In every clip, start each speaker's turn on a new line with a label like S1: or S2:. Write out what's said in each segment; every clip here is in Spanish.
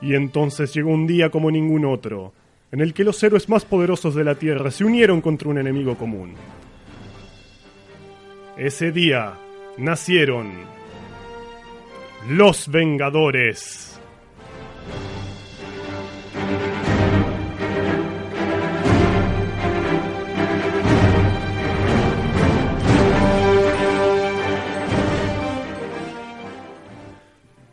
S1: Y entonces llegó un día como ningún otro, en el que los héroes más poderosos de la Tierra se unieron contra un enemigo común. Ese día nacieron los Vengadores.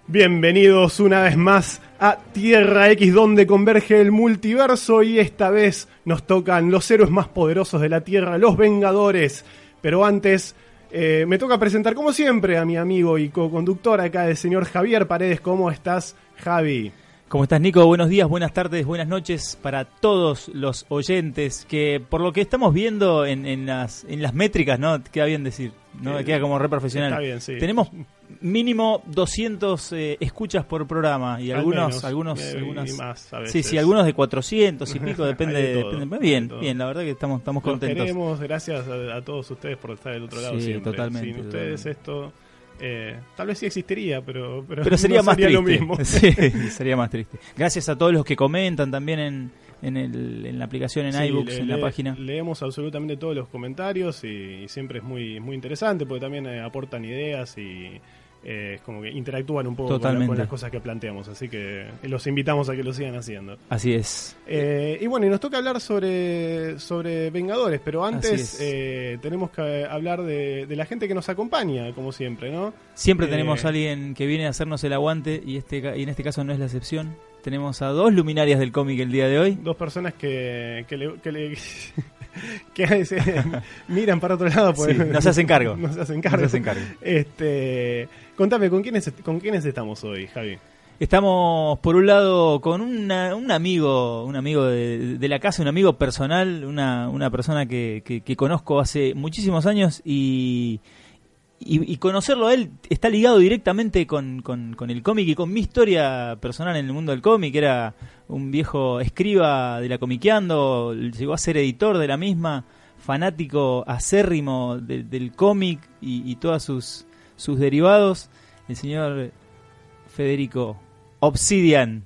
S1: Bienvenidos una vez más a Tierra X donde converge el multiverso y esta vez nos tocan los héroes más poderosos de la Tierra, los Vengadores. Pero antes eh, me toca presentar como siempre a mi amigo y co-conductor acá, el señor Javier Paredes. ¿Cómo estás, Javi?
S2: ¿Cómo estás, Nico? Buenos días, buenas tardes, buenas noches para todos los oyentes que, por lo que estamos viendo en, en las, en las métricas, ¿no? Queda bien decir, ¿no?
S1: Eh,
S2: Queda como re profesional.
S1: está bien, sí.
S2: Tenemos mínimo 200 eh, escuchas por programa y
S1: Al
S2: algunos...
S1: menos,
S2: algunos,
S1: eh, y
S2: algunas-
S1: más a
S2: Sí,
S1: veces.
S2: sí, algunos de 400 y pico, depende.
S1: Hay de todo,
S2: depende-
S1: hay de
S2: bien,
S1: todo.
S2: bien, la verdad que estamos, estamos
S1: Los
S2: contentos.
S1: queremos, gracias a, a todos ustedes por estar del otro lado
S2: Sí,
S1: siempre.
S2: totalmente,
S1: Sin ustedes
S2: totalmente.
S1: esto eh, tal vez sí existiría, pero, pero,
S2: Pero sería
S1: no
S2: más
S1: sería
S2: triste.
S1: lo mismo.
S2: Sí, sería más triste. Gracias a todos los que comentan también en, en, el- en la aplicación, en
S1: Sí,
S2: iBooks,
S1: le-
S2: en la
S1: le-
S2: página.
S1: Leemos absolutamente todos los comentarios y, y siempre es muy, muy interesante porque también eh, aportan ideas y eh, es como que interactúan un poco con la-
S2: Totalmente.
S1: con las cosas que planteamos. Así que eh, los invitamos a que lo sigan haciendo.
S2: Así es.
S1: Eh, y bueno, y nos toca hablar sobre, sobre Vengadores, pero
S2: Así
S1: antes
S2: es.
S1: eh, tenemos que hablar de, de la gente que nos acompaña, como siempre, ¿no?
S2: Siempre
S1: Eh,
S2: tenemos a alguien que viene a hacernos el aguante y, este, ca- y en este caso no es la excepción. Tenemos a dos luminarias del cómic el día de hoy.
S1: Dos personas que, que le... Que le- que a veces miran para otro lado pues,
S2: Sí, no se hacen cargo.
S1: no se hacen
S2: No
S1: cargo.
S2: se hacen cargo.
S1: Este, contame, ¿con quiénes, ¿con quiénes estamos hoy, Javi?
S2: Estamos por un lado con una- un amigo, un amigo de, de la casa, un amigo personal, una, una persona que, que- que conozco hace muchísimos años y, y- y conocerlo a él está ligado directamente con, con- con el cómic y con mi historia personal en el mundo del cómic. Era un viejo escriba de la comiqueando, llegó a ser editor de la misma, fanático acérrimo de- del cómic y, y todas sus, sus derivados. El señor Federico Obsidian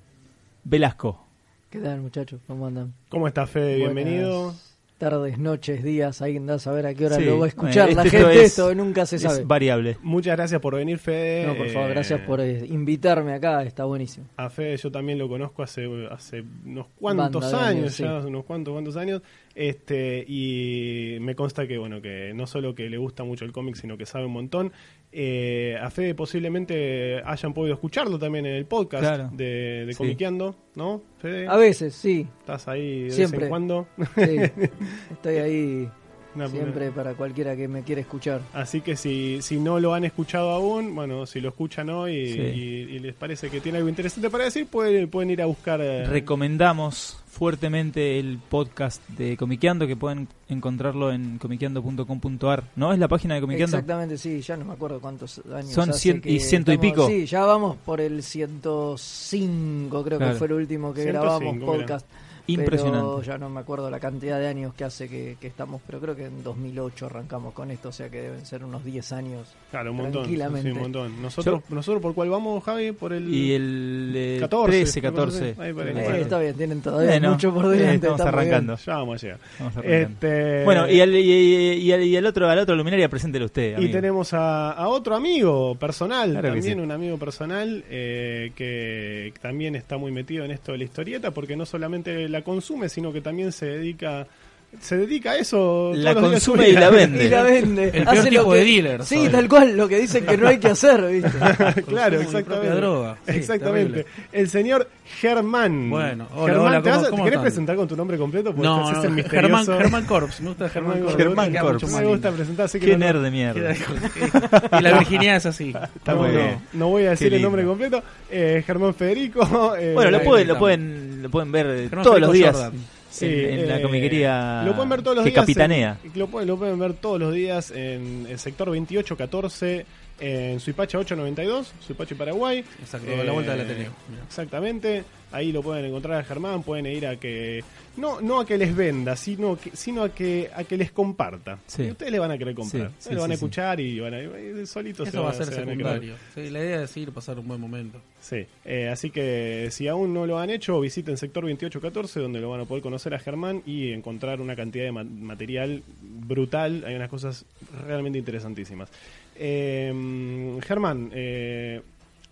S2: Velasco.
S3: ¿Qué tal, muchachos? ¿Cómo andan?
S1: ¿Cómo estás, Fede?
S3: Buenas
S1: Bienvenido.
S3: Tardes, noches, días, alguien da a saber a qué hora
S2: Sí,
S3: lo va a escuchar
S2: bueno,
S3: la
S2: esto
S3: gente,
S2: es-
S3: esto nunca se
S2: es
S3: sabe.
S2: variable.
S1: Muchas gracias por venir, Fede.
S3: No, por favor,
S1: Eh,
S3: gracias por eh, invitarme acá, está buenísimo.
S1: A Fede yo también lo conozco hace, hace unos cuantos
S3: Banda de
S1: años,
S3: años,
S1: ya,
S3: sí.
S1: unos cuantos, cuantos años, este, y me consta que, bueno, que no solo que le gusta mucho el cómic, sino que sabe un montón. Eh, a Fede posiblemente hayan podido escucharlo también en el podcast
S2: Claro.
S1: de, de
S2: Sí.
S1: Comiqueando, ¿no, Fede?
S3: A veces, sí,
S1: Estás ahí de vez
S3: Siempre.
S1: en cuando.
S3: sí. estoy ahí
S1: Una-
S3: siempre para cualquiera que me quiera escuchar.
S1: Así que si, si no lo han escuchado aún, bueno, si lo escuchan hoy y,
S2: Sí.
S1: y- y les parece que tiene algo interesante para decir, pueden, pueden ir a buscar. eh,
S2: Recomendamos fuertemente el podcast de Comiqueando, que pueden encontrarlo en comiqueando.com.ar. ¿No es la página de Comiqueando?
S3: Exactamente, sí, ya no me acuerdo cuántos años.
S2: Son
S3: hace
S2: cien-
S3: que
S2: y ciento y pico.
S3: Sí, ya vamos por el 105, creo
S2: Claro.
S3: que fue el último que
S1: 105,
S3: grabamos
S1: mira.
S3: podcast. Pero
S2: Impresionante.
S3: ya no me acuerdo la cantidad de años que hace que, que estamos, pero creo que en 2008 arrancamos con esto, o sea que deben ser unos 10 años.
S1: Claro, un montón.
S3: Tranquilamente.
S1: sí, un montón. Nosotros, nosotros por cuál vamos, Javi, por el,
S2: Y el eh,
S1: 14,
S2: 13,
S1: una cosa así.
S2: 14.
S1: Ahí por ahí.
S3: Eh,
S1: Bueno.
S3: está bien, tienen todavía
S2: Bueno,
S3: mucho por
S2: eh,
S3: delante.
S2: estamos
S3: está muy bien.
S2: arrancando.
S1: Ya vamos allá.
S2: Vamos arrancando.
S1: Este,
S2: Bueno, y al, y, y al- y al otro, al otro luminaria, preséntelo usted.
S1: y
S2: amigo.
S1: tenemos a, a otro amigo personal,
S2: Claro que
S1: también
S2: sí.
S1: un amigo personal eh, que también está muy metido en esto de la historieta, porque no solamente la consume, sino que también se dedica se dedica a eso.
S2: La
S1: todos los días de su
S2: consume y
S1: vida.
S2: la vende.
S3: Y la vende.
S4: El peor
S3: Hace lo
S4: tipo
S3: que-
S4: de dealer,
S3: Sí,
S4: soy.
S3: tal cual, lo que dicen que no hay que hacer, ¿viste?
S1: claro,
S4: Consumo mi
S1: exactamente.
S4: propia droga. Sí,
S1: exactamente.
S4: terrible.
S1: El señor Germán.
S4: Bueno, hola,
S1: Germán,
S4: hola,
S1: ¿te, vas a-
S4: ¿cómo-
S1: te
S4: cómo
S1: querés
S4: están?
S1: presentar con tu nombre completo? Porque
S4: No,
S1: te haces
S4: no,
S1: el
S4: Germán,
S1: este misterioso.
S4: Germán Corps, me gusta Germán
S1: Germán
S4: Corps.
S2: Germán
S4: Queda
S2: Corps.
S4: mucho más
S1: Me gusta presentar, así que
S2: Qué
S1: no-
S2: nerd de mierda.
S4: lindo. Y la virginidad es así.
S2: Está muy
S1: no, no,
S2: bien.
S1: no voy a decir el
S2: lindo.
S1: nombre completo. Eh, Germán Federico. eh,
S2: Bueno, lo
S4: ahí
S2: pueden,
S4: estamos.
S2: lo pueden, lo pueden ver eh,
S4: Germán
S2: todos los
S4: Federico
S2: días
S4: Jordan.
S2: en,
S1: sí,
S2: en la
S1: eh,
S2: comiquería
S1: Lo pueden ver todos los
S2: que
S1: días.
S2: capitanea.
S1: en- lo, pueden, lo pueden ver todos los días en el sector 2814. en Suipacha 892, Suipacha y Paraguay. Eh,
S4: Exacto, a la vuelta del Ateneo. Mira.
S1: Exactamente, ahí lo pueden encontrar a Germán, pueden ir a que no no a que les venda, sino que, sino a que a que les comparta.
S2: Sí.
S1: Y ustedes le van a querer comprar,
S2: Sí,
S1: Ustedes
S2: sí,
S1: lo van
S2: sí,
S1: a
S2: sí.
S1: escuchar y van a y solitos se
S4: Eso va a
S1: van
S4: ser
S1: se van a querer.
S4: secundario. Sí, la idea es ir, pasar un buen momento.
S1: Sí, eh, así que si aún no lo han hecho, visiten sector 2814, donde lo van a poder conocer a Germán y encontrar una cantidad de ma- material brutal. Hay unas cosas realmente interesantísimas. Eh, Germán, eh,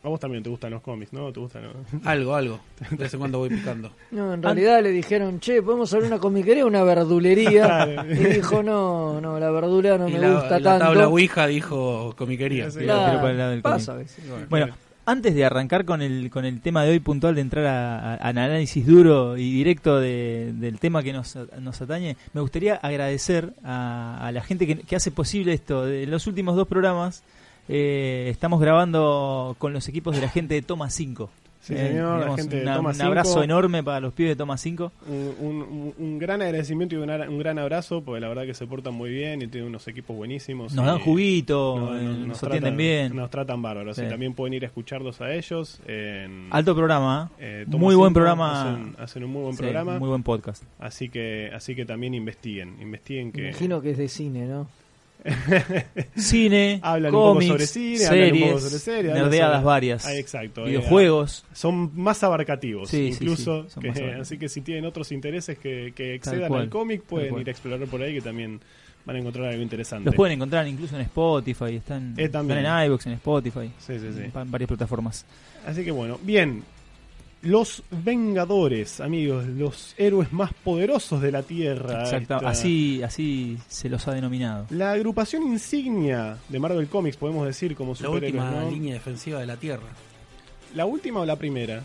S1: a vos también te gustan los cómics, ¿no? ¿Te gustan? no?
S4: Algo, algo. De vez en cuando voy picando.
S3: No, en realidad le dijeron, che, ¿podemos abrir una comiquería o una verdulería?
S1: Claro.
S3: y dijo, no, no, la verdura no
S4: y
S3: me
S4: la,
S3: gusta
S4: la
S3: tanto.
S4: tabla Ouija dijo comiquería.
S1: Sí,
S3: Claro,
S2: Pero para el lado del
S3: pasa a veces.
S2: Bueno, antes de arrancar con el, con el tema de hoy puntual, de entrar a, a- al análisis duro y directo de- del tema que nos, nos atañe, me gustaría agradecer a, a la gente que, que hace posible esto. De los últimos dos programas eh, estamos grabando con los equipos de la gente de Toma 5.
S1: Sí, señor, la
S2: tenemos
S1: gente de
S2: Eh, una-
S1: Toma
S2: un
S1: 5.
S2: abrazo enorme para los pibes de Toma 5.
S1: Un, un- un gran agradecimiento y un, ara- un gran abrazo, porque la verdad que se portan muy bien y tienen unos equipos buenísimos.
S2: Nos
S1: y-
S2: dan juguito,
S1: No, no,
S2: eh, nos, atienden
S1: tratan,
S2: bien.
S1: Nos tratan bárbaros.
S2: Sí.
S1: Y también pueden ir a escucharlos a ellos. En,
S2: Alto programa, ¿eh?
S1: Eh, Toma
S2: muy buen
S1: Cinco,
S2: programa.
S1: Hacen, hacen un muy buen
S2: Sí,
S1: programa.
S2: muy buen podcast.
S1: Así que así que también investiguen. Investiguen
S3: Me
S1: que.
S3: imagino que es de cine, ¿no?
S2: cine,
S1: Hablan un
S2: cómics,
S1: poco sobre cine, hablan un
S2: series,
S1: poco sobre series, hablan
S2: nerdeadas
S1: sobre-
S2: varias,
S1: Ah, exacto,
S2: videojuegos.
S1: Son más abarcativos,
S2: Sí, sí,
S1: incluso.
S2: sí, son
S1: que-
S2: más abarcativos.
S1: así que si tienen otros intereses que, que
S2: Tal
S1: excedan
S2: cual,
S1: al cómic,
S2: tal
S1: pueden
S2: cual.
S1: ir a explorar por ahí que también van a encontrar algo interesante.
S2: Los pueden encontrar incluso en Spotify, están,
S1: Eh, también.
S2: están en iVoox, en Spotify,
S1: Sí, sí, sí.
S2: en pa- en varias plataformas.
S1: Así que bueno, bien. Los Vengadores, amigos, los héroes más poderosos de la Tierra.
S2: Exacto,
S1: Esta-
S2: así, así se los ha denominado.
S1: La agrupación insignia de Marvel Comics, podemos decir, como
S4: La
S1: superhéroes,
S4: última
S1: ¿no?
S4: línea defensiva de la Tierra.
S1: ¿La última o la primera?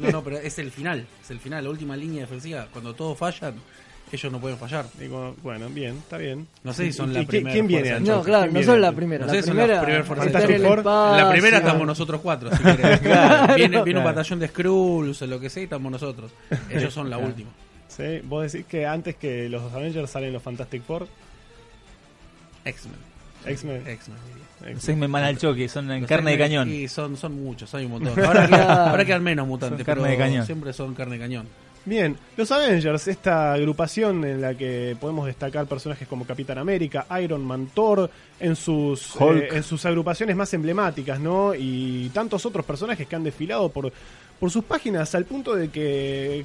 S4: No, no, pero es el final. Es el final, la última línea defensiva. Cuando todos fallan, ellos no pueden fallar.
S1: Digo, bueno, bien, está bien.
S4: No sé si son
S1: ¿Y
S4: la
S1: qui-
S4: primera
S1: ¿Quién viene
S4: fuerza
S1: antes?
S3: No, claro,
S1: ¿Quién
S3: no
S1: viene
S3: son la
S1: antes?
S3: primera.
S4: No
S3: la
S4: sé, son las
S3: primera,
S4: primeras fuerzas
S3: está
S1: del
S3: en el
S1: Thor.
S4: En la primera
S3: espacio.
S4: estamos nosotros cuatro. si querés. viene, viene un
S2: Claro.
S4: batallón de Skrulls o lo que sea y estamos nosotros. Ellos son la última.
S1: Sí, vos decís que antes que los Avengers salen los Fantastic Four,
S4: X-Men.
S1: X-Men.
S4: X-Men, diría.
S1: X-Men.
S2: Los X-Men van al choque, son en
S4: Los
S2: carne de
S4: X-Men,
S2: cañón.
S4: Y son, son muchos, hay un montón. Ahora, que- ahora quedan menos mutantes,
S2: Son carne
S4: pero
S2: de cañón.
S4: siempre son carne de cañón.
S1: Bien, los Avengers, esta agrupación en la que podemos destacar personajes como Capitán América, Iron Man, Thor, en sus,
S2: Hulk.
S1: eh, en sus agrupaciones más emblemáticas, ¿no? Y tantos otros personajes que han desfilado por, por sus páginas al punto de que eh,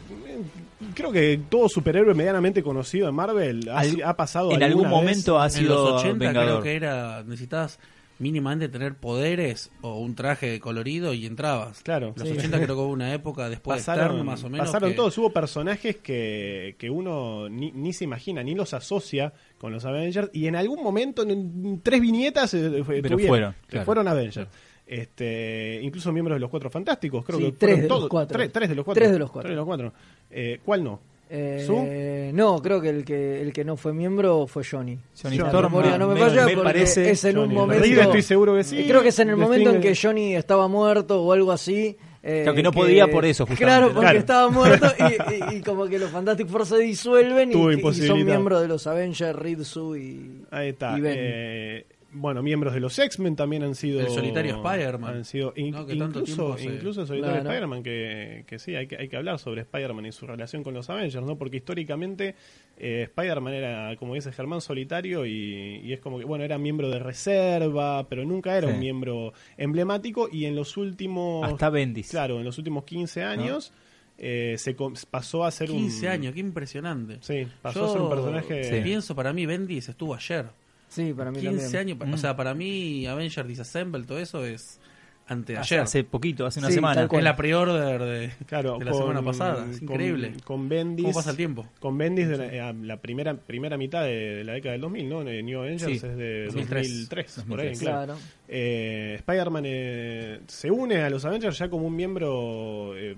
S1: creo que todo superhéroe medianamente conocido en Marvel ha,
S2: Al-
S1: si- ha pasado
S2: en algún
S1: alguna vez.
S2: momento ha
S4: en
S2: sido
S4: los 80 creo
S2: vengador.
S4: que era, necesitabas mínimamente tener poderes o un traje colorido y entrabas.
S1: Claro.
S4: Los
S1: Sí.
S4: 80 creo que hubo una época después de
S1: pasaron,
S4: Stern, más o menos.
S1: pasaron
S4: que-
S1: todos. Hubo personajes que, que uno ni, ni se imagina, ni los asocia con los Avengers. Y en algún momento, en, en tres viñetas, eh, fue-
S2: Pero
S1: tuvieron,
S2: fueron,
S1: que
S2: claro.
S1: fueron Avengers. Este, incluso miembros de los Cuatro Fantásticos, creo
S3: Sí,
S1: que
S3: tres
S1: fueron
S3: de los
S1: todos-
S3: cuatro.
S1: Tres, tres de los cuatro.
S3: Tres de los cuatro.
S1: Tres Eh, ¿Cuál no?
S3: Eh, no, creo que el que el que no fue miembro fue Johnny.
S2: Johnny
S3: Si la
S2: Storm,
S3: memoria
S2: no,
S3: no me
S2: me-
S3: falla
S2: me
S3: porque
S2: parece
S3: es en un
S1: Johnny.
S3: momento.
S1: River, estoy seguro que sí.
S3: Eh, Creo que es en el
S1: The
S3: momento en
S1: Stinger.
S3: que Johnny estaba muerto o algo así. eh,
S2: Claro, que no podía por eso, justamente.
S3: Claro, porque
S1: Claro.
S3: estaba muerto y, y- y como que los Fantastic Four se disuelven y,
S1: Tuvo
S3: y son
S1: imposibilidad.
S3: miembros de los Avengers, Ritsu y.
S1: Ahí está.
S3: y Ben.
S1: Eh, bueno, miembros de los X-Men también han sido.
S4: El solitario Spider-Man.
S1: Han sido. in-
S4: No, que tanto
S1: incluso,
S4: tiempo se-
S1: incluso el solitario
S3: Claro.
S1: Spider-Man, que, que sí, hay que, hay que hablar sobre Spider-Man y su relación con los Avengers, ¿no? Porque históricamente eh, Spider-Man era, como dice Germán, solitario y, y es como que, bueno, era miembro de reserva, pero nunca era
S2: Sí.
S1: un miembro emblemático y en los últimos.
S2: hasta Bendis.
S1: Claro, en los últimos 15 años eh, se com- pasó a ser un.
S4: 15 años, qué impresionante.
S1: Sí, pasó
S4: Yo
S1: a ser un personaje.
S2: Sí.
S4: Pienso, para mí Bendis estuvo ayer.
S3: Sí, para mí
S4: 15
S3: también.
S4: años,
S2: Mm.
S4: pa- o sea, para mí Avenger Disassemble, todo eso es
S2: Hace,
S4: anteayer.
S2: hace poquito, hace una
S3: Sí,
S2: semana.
S3: tal cual.
S4: Es la pre-order de,
S1: Claro,
S4: de la
S1: con-
S4: semana pasada, es
S1: con-
S4: increíble.
S1: Con Bendis.
S4: ¿Cómo pasa el tiempo?
S1: Con Bendis de la, eh, la primera primera mitad de, de la década del 2000, ¿no? De New Avengers
S2: Sí,
S1: es de
S4: 2003.
S1: 2003, por ahí,
S2: 2003.
S1: claro.
S3: Claro.
S1: Eh, Spider-Man eh, se une a los Avengers ya como un miembro eh,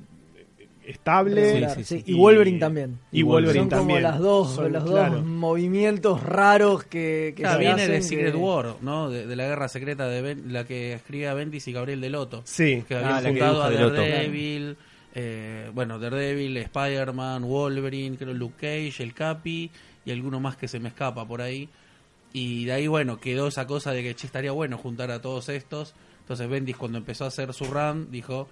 S1: estable.
S3: Regular,
S2: sí,
S3: sí.
S2: sí.
S3: Y Wolverine también.
S1: Y Wolverine
S3: Son
S1: también.
S3: como las dos,
S1: Son,
S3: los
S1: claro.
S3: dos movimientos raros que, que
S4: Claro,
S3: se
S4: viene
S3: hacen
S4: de Secret
S3: que-
S4: War, ¿no? De, de la guerra secreta de Ben- la que escribía Bendis y Gabriel Deloto.
S1: Sí,
S4: Que
S2: Ah,
S4: habían
S2: la que
S4: juntado a
S2: dibuja Delotto.
S4: Daredevil, eh, bueno, Daredevil, Spider-Man, Wolverine, creo Luke Cage, el Capi y alguno más que se me escapa por ahí. Y de ahí, bueno, quedó esa cosa de que che, estaría bueno juntar a todos estos. Entonces Bendis cuando empezó a hacer su run dijo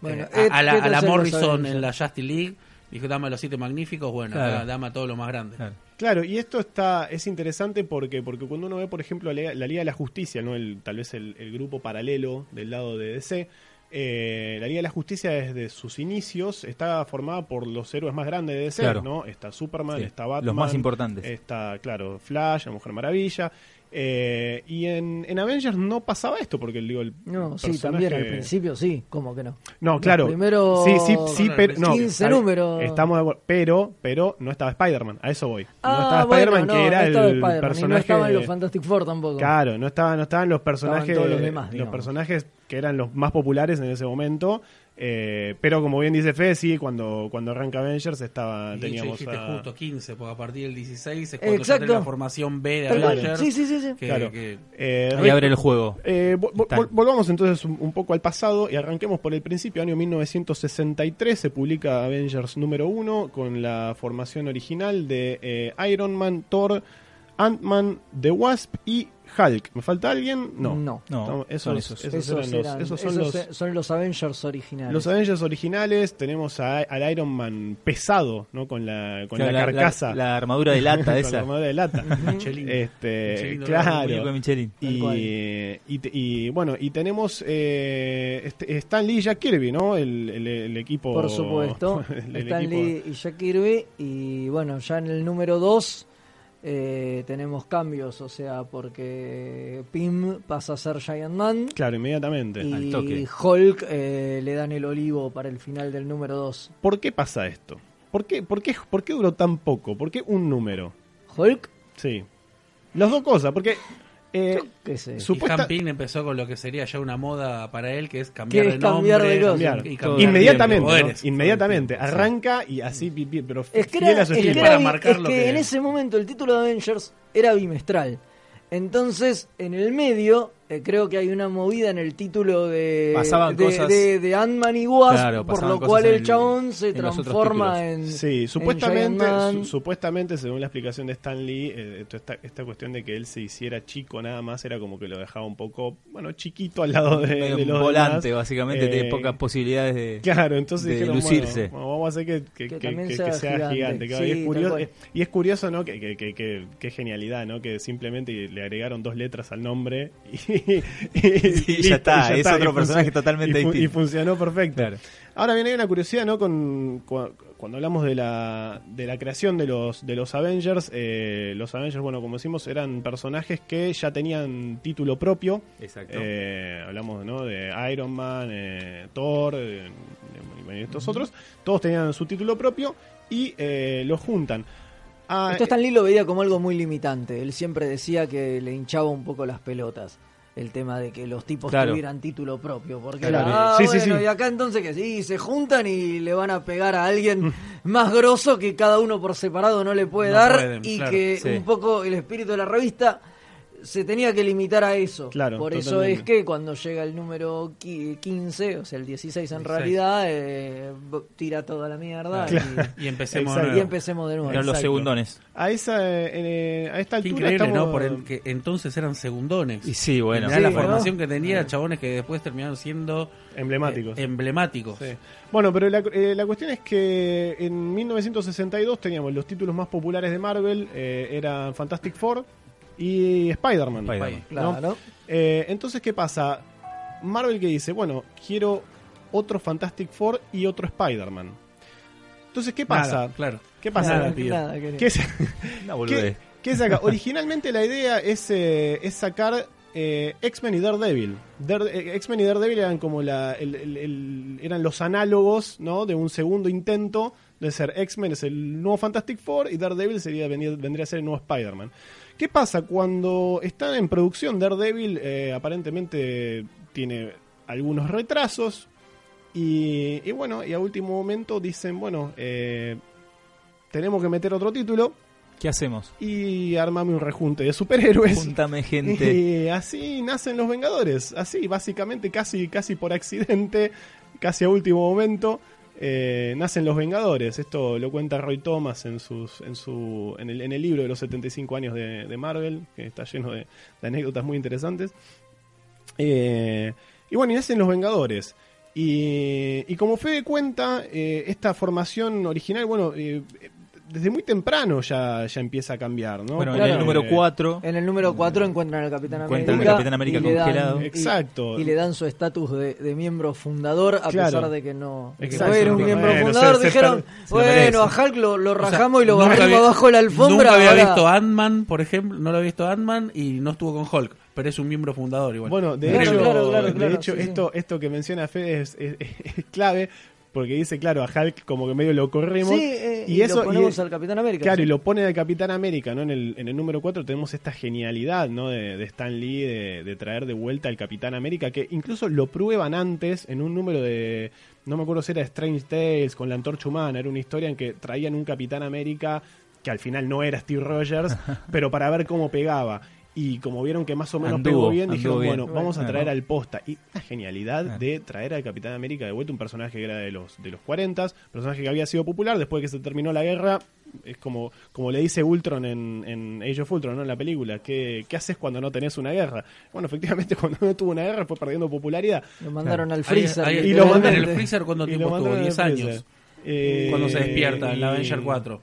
S3: Bueno,
S4: eh, a- a, la,
S3: Ed- Ed
S4: a la
S3: Russell lo
S4: Morrison
S3: sabemos ya.
S4: en la Justice League, dijo dame a los siete magníficos, bueno,
S2: Claro.
S4: da- dame a todos los más grandes.
S2: Claro.
S1: Claro, y esto está es interesante porque porque cuando uno ve, por ejemplo, la, la Liga de la Justicia, no el tal vez el, el grupo paralelo del lado de DC, eh, la Liga de la Justicia desde sus inicios está formada por los héroes más grandes de DC,
S2: Claro.
S1: ¿no? Está Superman,
S2: Sí,
S1: está Batman,
S2: los más importantes.
S1: está, claro, Flash, la Mujer Maravilla. eh, y en, en Avengers no pasaba esto, porque digo, el
S3: No, sí,
S1: personaje-
S3: también al principio sí, ¿cómo que no?
S1: No,
S3: Los
S1: claro.
S3: primeros-
S1: sí, sí, sí,
S4: Bueno,
S1: pero
S4: los
S1: no,
S3: 15
S1: está-
S3: números.
S1: Estamos de acuerdo, pero pero no estaba Spider-Man, a eso voy.
S3: Ah,
S1: no estaba
S3: bueno,
S1: Spider-Man
S3: no,
S1: que era
S3: no estaba
S1: el
S3: Spider-Man, y No
S1: personaje
S3: estaban los Fantastic Four tampoco.
S1: Claro, no estaban no estaban los personajes
S3: Estaban todos los demás,
S1: los
S3: digamos.
S1: personajes que eran los más populares en ese momento. eh, pero como bien dice Fe, sí, cuando, cuando arranca Avengers estaba,
S4: Y
S1: teníamos
S4: dijiste
S1: a-
S4: justo 15, porque a partir del 16 es cuando ya
S3: Exacto.
S4: tenés la formación B de
S3: Tal cual.
S4: Avengers.
S3: Sí, sí, sí, sí.
S4: que-
S1: Claro.
S4: que-
S1: Eh,
S2: Ahí abre el juego.
S1: Eh, vo- vo-
S2: Tal.
S1: vol- volvamos entonces un, un poco al pasado y arranquemos por el principio. Año 1963 se publica Avengers número 1 con la formación original de eh, Iron Man, Thor, Ant-Man, The Wasp y Hulk. ¿Me falta alguien? No.
S3: No.
S2: No,
S1: esos,
S2: son esos.
S1: esos eran los-
S3: eran-
S1: esos son los,
S3: esos e- son los Avengers originales.
S1: los Avengers originales. Tenemos a- al Iron Man pesado, ¿no? Con la, con
S2: Claro,
S1: la, carcasa.
S2: La, armadura de lata
S1: Con la
S2: esa.
S1: armadura de lata.
S4: Michelin.
S1: este,
S4: Michelin dorado,
S1: claro.
S2: Muñeco de Michelin.
S3: Tal
S1: Y,
S3: cual.
S1: y te- y, bueno, y tenemos eh, este- Stan Lee y Jack Kirby, ¿no? El, el- el equipo.
S3: Por supuesto.
S1: el- el
S3: Stan
S1: equipo-
S3: Lee y Jack Kirby. Y bueno, ya en el número 2 tenemos cambios, o sea, porque Pim pasa a ser Giant Man.
S1: Claro, inmediatamente.
S2: al
S3: Y
S2: toque.
S3: Hulk eh, le dan el olivo para el final del número 2.
S1: ¿Por qué pasa esto? ¿Por qué, por, qué, ¿Por qué duró tan poco? ¿Por qué un número?
S3: Hulk,
S1: Sí. Las dos cosas, porque. eh,
S3: qué sé.
S1: Su- supuesta-
S4: Y Hank Pym empezó con lo que sería ya una moda para él, que es cambiar
S3: Que es
S4: de
S3: cambiar
S4: nombre.
S3: de cosa.
S1: cambiar.
S4: y
S2: Todo.
S4: de
S1: inmediatamente. ¿no?
S4: poderes.
S1: Inmediatamente.
S4: Todo el tiempo, sí.
S1: Arranca y así, pi- pi- pero
S3: Es que,
S1: fiel
S3: era,
S1: a su
S3: es que
S1: estilo.
S3: era
S4: Para
S3: bi-
S4: marcar
S3: es
S4: lo
S3: que
S4: que-
S3: en ese momento el título de Avengers era bimestral. Entonces, en el medio, eh, creo que hay una movida en el título de,
S2: Pasaban
S3: de,
S2: cosas-
S3: de- de Ant-Man y Wasp,
S2: Claro,
S3: por
S2: pasaban
S3: lo
S2: cosas
S3: cual
S2: en
S3: el
S2: el-
S3: chabón se
S2: en los otros títulos.
S3: transforma en.
S1: Sí,
S3: en
S1: supuestamente,
S3: Giant Man.
S1: su- supuestamente según la explicación de Stan Lee, eh, esto- esta, esta cuestión de que él se hiciera chico nada más era como que lo dejaba un poco, bueno, chiquito al lado de,
S2: Medio
S1: de
S2: un
S1: los
S2: volante,
S1: demás.
S2: básicamente,
S1: Eh,
S2: tiene pocas posibilidades de.
S1: Claro, entonces
S2: de
S1: dijeron,
S2: lucirse.
S1: Bueno, bueno, vamos a hacer que, que-
S3: Que
S1: que-
S3: también
S1: que-
S3: sea
S1: que sea
S3: gigante.
S1: gigante. claro, y,
S3: Sí,
S1: es curioso,
S3: tal cual.
S1: y es curioso, ¿no? Que, que, que- que- qué genialidad, ¿no? Que simplemente le agregaron dos letras al nombre y, y-
S2: ya está, es otro
S1: func-
S2: personaje totalmente
S1: y fu- Y
S2: distinto.
S1: funcionó perfecto.
S2: Claro.
S1: Ahora bien, hay una curiosidad, ¿no? Con, cua- cuando hablamos de la, de la creación de los, de los Avengers, eh, los Avengers, bueno, como decimos, eran personajes que ya tenían título propio.
S2: Exacto.
S1: Eh, hablamos ¿no? de Iron Man, eh, Thor, eh, y estos otros. Todos tenían su título propio y eh, lo juntan. Ah,
S3: Esto Stan Lee lo veía como algo muy limitante. Él siempre decía que le hinchaba un poco las pelotas el tema de que los tipos
S2: Claro.
S3: tuvieran título propio. Porque
S1: Claro.
S3: era, ah,
S1: Sí, sí,
S3: bueno,
S1: sí.
S3: y acá entonces que sí, se juntan y le van a pegar a
S1: Mm.
S3: alguien más grosso que cada uno por separado no le puede
S4: No
S3: dar.
S4: pueden,
S3: y
S4: claro,
S3: que
S2: sí.
S3: un poco el espíritu de la revista se tenía que limitar a eso.
S1: Claro,
S3: por eso
S1: totalmente.
S3: es que cuando llega el número qui- 15, o sea, el 16 en
S4: 16.
S3: realidad, eh, bo- tira toda la mierda y-
S4: Y
S1: Exacto.
S3: y,
S4: empecemos de
S1: Claro.
S4: nuevo.
S3: empecemos de nuevo.
S2: Eran los
S1: Exacto.
S2: segundones.
S1: a, esa, eh, eh, a esta
S4: Qué
S1: altura
S4: increíble,
S1: estamos-
S4: ¿no? Por el que entonces eran segundones.
S2: Y sí, bueno.
S4: Mirá la
S3: Sí, ¿no?
S4: formación que tenía, chabones que después terminaron siendo
S1: emblemáticos.
S4: eh, emblemáticos.
S1: Sí. Bueno, pero la, eh, la cuestión es que en 1962 teníamos los títulos más populares de Marvel, eh, eran Fantastic Four y Spider-Man.
S2: Spider-Man.
S4: Ahí.
S3: Claro.
S1: ¿no? Eh, entonces, ¿qué pasa? Marvel que dice, bueno, quiero otro Fantastic Four y otro Spider-Man. Entonces, ¿qué pasa?
S4: Nada, claro.
S1: ¿Qué pasa?
S4: Nada, pidió.
S3: nada, querido.
S1: ¿Qué, sa-
S2: Una
S1: qué-
S2: boludez.
S1: qué saca? Originalmente la idea es, eh, es sacar eh, X-Men y Daredevil. Dare- eh, X-Men y Daredevil eran como la, el- el- el- eran los análogos ¿no? de un segundo intento de ser X-Men es el nuevo Fantastic Four y Daredevil sería, venía- vendría a ser el nuevo Spider-Man. ¿Qué pasa cuando están en producción Daredevil? eh, aparentemente tiene algunos retrasos. Y, y bueno, y a último momento dicen, bueno, eh, tenemos que meter otro título
S2: ¿Qué hacemos?
S1: y armame un rejunte de superhéroes.
S2: Júntame gente.
S1: Y así nacen los Vengadores, así, básicamente casi, casi por accidente, casi a último momento. eh, nacen los Vengadores. Esto lo cuenta Roy Thomas en, sus, en, su, en, el, en el libro de los 75 años de, de Marvel, que está lleno de, de anécdotas muy interesantes. Eh, y bueno, y nacen los Vengadores. Y, y como Fede cuenta, eh, esta formación original, bueno, eh, desde muy temprano ya, ya empieza a cambiar, ¿no? Eh,
S2: Bueno, en
S3: Claro.
S2: el número 4.
S3: En el número 4 encuentran al Capitán América.
S2: Encuentran al Capitán América
S3: y le dan-
S2: congelado.
S3: y-
S1: Exacto.
S3: Y, le dan su estatus de, de miembro fundador, a
S1: Claro.
S3: pesar de que no, de que
S1: Exacto.
S3: no era un miembro
S1: Bueno,
S3: fundador.
S1: se- se
S3: Dijeron,
S1: per-
S2: se lo merece.
S3: bueno, a Hulk lo, lo
S4: O sea,
S3: rajamos y lo
S4: nunca
S3: barrimos
S4: había-
S3: abajo de la alfombra.
S4: Nunca había
S3: ahora-
S4: visto Ant-Man, por ejemplo, no lo había visto Ant-Man y no estuvo con Hulk, pero es un miembro fundador igual.
S1: Bueno, de
S3: Claro,
S1: hecho,
S3: claro, claro,
S1: de
S3: claro,
S1: hecho
S3: sí, sí.
S1: esto, esto que menciona Fede es, es- es clave, porque dice, claro, a Hulk como que medio lo corrimos.
S3: Sí, eh,
S1: y,
S3: y,
S1: eso,
S3: lo
S1: y-
S3: ponemos al Capitán América.
S1: Claro,
S3: sí.
S1: y lo pone de Capitán América, ¿no? En el, en el número 4 tenemos esta genialidad, ¿no? De, de Stan Lee de, de traer de vuelta al Capitán América, que incluso lo prueban antes en un número de. No me acuerdo si era Strange Tales con la antorcha humana, era una historia en que traían un Capitán América que al final no era Steve Rogers, pero para ver cómo pegaba. Y como vieron que más o menos
S2: Anduvo,
S1: pegó bien,
S2: anduvo
S1: dijeron,
S2: bien.
S1: bueno, vamos a
S2: Claro.
S1: traer al posta. Y la genialidad
S2: Claro.
S1: de traer al Capitán América de vuelta, un personaje que era de los, de los 40, personaje que había sido popular después de que se terminó la guerra. Es como, como le dice Ultron en, en Age of Ultron, ¿no? en la película. ¿Qué, ¿Qué haces cuando no tenés una guerra? Bueno, efectivamente, cuando no tuvo una guerra fue perdiendo popularidad.
S3: Lo mandaron al
S4: Ahí-
S3: freezer.
S4: ahí-
S1: y lo
S4: mandan
S1: mandaron-
S4: en el freezer cuando
S1: y lo
S4: tiempo estuvo,
S1: mandaron
S4: 10
S1: al freezer.
S4: años.
S1: Eh,
S4: Cuando se despierta en la Avenger
S1: y-
S4: 4.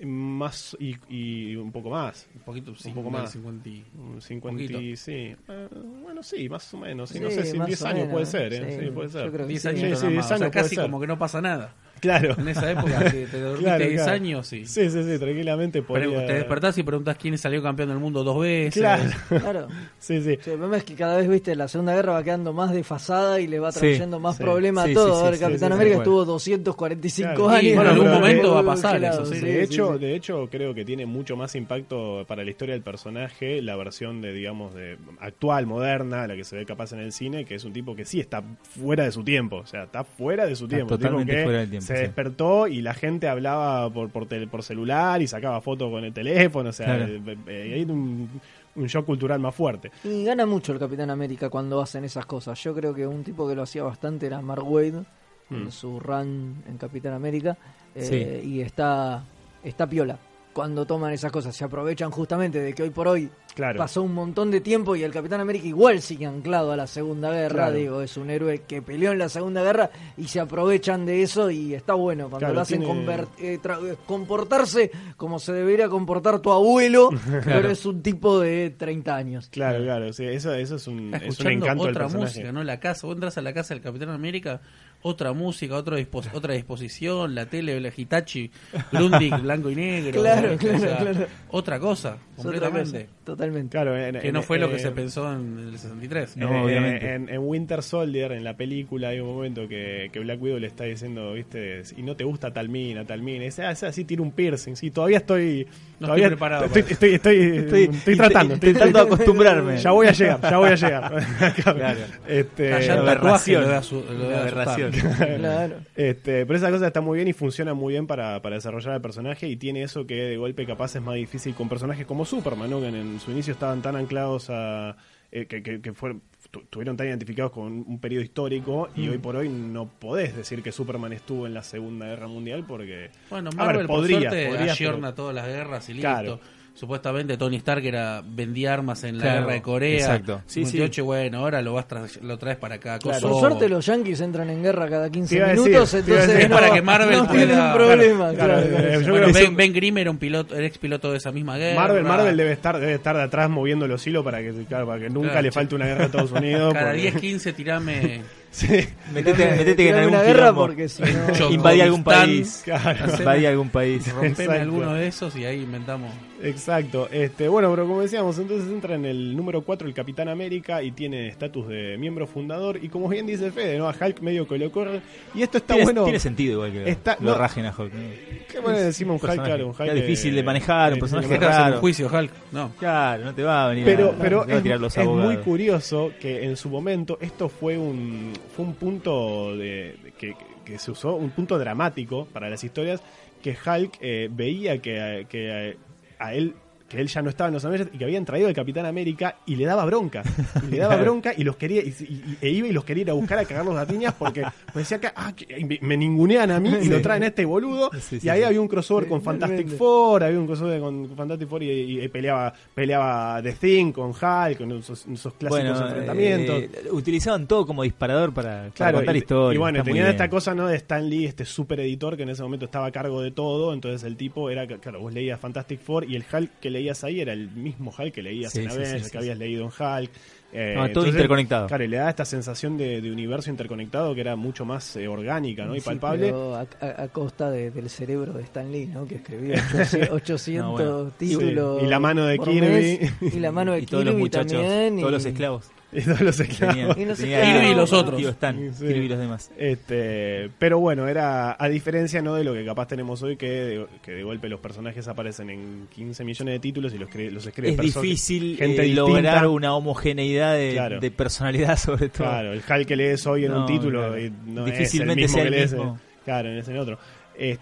S1: Más y, y un poco más.
S4: Un poquito, sí,
S1: poco
S4: más.
S1: más.
S4: 50 y-
S1: Un 50 Mm, y- sí. Ah, bueno, sí, más o menos. sí,
S3: Sí,
S1: no sé si en
S3: más
S1: 10
S3: o
S1: años
S3: menos,
S1: puede ser, ¿eh?
S3: sí.
S1: Sí, puede ser.
S3: Yo creo que
S4: 10
S3: sí.
S4: años,
S1: Sí,
S4: nada
S1: sí,
S4: más.
S1: 10
S4: O sea,
S1: años puede
S4: casi
S1: ser.
S4: como que no pasa nada.
S1: Claro.
S4: En esa época que te dormiste
S1: Claro,
S4: 10
S1: claro.
S4: años y
S1: Sí, sí, sí, tranquilamente
S4: Pero
S1: podría-
S4: te despertás y preguntás quién salió campeón del mundo dos veces.
S1: Claro.
S3: Claro.
S1: Sí, sí.
S3: O sea, el problema es que cada vez, viste, la Segunda Guerra va quedando más desfasada y le va
S2: Sí,
S3: trayendo más
S1: sí.
S3: problemas
S2: Sí,
S3: a todo.
S2: sí,
S3: Ahora
S2: sí,
S3: el Capitán
S2: sí, sí,
S3: América
S2: sí.
S3: estuvo 245
S1: Claro.
S3: años.
S1: Y en algún
S4: momento va a pasar
S3: Congelado,
S4: eso, sí.
S1: de, hecho,
S3: sí.
S1: de hecho, creo que tiene mucho más impacto para la historia del personaje la versión de, digamos, de actual, moderna, la que se ve capaz en el cine, que es un tipo que sí está fuera de su tiempo. O sea, está fuera de su
S2: Está
S1: tiempo. Un tipo
S2: totalmente
S1: que
S2: fuera del tiempo,
S1: Se
S2: sí.
S1: despertó y la gente hablaba por, por, tel- por celular y sacaba fotos con el teléfono. O sea,
S2: Claro.
S1: eh, eh, hay un, un shock cultural más fuerte.
S3: Y gana mucho el Capitán América cuando hacen esas cosas. Yo creo que un tipo que lo hacía bastante era Mark Wade
S1: Mm.
S3: en su run en Capitán América. eh,
S2: Sí.
S3: Y está, está piola cuando toman esas cosas. Se aprovechan justamente de que hoy por hoy
S1: Claro.
S3: pasó un montón de tiempo y el Capitán América igual sigue anclado a la Segunda Guerra.
S1: Claro.
S3: Digo, es un héroe que peleó en la Segunda Guerra y se aprovechan de eso y está bueno cuando
S1: Claro,
S3: lo hacen
S1: tiene-
S3: conver- eh, tra- comportarse como se debería comportar tu abuelo, pero es un tipo de 30 años.
S1: Claro, claro. sí, eso, eso es un,
S4: Está
S1: es un
S4: escuchando
S1: encanto del
S4: otra
S1: personaje.
S4: música, ¿no? La casa, vos entras a la casa del Capitán América, otra música, otro dispos- otra disposición, la tele, la Hitachi, Grundig, blanco y negro.
S3: Claro,
S4: ¿no?
S3: claro, claro.
S4: Otra cosa,
S3: Es otra
S4: completamente.
S3: cosa, Totalmente.
S1: Claro, en-
S4: Que
S1: en-
S4: no fue lo que
S1: eh,
S4: se pensó en el 63.
S2: No,
S1: Eh,
S2: obviamente.
S1: En, en Winter Soldier, en la película, hay un momento que, que Black Widow le está diciendo, viste, y no te gusta tal mina, tal mina. Y dice, ah, esa sí tiene un piercing. Sí, todavía estoy.
S4: No
S1: todavía
S4: estoy preparado
S1: Estoy,
S4: para
S1: estoy, estoy- estoy tratando. estoy-
S2: Intentando acostumbrarme.
S1: ya voy a llegar, ya voy a llegar.
S2: Claro.
S1: Este,
S4: Callá el tatuaje,
S2: aberración.
S4: lo de asu- lo de
S2: Una aberración.
S4: asustar.
S3: Claro.
S1: Este, pero esa cosa está muy bien y funciona muy bien para, para desarrollar al personaje y tiene eso que de golpe capaz es más difícil con personajes como Superman, ¿no? que en, en su inicio estaban tan anclados a... eh, que, que- que fueron, tu- estuvieron tan identificados con un periodo histórico
S4: Mm.
S1: y hoy por hoy no podés decir que Superman estuvo en la Segunda Guerra Mundial porque...
S4: Bueno,
S1: A
S4: Marvel
S1: ver,
S4: podría,
S1: podrías,
S4: por suerte,
S1: podrías,
S4: ayorna
S1: pero-
S4: todas las guerras y listo.
S1: Claro.
S4: Supuestamente Tony Stark era vendía armas en la
S2: Claro,
S4: guerra de Corea.
S2: exacto. Sí,
S4: 58, bueno, ahora lo vas tra- lo traes para acá.
S1: Claro.
S3: Por
S1: Todo.
S3: suerte los yankees entran en guerra cada
S1: Te
S3: 15
S1: iba a decir,
S3: minutos,
S1: te iba a
S3: entonces
S1: decir.
S3: no,
S4: Es para que Marvel
S3: no
S4: pueda-
S3: tienen problema.
S1: Claro,
S3: claro,
S1: eh, yo
S4: Bueno,
S1: creo que
S4: ben, Ben Grimm era un piloto, era ex piloto de esa misma guerra.
S1: Marvel, Marvel debe estar debe estar de atrás moviendo los hilos para que, claro, para que nunca
S4: Claro,
S1: le
S4: che.
S1: falte una guerra a Estados Unidos.
S4: Cada
S1: porque-
S4: 10, 15 tirame
S1: Sí,
S2: Metete,
S3: Tirame-
S2: metete que en
S3: tirame
S2: algún
S3: una guerra
S2: quilombo.
S3: porque si no-
S4: Yo-
S2: Invadí algún país.
S1: claro.
S2: Invadí algún país.
S4: rompeme
S1: Exacto.
S4: alguno de esos y ahí inventamos.
S1: Exacto, este, bueno, pero como decíamos, entonces entra en el número 4 el Capitán América y tiene estatus de miembro fundador y como bien dice Fede, ¿no? A Hulk medio que lo corre y esto está
S2: Tiene,
S1: bueno.
S2: tiene sentido igual que lo-
S1: Está-
S2: lo
S1: no.
S2: rajen a Hulk. ¿no?
S1: ¿Qué bueno decimos un Hulk?
S2: personaje.
S1: Claro, un Hulk
S2: Está
S1: que-
S2: difícil de manejar, un
S1: eh,
S2: personaje
S1: que
S4: ¿Querrás hacer un
S2: raro.
S4: juicio, Hulk? No.
S2: Claro, no te va a venir
S1: Pero,
S2: a,
S1: pero
S2: no te va a
S1: es,
S2: tirar los
S1: es
S2: abogados.
S1: muy curioso que en su momento esto fue un, fue un punto de, de- que, que se usó, un punto dramático para las historias, que Hulk eh, veía que, a- que a, a él que él ya no estaba en los Avengers y que habían traído al Capitán América y le daba bronca. Y le daba bronca y los quería, y, y- e iba y los quería ir a buscar a cagarlos a piñas porque pues decía que ah, que me- me ningunean a mí y lo traen a este boludo.
S5: Sí, sí,
S1: y ahí
S5: sí.
S1: había un crossover
S3: Sí,
S1: con Fantastic
S3: realmente.
S1: Four, había un crossover con Fantastic Four y, y- y peleaba, peleaba The Thing con Hulk, con esos, esos clásicos enfrentamientos.
S2: eh, utilizaban todo como disparador para, para
S1: Claro,
S2: contar
S1: y,
S2: historias.
S1: y bueno,
S2: está muy
S1: tenían
S2: bien.
S1: esta cosa ¿no? de Stan Lee, este super editor que en ese momento estaba a cargo de todo. Entonces el tipo era, claro, vos leías Fantastic Four y el Hulk que leías ahí era el mismo Hulk que leías
S2: Sí,
S1: en
S2: sí,
S1: Avengers,
S2: sí, sí,
S1: que
S2: sí.
S1: habías leído en Hulk. Eh,
S2: No, todo interconectado.
S1: Claro, y le da esta sensación de, de universo interconectado que era mucho más eh, orgánica ¿no? y
S3: Sí,
S1: palpable.
S3: pero a, a- a costa de- del cerebro de Stan Lee, ¿no? Que escribía 800, 800
S2: No, bueno.
S3: títulos.
S1: Sí, y la mano de
S3: por
S1: Kirby.
S3: mes, y la mano de
S2: y
S3: Kirby
S2: todos los muchachos,
S3: también,
S2: todos
S3: y-
S2: los esclavos.
S1: Y todos los
S2: que
S1: esclavos.
S2: tenían-
S3: Y no sé
S2: tenían-
S3: qué. Kirby y
S4: los otros.
S2: Tío Stan,
S1: Sí.
S2: Kirby y los demás.
S1: Este, pero bueno, era a diferencia no de lo que capaz tenemos hoy, que de, que de golpe los personajes aparecen en 15 millones de títulos y los, cre- los escribe
S2: Es
S1: perso-
S2: difícil
S1: gente
S2: eh,
S1: distinta.
S2: lograr una homogeneidad de,
S1: Claro.
S2: de personalidad, sobre todo.
S1: Claro, el Hulk que lees hoy en
S2: No,
S1: un título
S2: claro.
S1: y no
S2: Difícilmente
S1: es el mismo
S2: sea
S1: que
S2: el
S1: lees eh. en-
S2: mismo.
S1: claro, en ese en otro.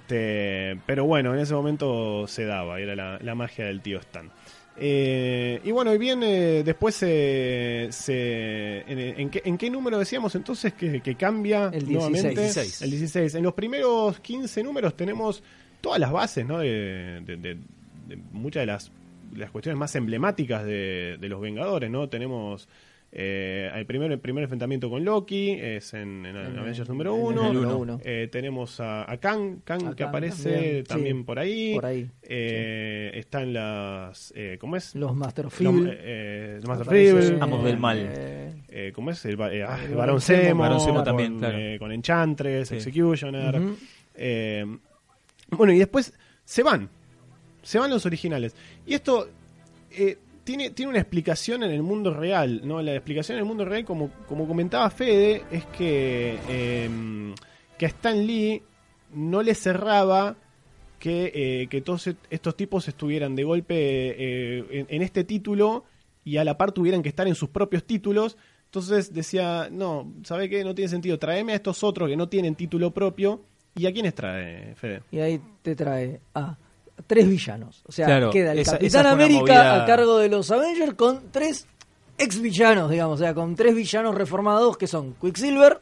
S1: Este, pero bueno, en ese momento se daba, era la, la magia del tío Stan. Eh, y bueno, y bien, eh, después eh, se, en, en qué, en qué número decíamos entonces que, que cambia
S3: El 16.
S1: nuevamente?
S2: 16.
S1: El 16. En los primeros 15 números tenemos todas las bases, ¿no? De, de- de- de muchas de las, de las cuestiones más emblemáticas de, de los Vengadores, ¿no? Tenemos eh, el, primer, el primer enfrentamiento con Loki, es en, en
S3: En-
S1: Avengers número
S3: en el
S1: 1.
S3: número uno.
S1: Eh, tenemos a, a Kang, Kang
S3: A
S1: que
S3: Kang
S1: aparece también,
S3: también, sí.
S1: por ahí.
S3: Por ahí,
S1: Eh, Están las. eh, ¿Cómo es?
S3: Los Master of
S1: Los-
S3: Evil.
S1: eh, los Master of
S3: Aparece,
S1: Evil.
S2: Amos del mal.
S3: eh,
S1: Eh, ¿Cómo es? El, ba- eh, ah,
S3: El
S1: el Barón
S3: Barón Zemo.
S1: Zemo.
S2: Barón Zemo
S1: con,
S2: también, claro.
S1: eh, con Enchantress,
S2: Sí.
S1: Executioner.
S3: Ujú.
S1: eh, bueno, y después se van. Se van los originales. Y esto eh, tiene, tiene una explicación en el mundo real. ¿no? La explicación en el mundo real, como, como comentaba Fede, es que, eh, que a Stan Lee no le cerraba que, eh, que todos et- estos tipos estuvieran de golpe eh, en, en este título y a la par tuvieran que estar en sus propios títulos. Entonces decía, no, ¿sabe qué? No tiene sentido. Traeme a estos otros que no tienen título propio. ¿Y a quiénes trae, Fede?
S3: Y ahí te trae a tres villanos. O sea,
S2: Claro,
S3: queda el
S2: esa- esa
S3: Capitán
S2: fue una
S3: América
S2: movida-
S3: a cargo de los Avengers con tres ex villanos, digamos. O sea, con tres villanos reformados que son Quicksilver,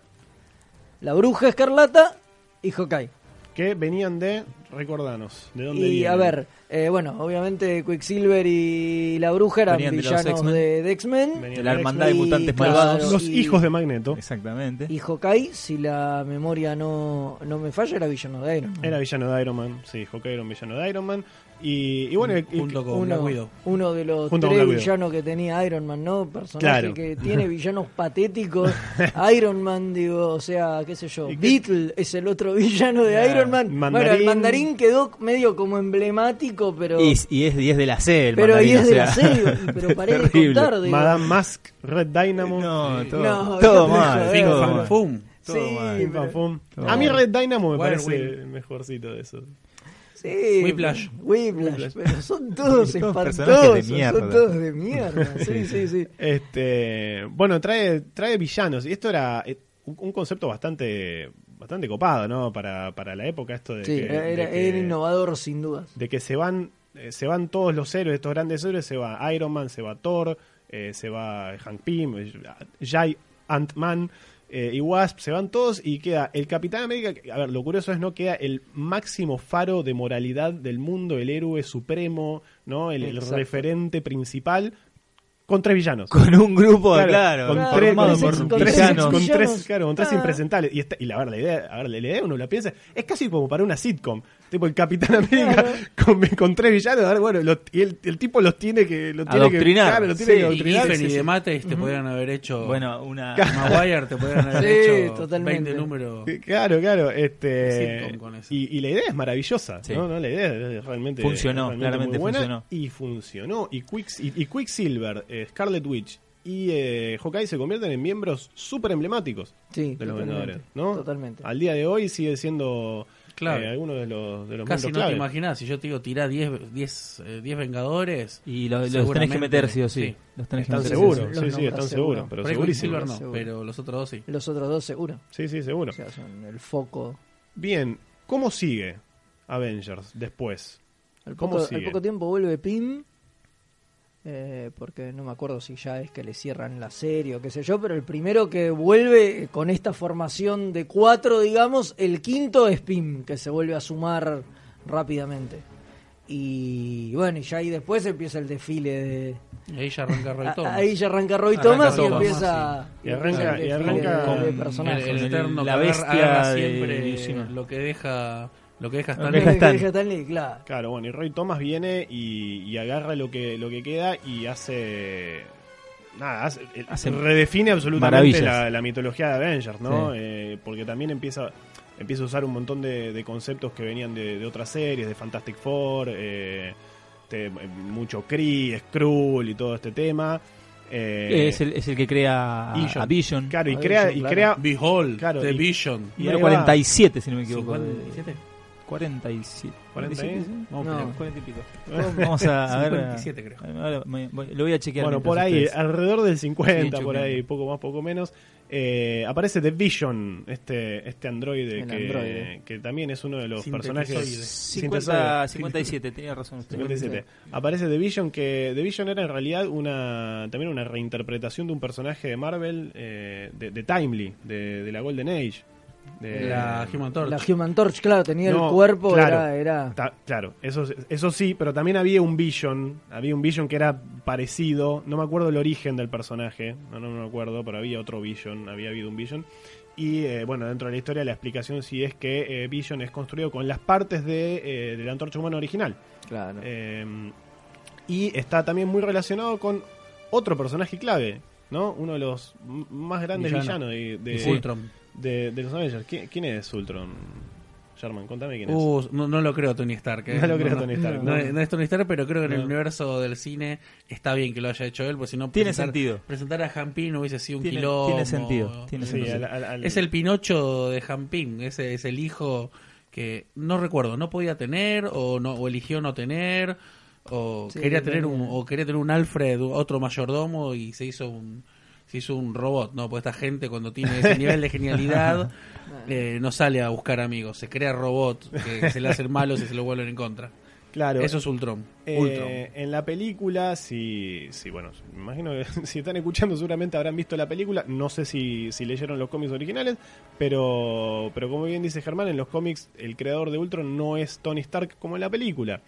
S3: la Bruja Escarlata y Hawkeye.
S1: Que venían de, recordanos, ¿de dónde
S3: Y a
S1: vienen?
S3: ver, eh, bueno, obviamente Quicksilver y la Bruja eran
S2: Venían de los
S3: villanos
S2: X-Men.
S3: de, de X-Men.
S1: Venían
S2: De la
S1: de
S2: hermandad de
S1: X-Men.
S2: mutantes
S3: Y-
S2: malvados.
S3: claro,
S1: Los
S3: y-
S1: hijos de Magneto.
S2: Exactamente.
S3: Y Hawkeye, si la memoria no, no me falla, era villano de Iron Man.
S1: Era villano de Iron Man. Sí, Hawkeye era un villano de Iron Man. Y, y bueno, y- y-
S4: Junto con Black
S3: uno,
S4: Widow.
S3: uno de los
S1: Junto con
S3: tres
S1: Black Widow.
S3: villanos que tenía Iron Man, ¿no? Personaje
S1: Claro.
S3: que tiene villanos patéticos. Iron Man, digo, o sea, qué sé yo.
S1: ¿Y qué?
S3: Beetle es el otro villano de
S2: Claro.
S3: Iron Man. Bueno,
S1: Mandarín.
S3: el mandarín quedó medio como emblemático, pero.
S2: Y, y es, y es de la C, el
S3: pero ahí
S2: mandarín,
S3: es
S2: o
S3: de
S2: sea,
S3: la serie, y- pero paré de
S2: terrible.
S3: contar, digo.
S1: Madame Mask, Red Dynamo.
S2: No, todo,
S3: No,
S2: todo
S3: déjate
S1: Eh,
S2: mal.
S3: de
S4: Fin,
S2: todo
S3: joder.
S4: fan,
S2: mal.
S4: fum.
S3: Sí,
S2: todo mal.
S1: Pim, pam,
S3: pero-
S1: pum.
S2: Todo
S1: A mí
S2: mal.
S1: Red Dynamo me
S4: Bueno,
S1: parece el mejorcito de eso.
S3: Sí,
S4: Whiplash.
S3: Whiplash, pero son todos
S2: Todos personajes de
S3: espantosos,
S2: mierda.
S3: son todos de mierda. Sí, sí, sí.
S1: Este, bueno, trae, trae villanos. Y esto era eh, un, un concepto bastante bastante copado, ¿no? Para, para la época, esto de,
S3: Sí,
S1: que,
S3: era,
S1: de
S3: era-
S1: que-
S3: era innovador sin dudas.
S1: de que se van eh, se van todos los héroes, estos grandes héroes. Se va Iron Man, se va Thor, eh, se va Hank Pym, eh, Jai Ant-Man eh, y Wasp. Se van todos y queda el Capitán América. que- A ver, lo curioso es, ¿no? Queda el máximo faro de moralidad del mundo, el héroe supremo, ¿no? El, el
S3: Exacto.
S1: referente principal con tres villanos.
S2: Con un grupo,
S1: Claro,
S2: claro,
S1: con,
S3: claro,
S1: tres,
S2: formado
S1: con,
S3: con
S2: por
S1: con tres-
S2: villanos.
S1: con tres-
S3: villanos.
S1: claro, con tres
S3: Ah.
S1: impresentables. Y, esta- y la verdad, la idea, a ver, la idea uno la piensa, es casi como para una sitcom. Tipo el Capitán América con, con tres villanos, a ver, bueno, lo- y el, el tipo los tiene que los tiene que,
S2: Adoctrinar,
S1: claro, los tiene
S2: sí,
S1: que
S4: Y
S1: adoctrinar.
S4: Giffen
S1: Sí,
S4: y
S1: sí.
S4: de Mates te podrían haber hecho.
S2: Bueno, una.
S4: Maguire te podrían haber
S3: Sí,
S4: hecho.
S3: totalmente.
S4: 20 números.
S1: Claro, claro, este
S4: Sitcom con eso.
S1: y, y la idea es maravillosa,
S2: Sí.
S1: ¿no? ¿no? La idea es realmente
S2: Funcionó,
S1: realmente
S2: claramente
S1: muy buena,
S2: funcionó.
S1: y funcionó y, Quicks, y, y Quicksilver, eh, Scarlet Witch y eh, Hawkeye se convierten en miembros súper emblemáticos
S3: Sí,
S1: de los
S3: totalmente,
S1: Vengadores, ¿no?
S3: Totalmente.
S1: Al día de hoy sigue siendo
S4: Clave.
S1: eh, alguno de los, de los
S4: Casi no
S1: momentos
S4: te
S1: clave.
S4: imaginas. Si yo te digo, tirá 10, 10, eh, 10 Vengadores.
S2: Y los, los tenés
S4: Seguramente,
S2: que meter, sí o sí.
S4: sí.
S2: Los tenés
S1: Están
S2: que meter, sí o
S1: seguros,
S2: sí.
S1: sí,
S3: Los
S1: sí,
S3: nombras
S1: están
S3: seguro.
S1: seguros, pero
S4: Por ahí
S1: segurísimo.
S4: Silver no,
S3: Seguro.
S4: pero los otros dos sí.
S3: Los otros dos seguro.
S1: Sí, sí, seguro.
S3: O sea, son el foco.
S1: Bien, ¿cómo sigue Avengers después?
S3: Al
S1: ¿Cómo
S3: poco, al
S1: sigue?
S3: poco tiempo vuelve Pym eh, porque no me acuerdo si ya es que le cierran la serie o qué sé yo, pero el primero que vuelve con esta formación de cuatro, digamos, el quinto es Pim, que se vuelve a sumar rápidamente. Y bueno, y ya ahí después empieza el desfile de...
S4: Y ahí ya arranca Roy
S3: a-
S4: Thomas.
S3: Ahí ya arranca Roy
S4: Arranca
S3: Thomas y
S4: Thomas, Ah,
S3: empieza...
S1: sí. Y arranca-
S3: el
S1: y
S3: desfile
S1: arranca
S3: de- de
S1: con
S3: personajes.
S4: El, el
S2: El-
S4: eterno
S2: la
S4: que agarra-
S2: bestia
S4: agarra
S2: de
S4: siempre
S2: Lucina.
S4: lo que deja lo que deja
S2: Lo
S4: Stanley.
S2: que deja-
S3: Deja Stanley, claro.
S1: Claro, bueno, y Roy Thomas viene y, y agarra lo que, lo que queda y hace. Nada, hace- el-
S2: Hace
S1: redefine absolutamente
S2: maravillas.
S1: la, la mitología de Avengers, ¿no?
S2: Sí.
S1: Eh, porque también empieza, empieza a usar un montón de, de conceptos que venían de, de otras series, de Fantastic Four, eh, este, mucho Kree, Skrull y todo este tema. Eh,
S2: es, el, es el que crea a-
S1: Vision.
S2: a Vision.
S1: Claro, y
S3: Ah,
S1: crea,
S3: eso,
S1: y
S3: claro.
S1: crea
S4: Behold,
S1: Claro,
S4: The
S1: y-
S4: Vision.
S1: y
S2: Número
S1: ahí va-
S2: 47, si no me equivoco. de-
S4: 57.
S2: 47.
S1: 47,
S2: ¿sí? Vamos,
S3: No.
S2: por ahí, 40 y pico. Vamos a, a ver.
S4: 57 creo.
S2: Ahora me- voy- lo voy a chequear.
S1: Bueno,
S2: mientras
S1: por ahí, ah,
S2: ustedes-
S1: alrededor del 50,
S2: Sí,
S1: por ahí, poco más, poco menos. eh, aparece The Vision, este, este androide
S3: El
S1: que,
S3: androide.
S1: que también es uno de los
S4: Sintetizoide.
S1: personajes.
S2: 50, 57, tenía razón usted.
S1: 57. Aparece The Vision, que The Vision era en realidad una también una reinterpretación de un personaje de Marvel, eh, de, de Timely, de, de la Golden Age. De,
S4: La Human Torch.
S3: La Human Torch, claro, tenía
S1: No,
S3: el cuerpo,
S1: claro.
S3: era... era...
S1: Ta- claro, eso, eso sí, pero también había un Vision, había un Vision que era parecido, no me acuerdo el origen del personaje, no, no me acuerdo, pero había otro Vision, había habido un Vision. Y eh, bueno, dentro de la historia la explicación sí es que eh, Vision es construido con las partes de, eh, de la antorcha humana original.
S3: Claro.
S1: Eh, y está también muy relacionado con otro personaje clave, ¿no? Uno de los m- más grandes
S4: Villano.
S1: villanos de, de-
S2: Sí.
S4: Ultron.
S1: de- de los Avengers. ¿Qui- ¿Quién es Ultron? Sherman, contame quién es.
S4: Uh, no, no lo creo Tony Stark. eh.
S1: No lo creo, Tony Stark,
S4: No,
S1: no.
S4: es- no es Tony Stark, pero creo que en el
S1: No.
S4: universo del cine está bien que lo haya hecho él, porque si no
S2: Tiene
S4: presentar-
S2: sentido.
S4: Presentar a Jampín hubiese sido un
S2: Tiene,
S4: quilombo.
S2: tiene sentido. Tiene
S1: Sí,
S2: sentido.
S1: al- al- al-
S4: Es el Pinocho de Jampín, ese es el hijo que no recuerdo, no podía tener o no o eligió no tener o
S3: Sí,
S4: quería
S3: tenía.
S4: tener un o quería tener un Alfred, otro mayordomo y se hizo un se hizo un robot, no, pues esta gente cuando tiene ese nivel de genialidad eh, no sale a buscar amigos, se crea robot que, que se le hacen malos y se lo vuelven en contra.
S1: Claro.
S4: Eso es Ultron.
S1: Eh,
S4: Ultron.
S1: En la película, si, si, bueno, me imagino que si están escuchando seguramente habrán visto la película. No sé si, si leyeron los cómics originales, pero, pero como bien dice Germán, en los cómics el creador de Ultron no es Tony Stark como en la película.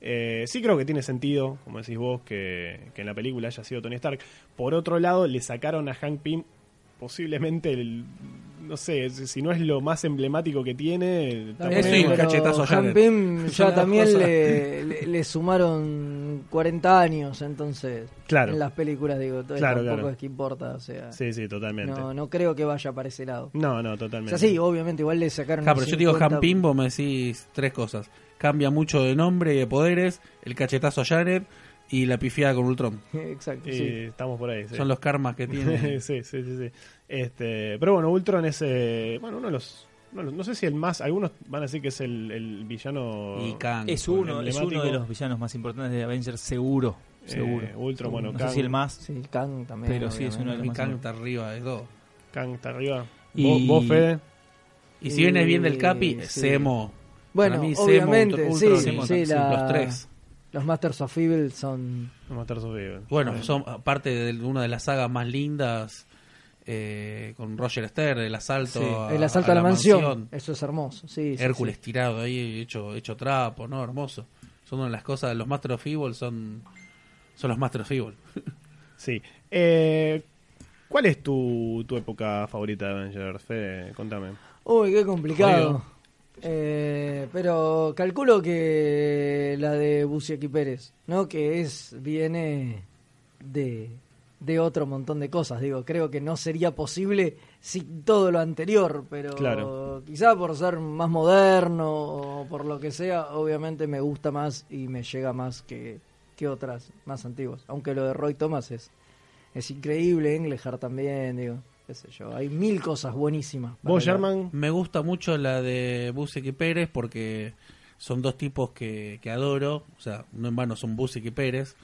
S1: Eh, sí creo que tiene sentido, como decís vos, que, que en la película haya sido Tony Stark. Por otro lado, le sacaron a Hank Pym posiblemente el... No sé, si si no es lo más emblemático que tiene... está
S4: Eso
S1: bueno.
S4: y un
S3: pero
S4: cachetazo a
S3: Hank
S4: Jared.
S3: Pym
S4: Son
S3: ya
S4: las
S3: también
S4: cosas.
S3: le, le- le sumaron 40 años, entonces.
S1: Claro.
S3: En las películas, digo, entonces
S1: Claro,
S3: tampoco
S1: claro.
S3: es que importa, o sea.
S1: Sí, sí, totalmente.
S3: no,
S1: No,
S3: no creo que vaya para ese lado.
S1: no,
S3: O
S1: totalmente.
S3: sea, sí, obviamente, igual le sacaron.
S4: Ah, pero yo te digo
S3: 50
S4: Jampín, vos me decís tres cosas. Cambia mucho de nombre y de poderes, el cachetazo a Jared y la pifiada con Ultron.
S3: Exacto,
S1: Y
S3: sí.
S1: estamos por ahí. sí.
S4: Son los karmas que tiene.
S1: sí, sí, sí, sí. Este, pero bueno, Ultron es eh, bueno uno de los uno de los- no sé si el más, algunos van a decir que es el, el villano
S4: y Kang.
S2: Es uno, es
S1: Emblemático.
S2: uno de los villanos más importantes de Avengers, seguro.
S1: eh,
S2: Seguro.
S1: Ultron, bueno,
S2: no
S1: Kang,
S2: sé si el más.
S3: Sí, Kang también.
S2: Pero sí, es uno de
S4: Y
S2: los más
S4: Kang está arriba de todo.
S1: Kang está arriba.
S2: Y-
S1: Vos, vos, Fede.
S4: Y si vienes bien del Capi,
S3: Sí.
S4: Semo.
S3: Bueno,
S4: Para mí, Zemo,
S3: obviamente,
S4: Ultron,
S3: sí,
S4: Ultron,
S2: Zemo, sí,
S3: sí, la-
S4: los tres.
S3: Los Masters of Evil son.
S1: Vamos a estar subido.
S4: Bueno, son parte de una de las sagas más lindas eh, con Roger Stern, el asalto,
S2: Sí.
S4: a,
S3: el asalto a, la, mansión. Eso es hermoso, sí. sí,
S4: Hércules
S3: sí.
S4: tirado ahí, hecho, hecho trapo, ¿no? Hermoso. Son una de las cosas, los Master of Evil son, son los Master of Evil.
S1: Sí. Eh, ¿Cuál es tu, tu época favorita de Avengers, Fede? Contame.
S3: Uy, qué complicado.
S4: Jodido.
S3: Eh, pero calculo que la de Buciaki Pérez, ¿no? Que es viene de, de otro montón de cosas. Digo, creo que no sería posible sin todo lo anterior, pero
S1: Claro.
S3: quizá por ser más moderno o por lo que sea, obviamente me gusta más y me llega más que, que otras más antiguas. Aunque lo de Roy Thomas es, es increíble, Englehart también, digo, qué sé yo. Hay mil cosas buenísimas. para
S1: Vos,
S3: ver.
S1: Sherman.
S4: Me gusta mucho la de Busek y Pérez porque son dos tipos que, que adoro. O sea, no en vano son Busek y Pérez.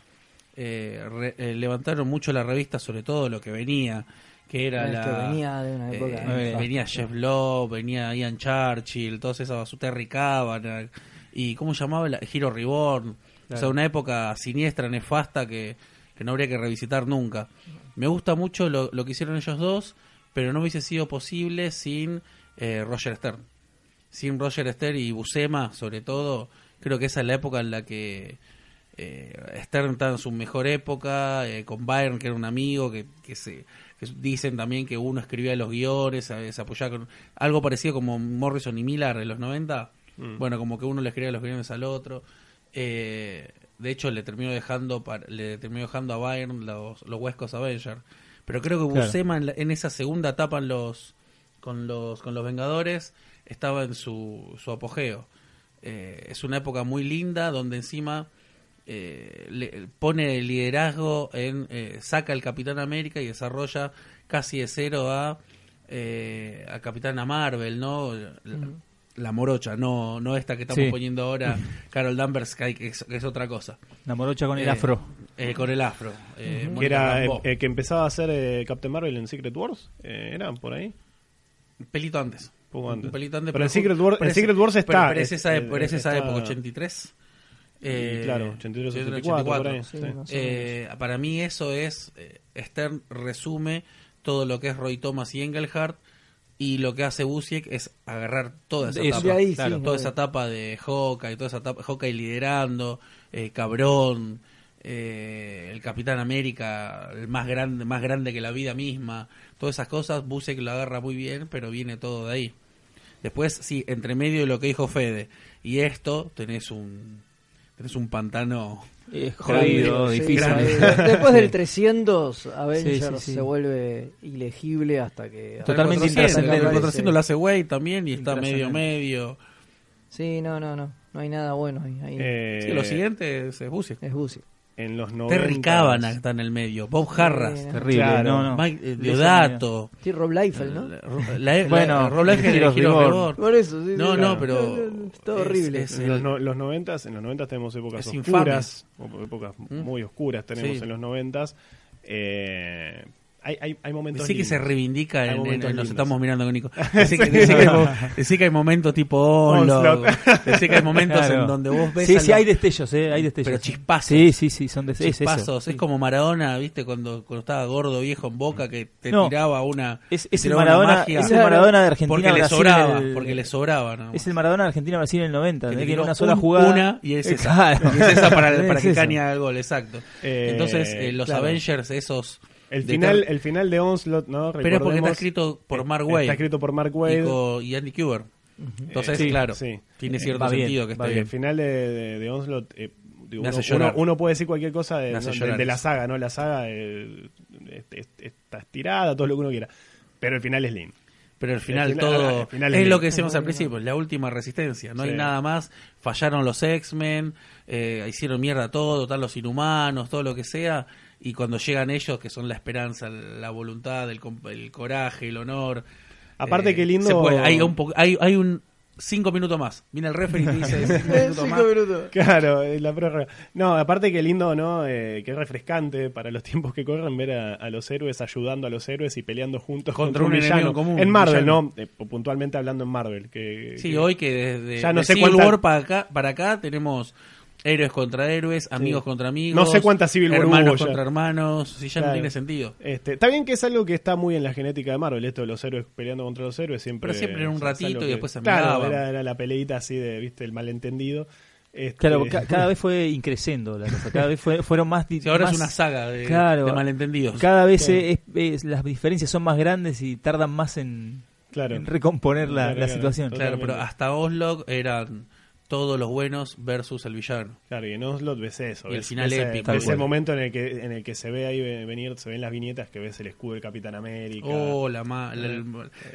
S4: Eh, re- eh, levantaron mucho la revista, sobre todo lo que venía, que era
S3: Es
S4: la...
S3: que venía de una época
S4: eh,
S3: nefasta.
S4: venía Jeff Love, venía Ian Churchill, todas esas basutas Terry Cavanagh, y ¿cómo llamaba? La, Hero Reborn. O sea, una época siniestra, nefasta, que que no habría que revisitar nunca. Me gusta mucho lo, lo que hicieron ellos dos, pero no hubiese sido posible sin eh, Roger Stern. Sin Roger Stern y Buscema, sobre todo, creo que esa es la época en la que eh, Stern está en su mejor época, eh, con Byron, que era un amigo, que, que se que dicen también que uno escribía los guiones, a- se apoyaba con algo parecido como Morrison y Miller en los 90.
S1: Mm.
S4: Bueno, como que uno le escribía los guiones al otro. Eh, de hecho, le terminó dejando para, le terminó dejando a Byron los, los West Coast Avengers. Pero creo que
S2: Claro.
S4: Buscema en, la- en esa segunda etapa en los, con, los, con los Vengadores estaba en su, su apogeo. Eh, es una época muy linda donde encima eh, le- pone el liderazgo en eh, saca al Capitán América y desarrolla casi de cero a eh, a Capitana Marvel, ¿no? La, la morocha, no no esta que estamos
S2: Sí.
S4: poniendo ahora Carol Danvers que, hay- que es, que es otra cosa.
S2: La morocha con el
S4: Eh,
S2: afro.
S4: eh, con el afro. eh,
S1: Que
S4: Mónica
S1: era eh,
S4: Rambeau.
S1: eh, que empezaba a ser eh, Captain Marvel en Secret Wars, eh, era por ahí.
S4: pelito antes.
S1: poco antes.
S4: Un pelito antes.
S1: Pero en Secret Wars- en
S4: pero es-
S1: Secret Wars
S4: pero-
S1: está,
S4: Pero es esa,
S1: es-
S4: pero es esa
S1: está-
S4: época, 83.
S1: Y claro, 83 o 84, por ahí,
S3: Sí,
S1: sí.
S3: más o
S4: Eh, para mí eso es, eh, Stern resume todo lo que es Roy Thomas y Engelhardt y lo que hace Busiek es agarrar toda esa
S2: Eso,
S4: etapa,
S3: de ahí,
S4: Claro,
S3: sí,
S4: toda
S3: no,
S4: esa
S3: de-
S4: etapa de Hawkeye, toda esa etapa, Hawkeye liderando, eh, Cabrón, eh, el Capitán América, el más grande, más grande que la vida misma, todas esas cosas, Busiek lo agarra muy bien, pero viene todo de ahí. Después, sí, entre medio de lo que dijo Fede y esto, tenés un, tenés un pantano
S2: Es
S4: jodido,
S2: jodido,
S3: Sí,
S2: difícil.
S3: eh, Después del 300, Avengers
S2: Sí, sí, sí.
S3: se vuelve ilegible hasta que...
S2: Totalmente
S3: hasta que
S4: El 400,
S2: intrascendente.
S4: El
S3: aparece.
S4: 400 lo hace Way también y está medio
S2: Intrascendente.
S4: medio.
S3: Sí, no, no, no. No hay nada bueno ahí. ahí
S1: Eh,
S4: Sí, lo siguiente es, es Busiek.
S3: es Busi.
S1: En los 90.
S4: Terry Cavanagh está en el medio. Bob Harras.
S3: Sí,
S2: Terrible,
S1: Claro.
S2: no, no.
S4: Mike eh,
S2: De esa
S4: Deodato.
S3: Sí, Rob Liefeld, ¿no?
S4: La- la-
S2: Bueno,
S4: la- Rob Liefeld
S2: Giros
S4: Giros
S2: Vigor.
S4: Vigor.
S3: Por eso, sí.
S4: No,
S3: sí,
S4: no,
S3: no,
S4: pero.
S3: no, Está horrible.
S4: es- es
S1: En los,
S4: el-
S1: no- los 90, en los 90 tenemos épocas
S4: Es ¿Mm?
S1: oscuras, o- épocas muy oscuras tenemos
S4: Sí.
S1: en los 90. Eh, hay, hay, hay momentos.
S4: Decí que se
S1: lindos.
S4: reivindica
S1: Hay
S4: en, en-
S1: momentos
S4: nos
S1: lindos.
S4: estamos mirando con Nico. Decí que, decí que, decí que hay momentos tipo Onslaught. Decí que hay momentos
S2: Claro.
S4: en donde vos ves
S2: Sí,
S4: a
S2: sí,
S4: los-
S2: hay destellos, eh, hay destellos.
S4: Pero chispazos.
S2: Sí, sí, sí, son destellos.
S4: chispazos.
S2: Es, eso.
S4: Es como Maradona, ¿viste? Cuando, cuando estaba gordo, viejo en boca, que te
S2: No.
S4: tiraba una.
S2: Es,
S4: te
S2: es el
S4: tiraba una
S2: Maradona,
S4: magia.
S2: es el Maradona de Argentina.
S4: porque le
S2: Brasil,
S4: sobraba,
S2: el-
S4: porque le sobraba. ¿no?
S2: Es el Maradona de Argentina-Brasil en el 90.
S4: Que
S2: Que
S4: te
S2: tiene
S4: tiró
S2: una sola
S4: un-
S2: jugada. Eh,
S4: Una y es esa.
S2: Claro.
S4: Y es esa para, para
S2: Es
S4: que
S2: esa.
S4: caña el gol, exacto.
S1: Eh,
S4: Entonces, eh, los
S1: claro.
S4: Avengers, esos.
S1: El
S4: de
S1: final,
S4: ter-
S1: el final de Onslaught, ¿no?
S4: Pero es porque está
S1: Recordemos,
S4: escrito por Mark
S1: eh,
S4: Wade.
S1: Está escrito por Mark Wade.
S4: Y, co- y Andy Kuber. Entonces,
S1: Eh, sí,
S4: claro,
S1: sí.
S4: tiene
S1: Eh,
S4: cierto
S2: va bien,
S4: sentido que
S2: va
S4: esté
S1: Porque
S4: bien.
S1: el final de, de- de Onslaught. eh, digo, uno,
S4: Me hace llorar.
S1: uno- uno puede decir cualquier cosa de,
S4: Me hace
S1: ¿no? de-
S4: llorar
S1: de la
S4: eso.
S1: saga, ¿no? La saga eh, es- es- está estirada, todo lo que uno quiera. Pero el final es lindo.
S4: Pero al final,
S1: El final-
S4: todo
S1: el final es
S4: es lo
S1: lindo.
S4: que decíamos al principio, es la última resistencia, no
S1: Sí.
S4: hay nada más, fallaron los X-Men, eh, hicieron mierda todo, tal los inhumanos, todo lo que sea, y cuando llegan ellos, que son la esperanza, la voluntad, el, com- el coraje, el honor.
S1: Aparte qué lindo-
S4: Eh, se puede- hay, un po- hay, hay un cinco minutos más, viene el referee y te dice cinco
S3: Eh,
S4: minutos
S3: Cinco
S4: más.
S3: minutos.
S1: Claro, eh, la prórroga. No, aparte que lindo, ¿no? Eh, que refrescante para los tiempos que corren ver a, a los héroes ayudando a los héroes y peleando juntos
S4: Contra
S1: contra,
S4: un
S1: un
S4: enemigo
S1: villano.
S4: común,
S1: en Marvel,
S4: villano.
S1: ¿no? Eh, puntualmente hablando en Marvel. Que,
S4: Sí,
S1: que-
S4: hoy que desde
S1: Ya no
S4: de
S1: sé
S4: Civil
S1: cuánta-
S4: War para acá, para acá tenemos héroes contra héroes, amigos contra amigos.
S1: No sé cuánta Civil War
S4: Hermanos
S1: hubo ya.
S4: contra hermanos, si ya no
S1: Claro.
S4: tiene sentido.
S1: Este, está bien que es algo que está muy en la genética de Marvel, esto de los héroes peleando contra los héroes. siempre
S4: Pero siempre era un
S1: es algo
S4: ratito y después se
S1: Claro,
S4: miraban.
S1: era, era la peleita así de, viste, el malentendido. Este,
S2: Claro, ca- cada vez fue increciendo la cosa, cada vez fue- fueron más... di-
S4: Si ahora
S2: más-
S4: es una saga de,
S2: Claro.
S4: de malentendidos.
S2: Cada vez
S1: Claro.
S2: eh, es- es- las diferencias son más grandes y tardan más en,
S1: Claro.
S2: en recomponer la,
S1: Claro,
S2: la
S1: claro.
S2: situación.
S4: claro, pero ah,
S1: totalmente.
S4: hasta Oslo eran todos los buenos versus el villano.
S1: Claro, y en Onslaught ves eso.
S4: Y el
S1: ves-
S4: final
S1: ves,
S4: épico,
S1: ves
S2: tal
S1: ese
S2: cual.
S1: momento en el, que, en el que se ve ahí ve- venir, se ven las viñetas que ves el escudo del Capitán América.
S4: Oh, la ma- la- el,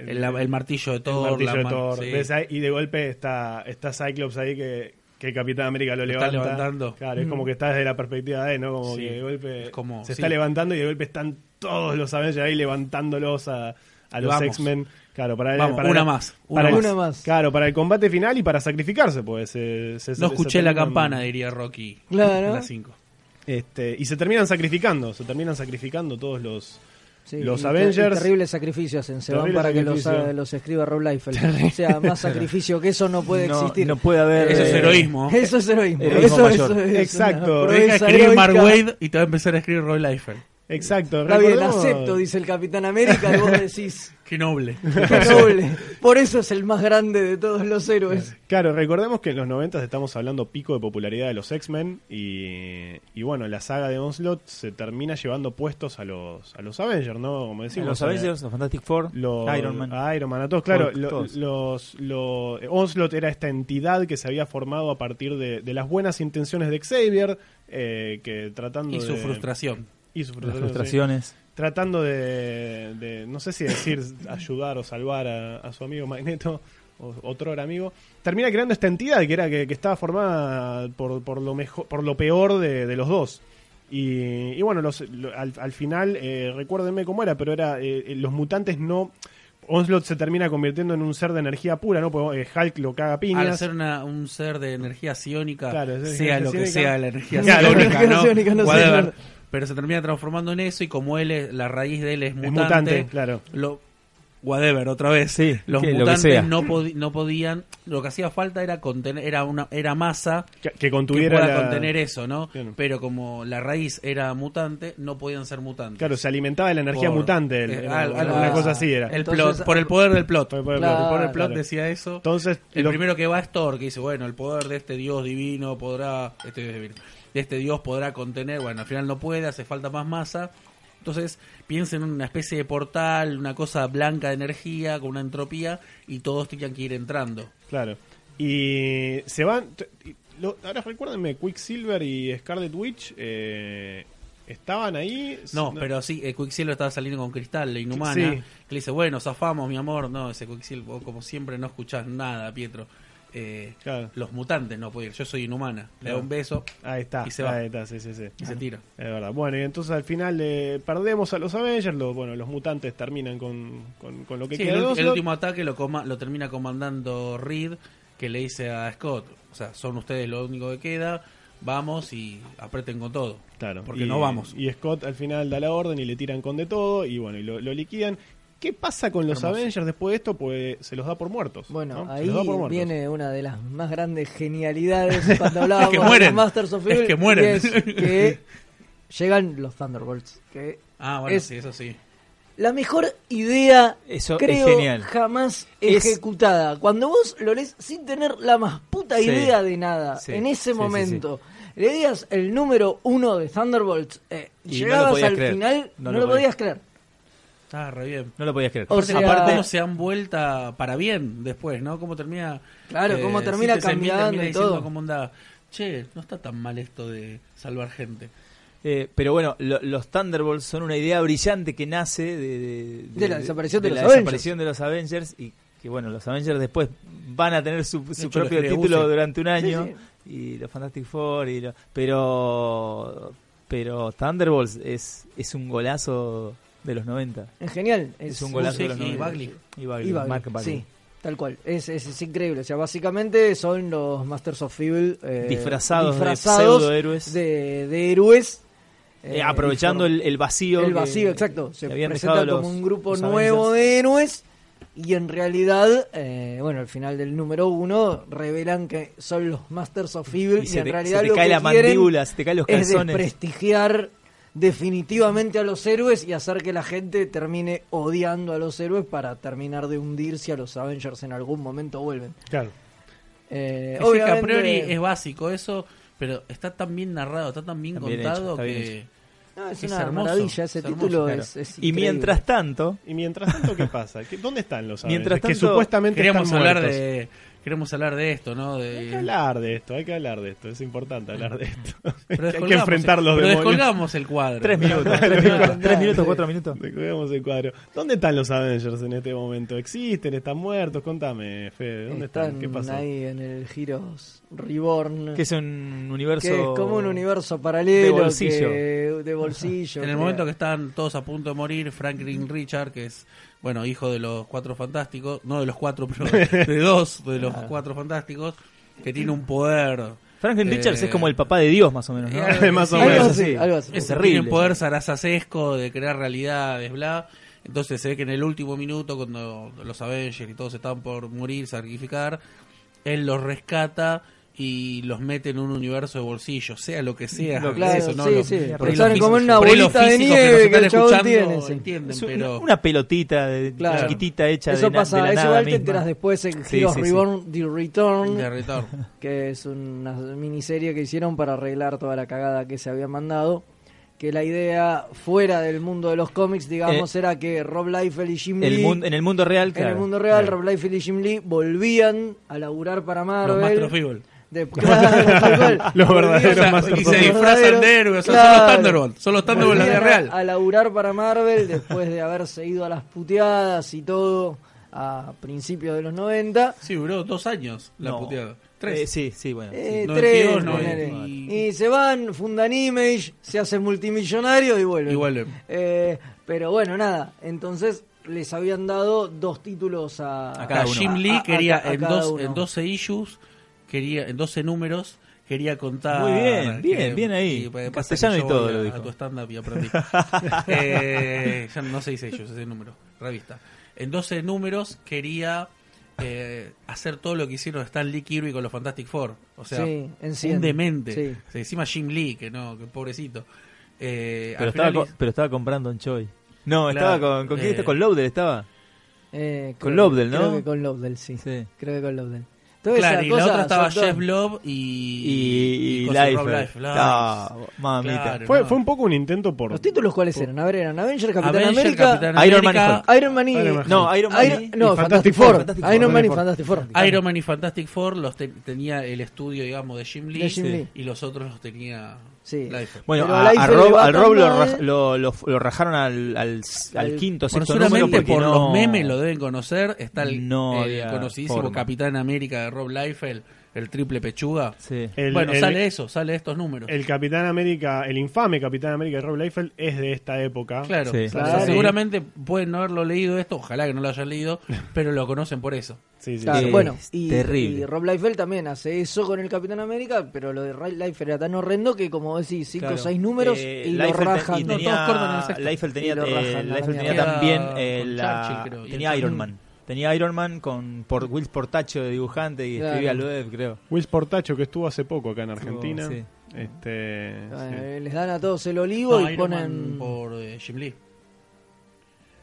S4: el- la- el martillo de
S1: el
S4: Thor.
S1: martillo
S4: la
S1: de
S4: ma-
S1: Thor.
S4: sí.
S1: Ves ahí, y de golpe está, está Cyclops ahí que, que el Capitán América lo
S4: Lo está
S1: levanta.
S4: levantando.
S1: Claro, es
S3: Mm.
S1: como que está desde la perspectiva de, él, ¿no? Como
S4: Sí,
S1: que de golpe
S4: es como-
S1: se
S4: sí.
S1: está levantando y de golpe están todos los Avengers ahí levantándolos a, a los
S4: Vamos.
S1: X-Men. Claro, para, el-
S4: Vamos,
S1: para
S4: una
S1: la-
S4: más, una
S1: para el-
S3: más. Una más.
S1: Claro, para el combate final y para sacrificarse, pues. se- se-
S4: No
S1: se
S4: escuché la
S1: terminan-
S4: campana, diría Rocky.
S3: Claro.
S4: La 5.
S1: este, y se terminan sacrificando, se terminan sacrificando todos los,
S3: Sí,
S1: los
S3: y ter-
S1: Avengers.
S3: y Terrible sacrificio hacen. Se
S1: Terrible
S3: van para que los,
S1: sacrificio.
S3: a- los escriba Rob Liefeld. O sea, más sacrificio que eso no puede
S2: no,
S3: existir.
S2: no puede haber.
S4: Eso es
S2: eh,
S4: heroísmo.
S3: Eso es heroísmo.
S2: Heroísmo
S3: eso,
S2: mayor.
S3: eso es una
S1: Exacto.
S4: Deja de
S3: proeza
S4: escribir
S3: heroica.
S4: Mark Wade y te va a empezar a escribir Roy Liefeld.
S1: Exacto.
S3: Está bien,
S1: recordemos-
S3: acepto, dice el Capitán América, y vos decís,
S4: Qué noble.
S3: qué noble. Por eso es el más grande de todos los héroes.
S1: Claro, recordemos que en los 90 estamos hablando pico de popularidad de los X-Men y, y bueno, la saga de Onslaught se termina llevando puestos a los, a los Avengers, ¿no? Como decimos.
S2: los
S1: a-
S2: Avengers, los Fantastic Four,
S1: los-
S2: Iron Man.
S1: a Iron Man, a todos, claro.
S2: Hulk,
S1: lo-
S2: todos.
S1: Los, lo- eh, Onslaught era esta entidad que se había formado a partir de, de las buenas intenciones de Xavier, eh, que tratando
S4: Y su
S1: de-
S4: frustración.
S1: y su
S2: las
S1: frustración,
S2: frustraciones.
S1: sí. Tratando de, de, no sé si decir ayudar o salvar a, a su amigo Magneto, o, otro amigo, termina creando esta entidad que era que, que estaba formada por, por lo mejor, por lo peor de, de los dos. Y, y bueno, los- lo- al, al final, eh, recuérdenme cómo era, pero era eh, los mutantes no... Onslaught se termina convirtiendo en un ser de energía pura, ¿no? Porque eh, Hulk lo caga a piñas.
S4: Al ser una- un ser de energía psiónica,
S1: Claro, es
S4: sea
S1: energía
S4: lo que
S1: psiónica.
S4: sea la energía
S1: Ya, la
S4: psiónica,
S3: energía
S4: ¿no?
S3: psiónica, no sé,
S4: Whatever.
S3: claro.
S4: Pero se termina transformando en eso y como él es, la raíz de él es
S1: Es
S4: mutante,
S1: mutante, claro.
S4: lo whatever otra vez
S2: Sí,
S4: los
S2: que lo que
S4: mutantes
S2: sea.
S4: no, podi- no podían lo que hacía falta era contener era una era masa
S1: Que, que
S4: que
S1: contuviera
S4: pueda
S1: la-
S4: contener eso no
S1: Claro.
S4: pero como la raíz era mutante no podían ser mutantes
S1: Claro, se alimentaba de la energía
S4: Por-
S1: mutante. el-
S4: eh,
S1: era
S4: al-
S1: una
S3: algo-
S1: cosa así era.
S4: el
S3: Entonces-
S4: plot por el poder del plot
S1: Por- por- por-
S3: Claro.
S4: por el plot
S1: claro.
S4: decía eso
S1: Entonces,
S4: El
S1: lo-
S4: primero que va es Thor, que dice, bueno, el poder de este dios divino podrá, este dios divino, de este dios podrá contener, bueno, al final no puede, hace falta más masa. Entonces, piensen en una especie de portal, una cosa blanca de energía, con una entropía, y todos tenían que ir entrando.
S1: Claro. Y se van. t- y lo- ahora recuérdenme, Quicksilver y Scarlet Witch eh, estaban ahí.
S4: No,
S1: S-
S4: pero sí, eh, Quicksilver estaba saliendo con cristal, la inhumana,
S1: Sí.
S4: que le dice, bueno, zafamos, mi amor. No, ese Quicksilver, vos como siempre no escuchás nada, Pietro. Eh,
S1: Claro.
S4: Los mutantes no pueden ir, yo soy inhumana. Le
S1: Claro.
S4: da un beso
S1: Ahí está.
S4: Y se va.
S1: Ahí está, sí, sí, sí.
S4: y se tira.
S1: Es verdad. Bueno, y entonces al final eh, perdemos a los Avengers. Los, bueno, los mutantes terminan con, con, con lo que
S4: Sí,
S1: queda.
S4: el,
S1: de
S4: ulti- el
S1: Oslo.
S4: último ataque lo, coma- lo termina comandando Reed, que le dice a Scott, o sea, son ustedes lo único que queda, vamos y apreten con todo.
S1: Claro.
S4: Porque
S1: Y-
S4: no vamos.
S1: Y Scott al final da la orden y le tiran con de todo. Y bueno, y lo, lo liquidan. ¿Qué pasa con los
S4: Hermoso.
S1: Avengers después de esto? Pues se los da por muertos.
S3: Bueno,
S1: ¿no? Se
S3: ahí
S1: los da por muertos.
S3: viene una de las más grandes genialidades cuando hablábamos
S4: que mueren.
S3: de los Masters of
S4: Es
S3: Evil.
S4: que mueren.
S3: y es que llegan los Thunderbolts. Que
S4: Ah, bueno,
S3: Es-
S4: sí, eso sí.
S3: La mejor idea,
S2: Eso es
S3: creo,
S2: genial.
S3: jamás
S2: Es-
S3: ejecutada. Cuando vos lo lees sin tener la más puta
S2: Sí.
S3: idea de nada,
S2: Sí.
S3: en
S2: Sí,
S3: ese
S2: sí,
S3: momento, le digas el número uno de Thunderbolts, eh,
S2: Y no lo
S3: llegabas
S2: podías
S3: al
S2: creer.
S3: final, no, lo podías creer.
S4: Está re bien.
S2: No lo podías creer.
S3: O
S4: Aparte,
S3: sea-
S4: aparte cómo se han vuelta para bien después, ¿no? Cómo termina... eh,
S3: Claro, cómo termina
S4: Citizen Bill
S3: cambiando y
S4: diciendo
S3: todo.
S4: Cómo anda, che, no está tan mal esto de salvar gente.
S2: Eh, pero bueno, lo- los Thunderbolts son una idea brillante que nace de, de-
S3: De la desaparición de los
S2: la
S3: Avengers.
S2: desaparición de los Avengers y que bueno, los Avengers después van a tener su, su
S4: hecho,
S2: propio
S4: los creó
S2: título
S4: Buffy.
S2: durante un año
S3: Sí,
S2: y los Fantastic Four y lo- pero pero Thunderbolts es es un golazo de los 90
S3: Es genial.
S2: es,
S3: Es,
S2: un golazo
S4: sí,
S2: de los
S4: y
S2: 90.
S4: Bagley.
S2: Y Bagley,
S3: y Bagley,
S2: Mark Bagley.
S3: Sí, tal cual. Es, es, es increíble. O sea, básicamente son los Masters of Evil eh,
S2: Disfrazados de
S3: disfrazados
S2: pseudohéroes.
S3: de, de héroes.
S2: Eh,
S3: eh,
S2: aprovechando
S3: y
S2: el, el vacío
S3: El
S2: que-
S3: vacío, exacto.
S2: que
S3: Se
S2: habían
S3: presenta
S2: dejado
S3: como
S2: los-
S3: un grupo
S2: los
S3: nuevo
S2: Avengers.
S3: de héroes. Y en realidad, eh, bueno, al final del número uno revelan que son los Masters of Evil.
S2: Y
S3: Y,
S2: se
S3: en
S2: te-
S3: realidad
S2: se te
S3: lo
S2: cae
S3: que
S2: la
S3: quieren
S2: mandíbula, se te caen los
S3: es
S2: calzones.
S3: desprestigiar definitivamente a los héroes y hacer que la gente termine odiando a los héroes para terminar de hundirse a los Avengers en algún momento vuelven.
S1: Claro.
S3: Eh,
S4: Es que
S3: obviamente,
S4: a priori es básico eso, pero está tan bien narrado, está tan bien
S2: Está bien
S4: contado
S2: hecho, está bien
S4: que...
S2: hecho.
S3: no, es
S4: es
S3: una
S4: hermoso,
S3: maravilla ese
S4: es hermoso,
S3: título.
S4: claro.
S3: es, es
S2: y
S3: increíble.
S2: mientras tanto
S1: Y mientras tanto, ¿qué pasa? ¿Qué- ¿Dónde están los Avengers?
S2: Mientras
S1: que
S2: tanto,
S1: supuestamente
S4: queríamos
S1: están
S4: hablar
S1: muertos.
S4: de queremos hablar de esto no
S1: Hay que
S4: de
S1: hablar de esto, hay que hablar de esto. Es importante hablar de esto.
S4: pero
S1: hay que
S4: descolgamos-
S1: enfrentar los
S4: pero
S1: demonios.
S4: descolgamos el cuadro
S2: tres minutos tres minutos, tres minutos cuatro minutos
S1: Descolgamos el cuadro. ¿Dónde están los Avengers en este momento? ¿Existen? ¿Están muertos? Contame, Fede. ¿Dónde están?
S3: están
S1: ¿Qué pasó?
S3: ahí en el Heroes Reborn.
S2: que es un universo
S3: que es como un universo paralelo
S2: de bolsillo.
S3: que- de bolsillo
S4: en el
S3: que-
S4: momento que están todos a punto de morir Franklin Richard que es bueno hijo de los cuatro fantásticos no de los cuatro pero de dos de los cuatro fantásticos que tiene un poder
S2: Franklin
S4: Eh,
S2: Richards es como el papá de Dios, más o menos. ¿no?
S4: eh,
S1: Más o
S2: Algo
S1: menos.
S2: así.
S3: Sí, algo así.
S2: Es
S4: Es
S2: terrible.
S4: Tienen poder sarasacesco de crear realidades, bla. Entonces se ve que en el último minuto, cuando los Avengers y todos estaban por morir, sacrificar, él los rescata y los mete en un universo de bolsillo, sea lo que sea.
S2: Lo que
S4: es
S2: sea,
S4: eso, ¿no?
S3: sí,
S4: Los-
S3: sí.
S4: por ahí
S3: Pensaron
S4: los
S3: como en una
S4: físicos- por ahí los
S3: bolita de
S4: físicos que
S3: nieve
S4: nos
S3: que el
S4: están
S3: chabón
S4: escuchando
S3: tiene, sí.
S4: entienden,
S2: Es un-
S4: pero
S2: Una pelotita de-
S3: Claro.
S2: chiquitita hecha
S3: Eso
S2: de, na-
S3: pasa,
S2: de la
S3: es
S2: nada
S3: igual te
S2: misma.
S3: enteras después en
S2: Sí,
S3: Heroes
S2: sí, sí.
S3: Reborn, The Return,
S4: de retorno.
S3: que es una miniserie que hicieron para arreglar toda la cagada que se había mandado. Que la idea fuera del mundo de los cómics, digamos, era que Rob Liefeld y Jim
S2: Eh, El
S3: Lee
S2: mundo, en el mundo real,
S3: en
S2: claro.
S3: el mundo real,
S2: Claro.
S3: Rob Liefeld y Jim Lee volvían a laburar para
S4: Los Master
S3: Marvel.
S4: of Evil.
S3: de- claro, tal cual.
S1: Los
S3: Volvían-
S1: verdaderos
S4: O sea,
S1: Master
S4: y
S1: of
S4: se
S1: Evil.
S4: disfrazan de héroes, o sea, son
S3: Claro.
S4: los Thunderbolts, son los Thunderbolts de la vida
S3: Volvían
S4: real.
S3: A, a laburar para Marvel después de haberse ido a las puteadas y todo a principios de los 90.
S4: Sí, duró dos años la
S2: No.
S4: puteada.
S2: Eh,
S4: Tres.
S2: sí, sí, bueno. sí.
S3: Eh,
S4: 92,
S3: tres,
S4: 90.
S3: ponele. y se van, fundan Image, se hacen multimillonarios y vuelven.
S4: Y vuelven.
S3: Eh, pero bueno, nada, entonces les habían dado dos títulos a,
S2: A
S4: Cada
S2: cada uno.
S4: Jim
S3: a-
S4: Lee
S3: a-
S4: quería
S3: a ca- a
S4: en,
S3: cada
S4: dos,
S3: uno.
S4: en 12 issues, quería, en 12 números, quería contar.
S2: Muy bien, bien, bien ahí.
S4: y, pues,
S2: En
S4: pasa que
S2: castellano y
S4: yo
S2: todo
S4: voy a-
S2: lo
S4: a
S2: dijo.
S4: tu stand-up y aprendí. Eh, ya no se dice ellos, ese número, revista. En 12 números quería eh, hacer todo lo que hicieron Stan Lee Kirby con los Fantastic Four. O
S3: Sí,
S4: sea,
S3: en
S4: un
S3: cien.
S4: demente.
S3: Sí.
S4: O sea, encima Jim Lee, que no, que pobrecito. Eh,
S2: pero,
S4: al
S2: estaba
S4: final
S2: con, pero estaba con Brandon Choi. No,
S4: Claro,
S2: estaba con. ¿Con quién
S4: eh.
S2: estaba? Con Lowdell estaba.
S3: Eh,
S2: Con
S3: creo-
S2: Lobdell, ¿no?
S3: Creo que con Lobdell, sí.
S2: Sí.
S3: Creo que con Lobdell. Toda esa
S4: Claro, y la
S3: cosa
S4: otra estaba
S3: son todas-
S4: Jeff Love y,
S2: Y, y,
S4: cosa de Rob
S2: Liefeld.
S4: Liefeld.
S2: Ah, mamita.
S4: Claro,
S1: Fue,
S4: no.
S1: fue un poco un intento por.
S3: ¿Los títulos cuáles eran? A ver, eran Avenger, Capitán
S4: Avenger,
S3: América,
S4: Capitán
S2: Iron Man y
S4: América,
S3: Iron Man y...
S1: Iron Man.
S2: No, Iron Man.
S3: Iron- no,
S1: y
S3: Fantastic
S1: Fantastic
S3: Four.
S1: Four.
S2: Fantastic
S3: Iron
S1: Four.
S3: Man y Fantastic
S1: Fantastic
S3: Four.
S4: Iron Man y Fantastic Four los te- tenía el estudio, digamos, de Jim Lee,
S3: De Jim
S4: sí.
S3: Lee.
S4: y los otros los tenía
S3: Sí.
S4: Liefeld.
S2: Bueno,
S3: Pero
S2: a,
S3: a
S2: a
S3: Liefeld le
S2: Rob,
S3: va
S2: al
S3: tan
S2: Rob lo,
S3: mal.
S2: raj- lo, lo- lo rajaron al, al, s- al
S3: Al-
S2: quinto,
S4: Bueno,
S2: sexto número
S4: seguramente
S2: porque
S4: por
S2: no-
S4: los memes lo deben conocer. Está el,
S2: no
S4: eh,
S2: había
S4: conocidísimo
S2: forma.
S4: Capitán América de Rob Liefeld, el triple pechuga.
S2: Sí.
S3: Eh,
S1: El-
S4: bueno,
S1: el-
S4: sale eso, sale estos números.
S1: El Capitán América, el infame Capitán América de Rob Liefeld es de esta época.
S4: Claro,
S2: Sí.
S4: o sea,
S3: Claro.
S4: seguramente pueden no haberlo leído esto, ojalá que no lo hayan leído, pero lo conocen por eso.
S1: Sí, sí,
S3: Claro,
S1: sí.
S2: Es
S3: bueno, y,
S2: terrible.
S3: y Rob Liefeld también hace eso con el Capitán América, pero lo de Rob Liefeld era tan horrendo que, como decís, cinco o
S2: Claro.
S3: seis números
S2: Eh,
S3: y lo
S2: Liefeld te-
S3: rajan.
S2: y
S4: No,
S2: tenía,
S4: todos cortan el sexto.
S2: Liefeld tenía,
S3: Y lo
S2: eh,
S3: rajan a la
S2: Liefeld tenía
S3: mierda.
S2: también
S4: Con
S2: eh, la,
S4: Churchill, creo, y
S2: tenía
S4: el
S2: Iron
S4: Churchill.
S2: Man. Tenía Iron Man con por Will Portacho de dibujante y
S3: Claro.
S2: escribía al web, creo.
S1: Will Portacho, que estuvo hace poco acá en Argentina.
S2: sí.
S1: Este,
S3: Bueno,
S1: sí.
S3: eh, Les dan a todos el olivo
S4: No,
S3: y
S4: Iron Man
S3: ponen.
S4: por eh, Jim Lee.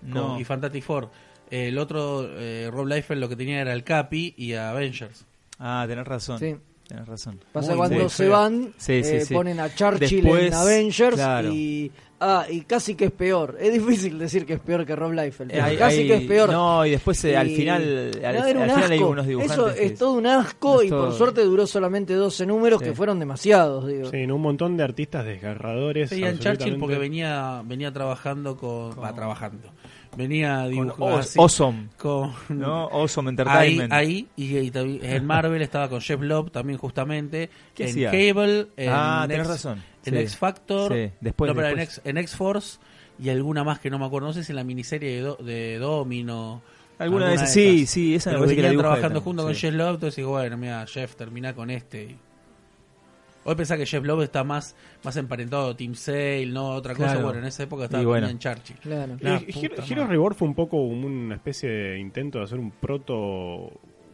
S2: No.
S4: con- y Fantastic Four. El otro, eh, Rob Liefeld, lo que tenía era el Capi y a Avengers.
S2: Ah, tenés razón.
S3: Sí.
S2: Tenés razón.
S3: Pasa
S4: Muy,
S3: cuando
S4: muy
S3: se
S4: feo.
S3: van,
S2: Sí, sí,
S3: eh,
S2: sí.
S3: ponen a Churchill en
S2: Después,
S3: Avengers
S2: claro.
S3: y. Ah, y casi que es peor. Es difícil decir que es peor que Rob Liefeld. pero
S2: Eh,
S3: casi
S2: hay-
S3: que es peor.
S2: No, y después eh, al
S3: Y-
S2: final, al,
S3: No, era un
S2: al final hay
S3: asco.
S2: unos dibujantes.
S3: Eso
S2: que-
S3: es todo un asco
S2: es
S3: y por
S2: todo.
S3: suerte duró solamente 12 números
S2: Sí.
S3: que fueron demasiados, digo.
S1: Sí, ¿no? un montón de artistas desgarradores.
S4: Sí, Ian Churchill
S1: absolutamente.
S4: porque venía, venía trabajando con... Va, trabajando. Venía
S2: con
S4: dibujando...
S3: Ah,
S2: Os-
S4: así,
S2: Awesome,
S4: con-
S2: ¿no? Awesome
S4: Ahí,
S2: Entertainment.
S4: ahí y, y también en Marvel estaba con Jeff Love también justamente
S2: ¿Qué
S4: en
S2: hacía?
S4: Cable en
S2: Ah, tenés
S4: X-
S2: razón.
S4: en
S2: Sí.
S4: X Factor
S2: Sí, después,
S4: no, pero en
S2: después.
S4: X- en X Force y alguna más que no me acuerdo no sé si en la miniserie de, Do- de Domino
S2: Alguna de esas. Sí, sí, esa me
S4: Pero
S2: parece que la
S4: venían
S2: dibuja
S4: trabajando
S2: él también,
S4: junto con
S2: sí.
S4: Jeff Love, entonces digo, bueno, mira, Jeff, termina con este. Y- Hoy pensás que Jeff Love está más, más emparentado, Team Sale, no otra cosa.
S2: Claro.
S4: Bueno, en esa época estaba
S2: Y bueno.
S4: en Churchill.
S3: Claro.
S1: Eh,
S4: La
S1: Hero-
S4: puta madre.
S1: Heroes Reborn fue un poco un- una especie de intento de hacer un proto.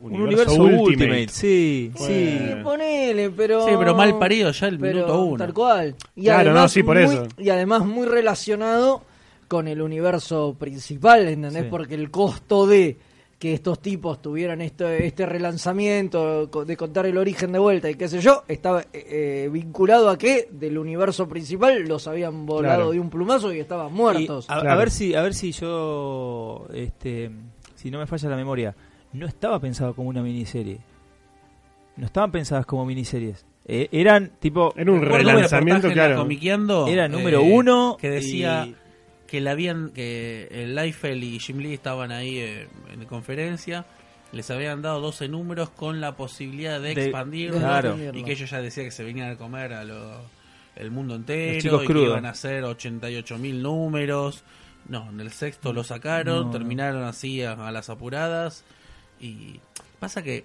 S2: Un universo Ultimate, sí,
S1: Fue-
S2: sí.
S3: Sí, ponele, pero.
S4: Pues- Sí, pero mal parido ya el
S3: pero
S4: minuto uno.
S3: Tal cual. Y
S1: Claro,
S3: además,
S1: no, sí, por
S3: muy,
S1: eso.
S3: Y además muy relacionado con el universo principal, ¿entendés?
S2: Sí.
S3: Porque el costo de que estos tipos tuvieran este, este relanzamiento, co- de contar el origen de vuelta y qué sé yo, estaba eh, eh, vinculado a que del universo principal los habían volado
S1: Claro.
S3: de un plumazo y estaban
S2: Y
S3: muertos.
S2: a, a
S1: Claro.
S2: ver si, a ver si yo, este, si no me falla la memoria, no estaba pensado como una miniserie. No estaban pensadas como miniseries. Eh, eran tipo,
S1: Era un
S4: Recuerdo un
S1: relanzamiento,
S4: reportaje en la
S1: claro.
S4: Comiqueando,
S2: Era número uno
S4: eh, Que decía
S2: y-
S4: que la habían que el Liefeld y Jim Lee estaban ahí eh, en conferencia. Les habían dado 12 números con la posibilidad de,
S2: De-
S4: expandirlo.
S2: claro.
S4: Y que ellos ya decían que se venían a comer a lo- el mundo entero.
S2: Los chicos
S4: y
S2: crudos.
S4: que iban a hacer 88 mil números. No, en el sexto lo sacaron.
S2: No, no.
S4: terminaron así a, a las apuradas. Y pasa que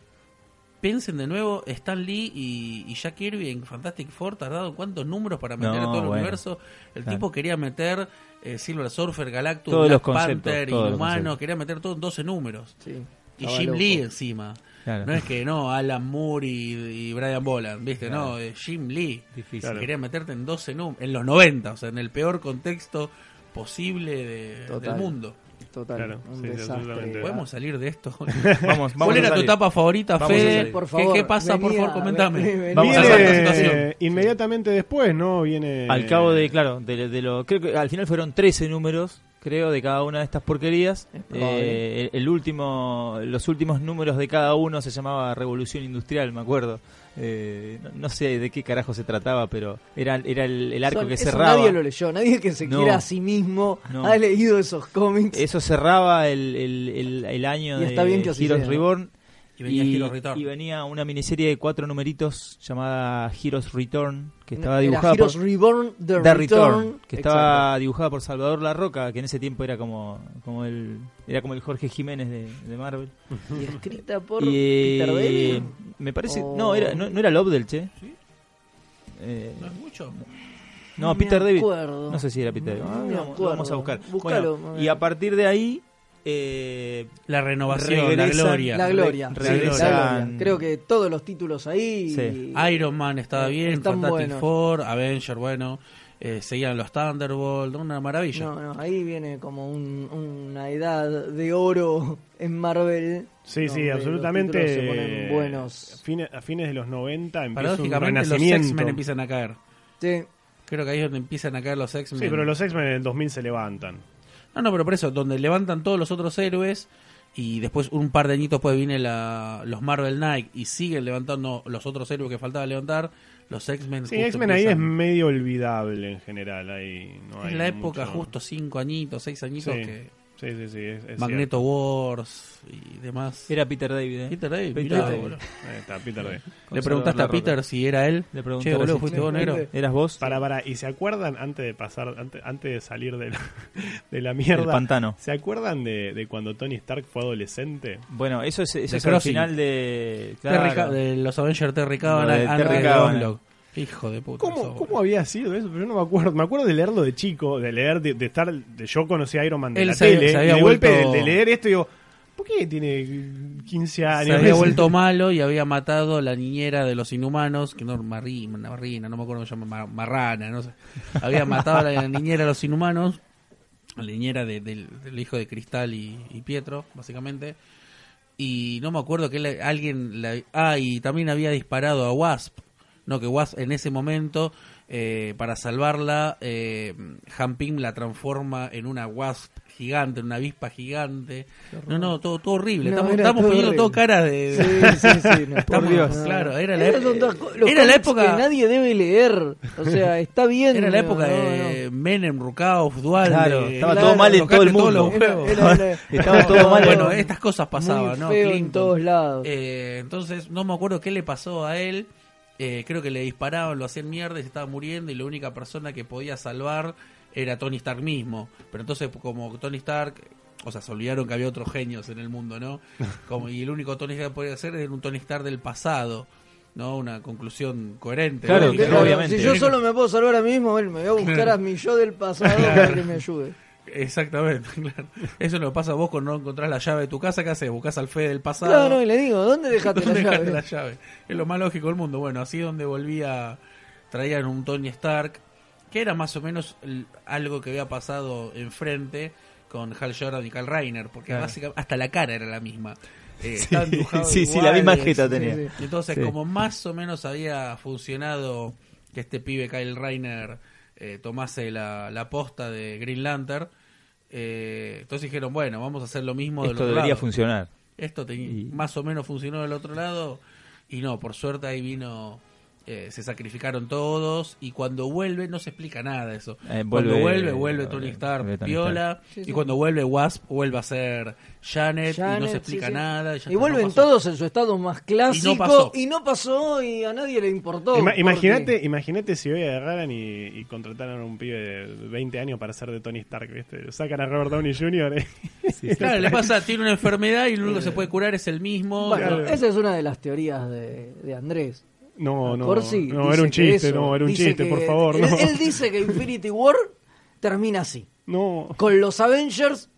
S4: piensen de nuevo, Stan Lee y, y Jack Kirby en Fantastic Four tardaron cuántos números para
S2: No,
S4: meter a todo el
S2: bueno.
S4: universo. El
S2: Claro.
S4: tipo quería meter eh, Silver Surfer, Galactus,
S2: Todos los
S4: Black
S2: conceptos,
S4: Panther,
S2: todos los
S4: Inhumano,
S2: conceptos.
S4: quería meter todo en 12 números.
S3: Sí,
S4: Y
S3: estaba
S4: Jim
S3: loco.
S4: Lee encima.
S2: Claro.
S4: No es que no, Alan Moore y, y Brian Boland, ¿viste? No, eh, Jim Lee.
S2: Difícil.
S4: Si quería meterte en 12 números, en los 90, o sea, en el peor contexto posible de- del
S3: Total.
S4: mundo.
S3: Total,
S1: Claro,
S3: un
S1: sí, sí, absolutamente.
S3: desastre.
S4: ¿Podemos salir de esto?
S2: Vamos, vamos
S4: ¿Cuál
S2: a
S4: era tu
S2: salir.
S4: etapa favorita,
S2: Vamos a
S4: Fede?
S2: salir.
S3: Por
S4: ¿Qué-
S3: favor,
S4: ¿Qué, pasa? por
S3: venía,
S4: favor, comentame.
S3: ven- ven-
S2: Vamos a
S1: Viene,
S2: pasar
S4: esa situación.
S1: eh, inmediatamente después, ¿no? Viene.
S4: Eh,
S2: Al cabo de, claro, de, de lo, creo que al final fueron 13 números, creo, de cada una de estas porquerías.
S3: Es probable.
S2: Eh, el, el último, los últimos números de cada uno se llamaba Revolución Industrial, me acuerdo. Eh, no, no sé de qué carajo se trataba, pero era, era el, el arco
S3: Son-
S2: que
S3: eso
S2: cerraba.
S3: Nadie lo leyó, nadie que se
S2: No.
S3: quiera a sí mismo
S2: No.
S3: ha leído esos cómics.
S2: Eso cerraba el, el- el- el año
S3: Y está
S2: de
S3: bien que así
S2: Heroes
S3: sea, ¿no?
S2: Reborn.
S4: Y venía Heroes Return.
S2: y venía una miniserie de cuatro numeritos llamada Heroes Return, que estaba
S3: Era
S2: dibujada
S3: Heroes
S2: por,
S3: Reborn, The,
S2: The
S3: Return.
S2: Return, que estaba
S3: Exacto.
S2: dibujada por Salvador La Roca, que en ese tiempo era como, como el era como el Jorge Jiménez de, de Marvel.
S3: Y escrita por
S2: Y, eh,
S3: Peter Oh. David.
S2: me parece,
S3: O-
S2: no era no, no era Lobdell, che.
S4: ¿Sí?
S2: Eh,
S4: No es mucho.
S2: no,
S3: me
S2: Peter David.
S3: acuerdo.
S2: No sé si era Peter David.
S3: No
S2: Ah,
S3: me
S2: lo vamos- lo vamos a
S3: acuerdo.
S2: buscar.
S3: Búscalo,
S2: Bueno,
S3: a ver.
S2: y a partir de ahí eh,
S4: La renovación, la
S2: Regresan-
S4: gloria.
S3: La gloria.
S2: Re-
S3: sí,
S2: regresan-
S3: la gloria. Creo que todos los títulos ahí.
S2: Sí.
S4: Iron Man estaba bien,
S3: Están
S4: Fantastic
S3: buenos.
S4: Four, Avenger, bueno. eh, seguían los Thunderbolt, una maravilla.
S3: No, no, ahí viene como un- una edad de oro en Marvel.
S1: Sí, sí,
S3: donde los
S1: absolutamente.
S3: títulos se ponen
S1: A
S3: buenos.
S1: fines, a fines de los 90 empieza un
S4: Paradójicamente los
S1: renacimiento.
S4: X-Men empiezan a caer.
S3: Sí.
S4: Creo que ahí es donde empiezan a caer los X-Men.
S1: Sí, pero los X-Men en el 2000 se levantan.
S4: No, no, pero por eso, donde levantan todos los otros héroes y después un par de añitos después viene la, los Marvel Knight y siguen levantando los otros héroes que faltaba levantar, los X-Men.
S1: Sí,
S4: justo
S1: X-Men ahí es
S4: empiezan.
S1: medio olvidable en general. Ahí no hay
S4: Es la época
S1: mucho-
S4: justo cinco añitos, seis
S1: Sí,
S4: añitos que...
S1: sí, sí, sí, es- es
S4: Magneto Wars y demás.
S2: era Peter David. eh.
S4: Peter David,
S2: Peter
S4: mirá,
S2: David.
S4: boludo.
S1: cierto. Ahí está, Peter David.
S2: Con
S4: Le preguntaste a
S2: Salvador La Roca.
S4: Peter si era él.
S2: Le preguntaste,
S4: Che, boludo,
S2: sí.
S4: fuiste vos, negro.
S2: ¿Eras vos?
S1: Para, para, ¿y se acuerdan antes de pasar, antes, antes de salir de la, de la
S2: el
S1: mierda?
S2: pantano.
S1: ¿Se acuerdan de, de cuando Tony Stark fue adolescente?
S2: Bueno, eso es, eso
S4: The
S2: es al
S4: Crossing.
S2: final de.
S4: Terry Ca-
S2: claro.
S4: de los Avengers Terry
S2: Lo de
S4: Cavanagh,
S2: Terry
S4: Terry
S2: Cavanagh.
S4: Hijo de puta.
S1: ¿Cómo,
S4: eso,
S1: ¿Cómo había sido eso? Pero yo no me acuerdo. Me acuerdo de leerlo de chico, de leer, de, de estar. De, yo conocí a Iron Man de
S4: Él
S1: la
S4: se había-
S1: tele.
S4: se había
S1: y de golpe
S4: vuelto-
S1: de, de leer esto, digo, ¿por qué tiene 15 años?
S4: Se había vuelto malo y había matado la niñera de los inhumanos, que no, Marina, Marina no me acuerdo cómo se llama, Mar- Marrana, no sé. Había matado a la niñera de los inhumanos, la niñera de- del, del hijo de Cristal y, y Pietro, básicamente. Y no me acuerdo que le- alguien... la- ah, y también había disparado a Wasp. No, que Wasp en ese momento, eh, para salvarla, eh, Han Pym la transforma en una Wasp gigante, en una avispa gigante. No, no, todo, todo horrible.
S3: No,
S4: estamos
S3: era
S4: estamos
S3: todo
S4: poniendo todo
S3: horrible.
S4: cara de...
S3: Sí, sí, sí. no,
S4: Estamos-
S2: Dios.
S4: Claro, era la,
S3: Esos son todas co- los
S4: era la
S3: cómics
S4: época...
S3: que nadie debe leer. O sea, está bien.
S4: Era la
S3: no,
S4: época
S3: no,
S4: de Menem, Rukauf, Dualde.
S2: Claro, estaba
S3: todo
S2: mal en
S4: tocate
S2: todo el
S4: todos
S2: mundo.
S4: los huevos.
S3: Era- era- era-
S2: Estaba todo mal.
S4: Bueno, estas cosas pasaban,
S3: Muy
S4: ¿no?
S3: feo en
S4: Clinton.
S3: todos lados.
S4: Eh, entonces, no me acuerdo qué le pasó a él. Eh, creo que le disparaban, lo hacían mierda y se estaba muriendo. Y la única persona que podía salvar era Tony Stark mismo. Pero entonces, como Tony Stark. O sea, se olvidaron que había otros genios en el mundo, ¿no? Como, y el único Tony Stark que podía hacer era un Tony Stark del pasado, ¿no? Una conclusión coherente.
S2: Claro,
S4: lógica,
S2: claro,
S4: ¿no?
S2: obviamente.
S3: Si yo solo me puedo salvar a mí mismo, él me voy a buscar a mi yo del pasado para que me ayude.
S4: Exactamente, claro. Eso es lo que pasa a vos cuando no encontrás la llave de tu casa, ¿qué haces? Buscás al Fede del pasado.
S3: Claro, no, y le digo, ¿dónde dejaste la
S4: ¿Dónde dejaste
S3: llave?
S4: la llave? Es lo más lógico del mundo. Bueno, así donde volvía, traían un Tony Stark, que era más o menos el- algo que había pasado enfrente con Hal Jordan y Kyle Reiner, porque
S2: Claro.
S4: básicamente hasta la cara era la misma. Eh,
S2: Sí,
S4: estaban dibujados
S2: sí, sí, la misma
S4: iguales.
S2: jeta tenía.
S3: sí.
S4: Y Entonces,
S2: Sí.
S4: como más o menos había funcionado que este pibe Kyle Reiner eh, tomase la, la posta de Green Lantern, eh, entonces dijeron, bueno, vamos a hacer lo mismo del
S2: Esto
S4: otro
S2: debería
S4: lado.
S2: funcionar.
S4: Esto te-
S2: Y-
S4: más o menos funcionó del otro lado y no, por suerte ahí vino eh, se sacrificaron todos y cuando vuelve no se explica nada eso.
S2: Eh,
S4: cuando
S2: vuelve-
S4: vuelve, vuelve Tony
S2: vuelve-
S4: Stark,
S2: vuelve Tony
S4: Piola,
S3: Sí,
S4: y
S3: sí.
S4: cuando vuelve Wasp vuelve a ser Janet, y no
S3: Janet,
S4: se explica
S3: sí, sí.
S4: nada. ya
S3: Y
S4: no
S3: vuelven
S4: pasó.
S3: todos en su estado más clásico. Y no
S4: pasó.
S3: pasó. Y, a nadie le importó.
S1: Ima-
S3: porque-
S1: Imagínate imagínate si hoy agarraran y, y contrataran a un pibe de 20 años para ser de Tony Stark, ¿viste? Lo Sacan a Robert Downey ¿eh? Jr. y-
S4: Claro, le pasa, tiene una enfermedad y lo único que se puede curar es el mismo.
S1: Claro.
S3: Bueno, esa es una de las teorías de, de Andrés.
S1: No, no,
S3: Corsi
S1: no,
S3: dice
S1: era un
S3: que
S1: chiste,
S3: eso,
S1: no, era un
S3: dice
S1: chiste,
S3: que-
S1: por favor,
S3: él-
S1: no.
S3: Él, dice que Infinity War termina así.
S1: No.
S3: Con los Avengers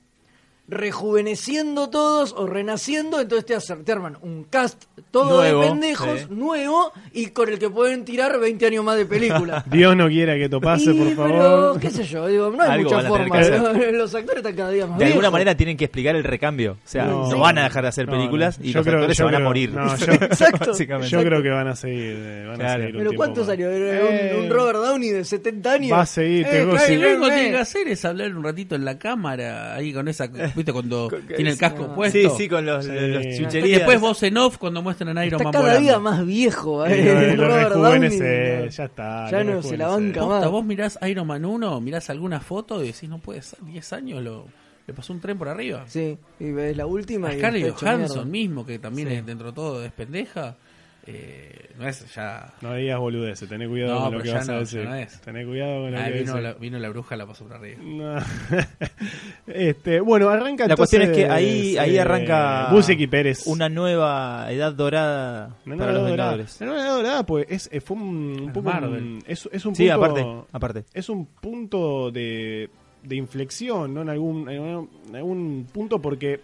S3: rejuveneciendo todos o renaciendo, entonces te, hacen- te arman un cast todo
S2: Nuevo,
S3: de pendejos,
S2: sí.
S3: nuevo, y con el que pueden tirar 20 años más de película.
S1: Dios no quiera que topase,
S3: Y,
S1: por
S3: pero,
S1: favor.
S3: qué sé yo, digo, no hay
S2: Algo
S3: mucha
S2: van a tener
S3: forma.
S2: que
S3: Los actores están cada día más
S2: De alguna
S3: viejos.
S2: manera tienen que explicar el recambio. O sea, no,
S1: No.
S2: van a dejar de hacer
S1: No,
S2: películas
S1: no.
S2: y
S1: Yo
S2: los
S1: creo-
S2: actores se
S1: yo
S2: van a
S1: creo-
S2: morir.
S1: no, yo-
S3: Exacto.
S2: Básicamente.
S1: Yo creo que van a seguir, eh, van a
S2: Claro.
S1: seguir un
S3: Pero
S1: tiempo
S3: ¿cuánto
S1: más.
S3: salió? Era un, un
S1: Eh,
S3: Robert Downey Eh, de 70 años.
S1: Va a seguir, te digo,
S3: Harry,
S1: si-
S4: eh, Y lo único que
S3: venme.
S4: tiene que hacer es hablar un ratito en la cámara, ahí con esa, viste, cuando tiene el casco
S3: no.
S4: puesto.
S2: Sí, sí, con los,
S1: Sí.
S2: los
S4: Y
S2: chucherías.
S4: después voz en off cuando muestran a Iron
S3: Está
S4: Man
S3: cada
S4: volando.
S3: día más viejo.
S1: Y
S3: eh,
S1: lo- y lo
S3: Robert
S1: rejuvenece,
S3: Downey.
S1: eh, ya está,
S3: Ya
S1: lo
S3: no se la
S1: rejuvenece.
S3: banca
S4: Posta,
S3: más.
S4: vos mirás Iron Man 1, mirás alguna foto y decís, no puede ser, 10 años lo, le pasó un tren por arriba.
S3: Sí, y ves la última.
S4: A
S3: y
S4: Scarlett
S3: está hecho
S4: Johansson
S3: mierda.
S4: mismo, que también
S2: Sí.
S4: es, dentro de todo es pendeja, eh, no es ya...
S1: No digas boludeces, tené cuidado
S4: No,
S1: con lo
S4: pero
S1: que
S4: ya
S1: vas
S4: no,
S1: a
S4: ya
S1: decir.
S4: no es.
S1: Tené cuidado con lo
S4: Ah,
S1: que
S4: vino,
S1: decís.
S4: la, vino la bruja, la pasó por arriba.
S1: No. este, bueno, arranca
S2: La cuestión es que
S1: entonces,
S2: ahí, ahí
S1: eh,
S2: arranca
S1: Busiek y Pérez.
S2: una nueva edad dorada
S1: No, no,
S2: para
S1: no,
S2: los
S1: no,
S2: Vengadores.
S1: No, no, no, no, no, pues es, eh, fue un, un poco.
S4: Marvel.
S1: un- es, es un
S2: Sí,
S1: punto,
S2: aparte, aparte.
S1: Es un punto de, de inflexión, ¿no? En algún, en un- en algún punto, porque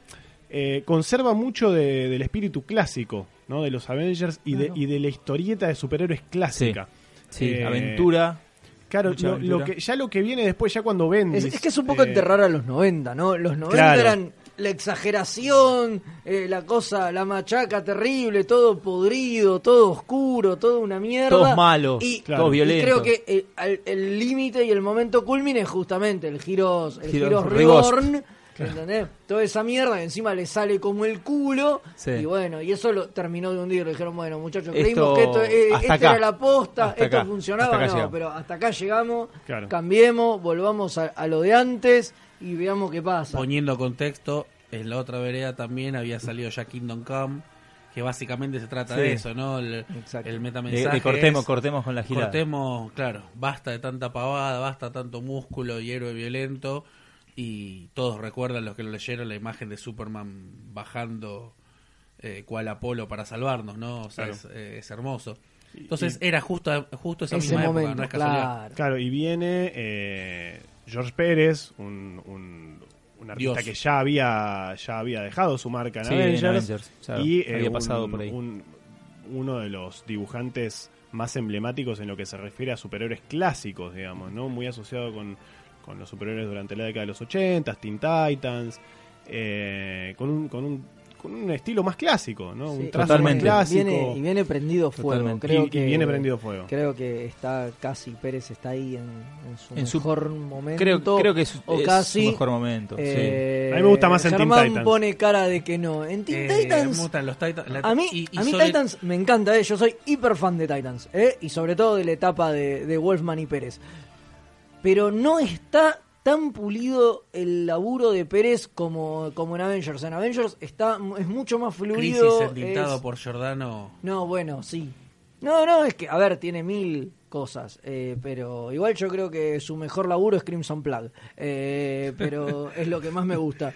S1: eh, conserva mucho de- del espíritu clásico, ¿no? De los Avengers y,
S3: Claro.
S1: de, y de la historieta de superhéroes clásica.
S2: Sí,
S1: Eh,
S2: aventura.
S1: Claro,
S2: Mucha
S1: lo, lo
S2: aventura.
S1: que, ya lo que viene después, ya cuando vendes. eh,
S3: Es, es que es un poco
S2: este,
S3: enterrar a los 90, ¿no? Los 90
S1: Claro.
S3: eran la exageración, eh, la cosa, la machaca terrible, todo podrido, todo oscuro, todo una mierda.
S2: Todos malos,
S3: Y,
S1: Claro.
S2: todos
S3: y
S2: violentos.
S3: creo que el- al- el límite y el momento culmine es justamente el Giros, el
S2: Heroes
S3: Giros
S2: Reborn.
S3: Reborn. ¿Entendés? Toda esa mierda que encima le sale como el culo.
S2: Sí.
S3: Y bueno, y eso lo terminó de hundir. Le dijeron, bueno, muchachos,
S2: Esto-
S3: creímos que esto, eh,
S2: hasta
S3: esta
S2: acá.
S3: era la posta,
S2: Hasta
S3: esto
S2: acá.
S3: funcionaba,
S2: Hasta acá
S3: no,
S2: llegamos.
S3: pero hasta acá llegamos,
S1: Claro.
S3: cambiemos, volvamos a, a lo de antes y veamos qué pasa.
S4: Poniendo contexto, en la otra vereda también había salido ya Kingdom Come, que básicamente se trata
S2: Sí.
S4: de eso, ¿no? El,
S3: Exacto.
S4: el
S2: De-
S4: metamensaje
S2: de Eh, cortemos,
S4: es-
S2: cortemos con la gilada.
S4: Cortemos, claro, basta de tanta pavada, basta tanto músculo y héroe violento. Y todos recuerdan los que lo leyeron la imagen de Superman bajando eh, cual Apolo para salvarnos, ¿no? O sea,
S1: Claro.
S4: es, eh, es hermoso. Entonces era justo, justo esa
S3: Ese
S4: misma
S3: momento,
S4: época, no es casualidad.
S3: claro.
S1: Claro, y viene eh, George Pérez, un, un, un artista
S4: Dios.
S1: que ya había, ya había dejado su marca en
S2: Sí, en
S1: Avengers.
S2: Avengers, claro,
S1: y eh,
S2: había pasado por ahí.
S1: un- uno de los dibujantes más emblemáticos en lo que se refiere a superhéroes clásicos, digamos, ¿no? Muy asociado con, con los superhéroes durante la década de los 80, Teen Titans, eh, con, un, con, un, con un estilo más clásico, ¿no?
S3: Sí,
S1: un trazo
S2: Totalmente.
S1: más clásico.
S3: Viene, y viene prendido fuego.
S2: Totalmente.
S1: Y-
S3: Creo
S1: y
S3: que,
S1: viene prendido fuego.
S3: Creo que está casi Pérez está ahí en, en su
S2: En su-
S3: mejor momento.
S2: Creo, creo que es,
S3: o
S2: es
S3: casi,
S2: su mejor momento. sí.
S3: eh,
S1: A mí me gusta más en Teen
S3: Germán
S1: Titans.
S3: pone cara de que no. En Teen
S4: Eh,
S3: Titans.
S4: me gustan los Titans, la-
S3: A mí,
S4: y- y
S3: a mí
S4: sobre-
S3: Titans me encanta, eh, yo soy hiper fan de Titans, eh, y sobre todo de la etapa de, de Wolfman y Pérez. Pero no está tan pulido el laburo de Pérez como, como en Avengers. En Avengers está, es mucho más
S4: Crisis
S3: fluido.
S4: entintado
S3: es-
S4: por Giordano.
S3: No, bueno, sí. No, no, es que, a ver, tiene mil cosas, eh, pero igual yo creo que su mejor laburo es Crimson Plug, eh, pero es lo que más me gusta.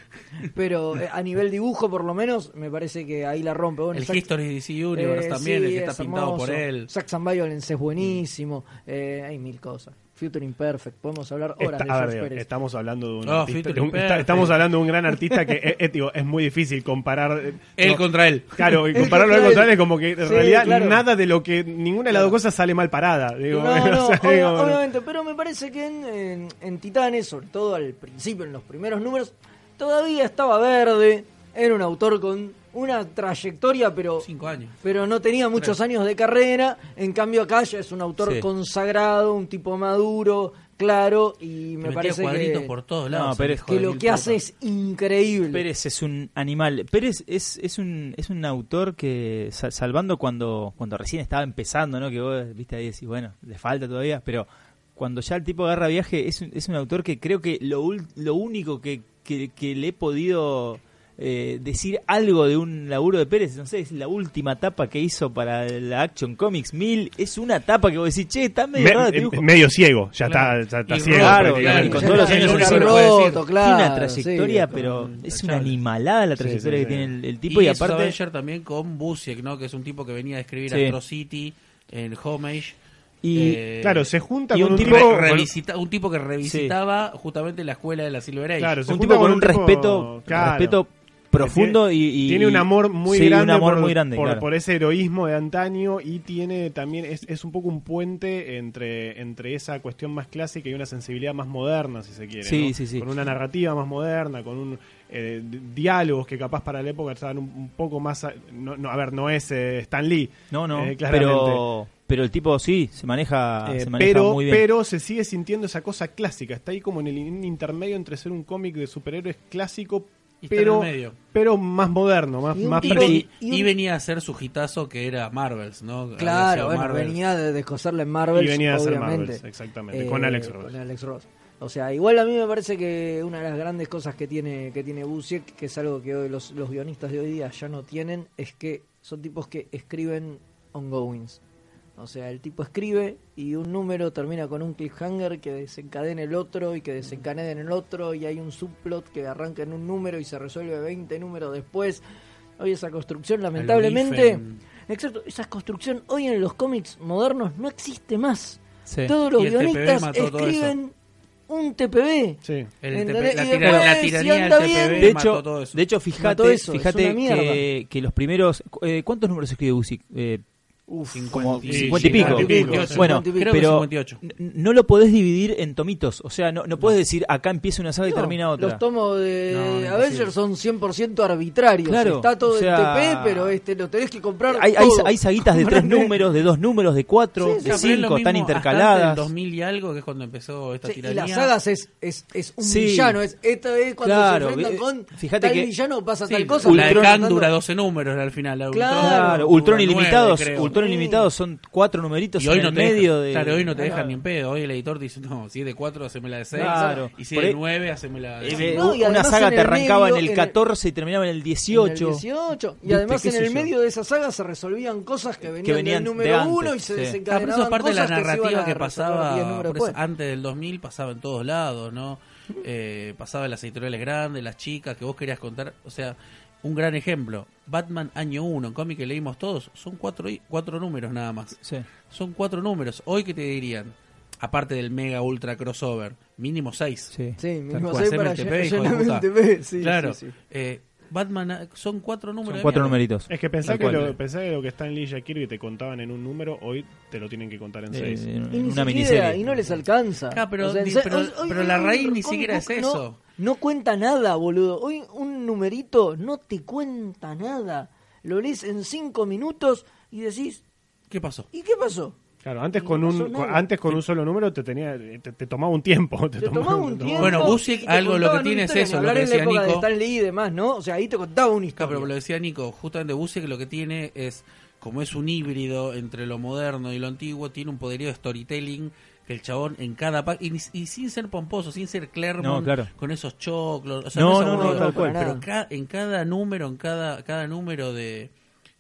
S3: Pero eh, a nivel dibujo, por lo menos, me parece que ahí la rompe. Bueno,
S4: El
S3: Zack-
S4: History DC
S3: eh,
S4: Universe también,
S3: sí,
S4: el que está
S3: es
S4: pintado
S3: hermoso.
S4: por él. Mm.
S3: Sex and Violence es buenísimo. Eh, hay mil cosas. Future Imperfect, podemos hablar horas
S1: Está-
S3: de
S1: a ver,
S3: George
S1: digo,
S3: Pérez.
S1: estamos hablando de un,
S4: Ah,
S1: artista,
S4: Future
S1: de un- está-
S4: Imperfect.
S1: estamos hablando de un gran artista que eh, eh, digo, es muy difícil comparar eh,
S4: Él
S1: no,
S4: contra él.
S1: claro y
S3: Él
S1: compararlo
S3: contra
S1: con
S3: él.
S1: Tales es como que en
S3: Sí,
S1: realidad
S3: claro.
S1: nada de lo que ninguna de las dos cosas sale mal parada digo,
S3: No, no,
S1: o sea,
S3: obvia-
S1: digo,
S3: obviamente, pero me parece que en, en- en Titanes, sobre todo al principio, en los primeros números, todavía estaba verde, era un autor con una trayectoria, pero,
S4: Cinco años.
S3: pero no tenía muchos años de carrera, en cambio acá ya es un autor
S2: Sí.
S3: consagrado, un tipo maduro, claro y me
S4: metía
S3: parece
S4: cuadritos
S3: que,
S4: por todos
S2: No,
S4: lados.
S2: pero
S4: el
S2: es
S4: hijo
S3: que
S4: de
S3: lo
S4: mil
S3: que hace
S4: putas.
S3: es increíble.
S2: Pérez es un animal. Pérez es, es, un, es un autor que, sa- salvando cuando, cuando recién estaba empezando, ¿no? Que vos, viste, ahí decís, bueno, le falta todavía, pero cuando ya el tipo agarra viaje, es un, es un autor que creo que lo, ul- lo único que, que- que le he podido eh, decir algo de un laburo de Pérez, no sé, es la última tapa que hizo para la Action Comics 1000, es una tapa que vos decís, che, está medio
S1: Me-
S2: raro el
S1: eh,
S2: dibujo.
S1: medio ciego, ya
S4: Claro.
S1: está, ya está
S4: Y
S1: ciego.
S4: rojo,
S2: Claro,
S1: prácticamente.
S2: claro, y con todos los años
S3: Está
S2: encima.
S3: roto, claro,
S2: Tiene una trayectoria,
S3: sí,
S2: pero
S3: con-
S2: es
S4: tachable.
S2: una animalada la
S1: Sí,
S2: trayectoria
S1: sí,
S2: que
S1: sí.
S2: tiene el, el tipo y,
S4: hizo
S2: aparte
S4: Avenger también con Busiek, ¿no? Que es un tipo que venía a escribir
S2: Sí.
S4: Astro City, el Homage.
S2: y
S4: eh,
S1: Claro, se junta
S2: y
S1: con
S2: un
S1: un
S2: tipo-
S1: tipo.
S4: re-
S1: con-
S4: revisita- un tipo que revisitaba justamente la escuela de la Silver Age.
S1: Claro, se
S2: un
S1: junta
S2: tipo con un,
S1: tipo-
S2: respeto,
S1: claro,
S2: respeto profundo y, y-
S1: Tiene un amor muy
S2: sí,
S1: grande,
S2: un amor
S1: por,
S2: muy grande,
S1: por,
S2: claro.
S1: por ese heroísmo de antaño y tiene también, es, es un poco un puente entre, entre esa cuestión más clásica y una sensibilidad más moderna, si se quiere.
S2: Sí,
S1: ¿no?
S2: sí, sí.
S1: Con una narrativa más moderna, con un eh, di- diálogos que capaz para la época estaban un, un poco más... a- No, no, a ver, no es eh, Stan Lee.
S2: no, no,
S1: eh, claramente.
S2: pero pero el tipo sí se maneja,
S1: Eh,
S2: se maneja
S1: pero,
S2: muy bien.
S1: pero se sigue sintiendo esa cosa clásica. Está ahí como en el in- intermedio entre ser un cómic de superhéroes clásico,
S4: Y está en
S1: pero,
S4: el medio.
S1: pero más moderno, más,
S3: Y un
S1: más
S3: tipo-
S1: pre-
S4: Y,
S3: Y un-
S4: y venía a ser su hitazo que era Marvels, ¿no? Había
S3: Claro,
S4: sido
S3: bueno,
S4: Marvels.
S3: venía de descoserle en Marvel.
S1: Y venía de hacer
S3: obviamente. Eh,
S1: Marvels, exactamente, con Alex Ross.
S3: Con Alex Ross. O sea, igual a mí me parece que una de las grandes cosas que tiene, que tiene Busiek, que es algo que hoy los, los guionistas de hoy día ya no tienen, es que son tipos que escriben ongoings. O sea, el tipo escribe y un número termina con un cliffhanger que desencadena el otro y que desencadena en el otro y hay un subplot que arranca en un número y se resuelve 20 números después. Hoy esa construcción, lamentablemente...
S4: Unifen.
S3: Exacto, esa construcción hoy en los cómics modernos no existe más.
S2: Sí.
S3: Todos los
S4: Y el TPB
S3: guionistas
S4: mató todo
S3: escriben un TPB.
S1: Sí.
S4: El
S3: ¿Entendés?
S4: TP la
S3: Y
S4: tira-
S3: después,
S4: la
S3: si
S4: tiranía del
S3: anda bien-
S4: TPB
S2: de
S4: mató
S2: hecho,
S4: todo eso.
S2: de hecho, fíjate,
S3: Mató eso, es
S2: fíjate
S3: una mierda.
S2: que, que los primeros eh, ¿cuántos números escribe Usyk? Eh, como
S4: y-
S2: 50 y pico.
S1: 50 y pico, sí.
S2: Bueno,
S3: 50 y pico.
S4: creo que
S2: pero
S4: 58.
S2: n- no lo podés dividir en tomitos. O sea, no, no podés decir acá empieza una saga y
S3: No,
S2: termina otra.
S3: Los tomos de
S4: No, imposible.
S3: Avengers son 100% arbitrarios.
S2: Claro,
S3: Está todo
S2: o sea,
S3: en TP, pero este lo tenés que comprar.
S2: Hay, hay,
S3: todo.
S2: hay saguitas de tres números, de dos números, de cuatro,
S3: Sí, sí.
S2: de
S4: O sea, pero es lo
S2: cinco, están
S4: mismo hasta
S2: intercaladas.
S4: El 2000 y algo, que es cuando empezó esta
S3: Sí, y
S4: tiranía.
S3: las sagas es, es, es un
S2: Sí.
S3: villano. Es, esta es cuando
S2: Claro,
S3: se enfrentan
S2: eh,
S3: con
S2: fíjate
S3: tal
S2: que-
S3: villano pasa
S4: Sí,
S3: tal cosa.
S4: la de
S3: pero
S4: Khan
S3: tratando-
S4: dura 12 números al final.
S3: Claro.
S4: la Ultron.
S2: Claro,
S3: Claro,
S2: Ultron
S4: nueve,
S2: ilimitados, Ultron
S4: creo.
S3: Sí.
S2: ilimitados son cuatro numeritos
S4: Y hoy
S2: en
S4: no
S2: el
S4: te dejan-
S2: medio de
S4: Claro, hoy no te
S2: Claro.
S4: dejan ni en pedo. Hoy el editor te dice, no, si es de 4, hacemela de 6.
S2: Claro.
S4: Y si
S2: Por e
S4: es de
S2: ahí-
S4: 9, hacemela de
S2: Eh,
S4: cinco.
S3: No, y
S2: una
S3: además
S2: saga
S3: en
S2: te
S3: el
S2: arrancaba
S3: medio,
S2: en
S3: en
S2: el
S3: el-
S2: 14 y terminaba en el
S3: en el
S2: 18.
S3: 18. Y
S2: Viste,
S3: además
S2: qué
S3: en
S2: sé
S3: el
S2: yo.
S3: medio de esa saga se resolvían cosas que venían,
S2: venían
S3: del
S2: de
S3: número
S2: antes,
S3: uno y se
S2: sí.
S4: Ah, pero
S3: desencadenaban
S4: eso es parte de la
S3: cosas se iban
S4: narrativa
S3: a
S4: que,
S3: resolver diez
S4: pasaba
S3: números
S4: por eso,
S3: después.
S4: antes del 2000, pasaba en todos lados, ¿no? Eh, pasaba en las editoriales grandes, las chicas que vos querías contar. O sea, un gran ejemplo: Batman Año 1, un cómic que leímos todos, son cuatro, i- cuatro números nada más.
S2: Sí.
S4: Son cuatro números. Hoy, ¿qué te dirían? Aparte del mega ultra crossover, mínimo seis.
S2: Sí.
S3: Sí,
S4: Tal
S3: mismo
S4: cual.
S3: así
S4: Haceme
S3: para
S4: el TP,
S3: lle-
S4: hijo de
S3: llenar
S4: puta.
S3: el TP. Sí,
S4: claro.
S3: sí, sí.
S4: Eh, Batman, ah, son cuatro números.
S2: Son
S4: de
S2: cuatro
S4: mierda.
S2: numeritos.
S1: Es que pensá
S2: Tal
S1: que,
S2: cual. eh.
S1: lo, pensá que lo que está en Lee Kirby te contaban en un número, hoy te lo tienen que contar en
S2: Eh,
S1: seis.
S3: Y ni
S2: una
S3: siquiera,
S2: miniserie.
S3: y no les alcanza.
S4: Ah, pero
S3: en
S4: di-
S3: se-
S4: pero- pero la
S3: un
S4: raíz ni
S3: comic
S4: siquiera
S3: book
S4: es
S3: no-
S4: eso.
S3: No cuenta nada, boludo. Hoy un numerito no te cuenta nada. Lo lees en cinco minutos y decís,
S4: ¿Qué pasó?
S3: ¿y qué pasó?
S1: Claro, antes
S3: No
S1: con
S3: pasó
S1: un
S3: nada.
S1: con- antes con un solo número te tenía te, te tomaba un tiempo, te,
S3: Te tomaba un tiempo.
S4: Bueno, Busiek,
S3: Busiek
S4: algo lo que tiene es eso, lo que
S3: Hablar en la
S4: decía
S3: época de
S4: Nico.
S3: Stan Lee y demás, ¿no? O sea, ahí te contaba una
S4: Claro,
S3: historia. Ah,
S4: pero lo decía Nico, justamente Busek lo que tiene es, como es un híbrido entre lo moderno y lo antiguo, tiene un poderío de storytelling que el chabón en cada pa- y, ni- y sin ser pomposo, sin ser Clermont,
S2: No, claro.
S4: con esos choclos, o
S2: No,
S4: es
S2: no, no,
S4: aburrido,
S2: tal cual.
S4: pero ca- en cada número, en cada, cada número de,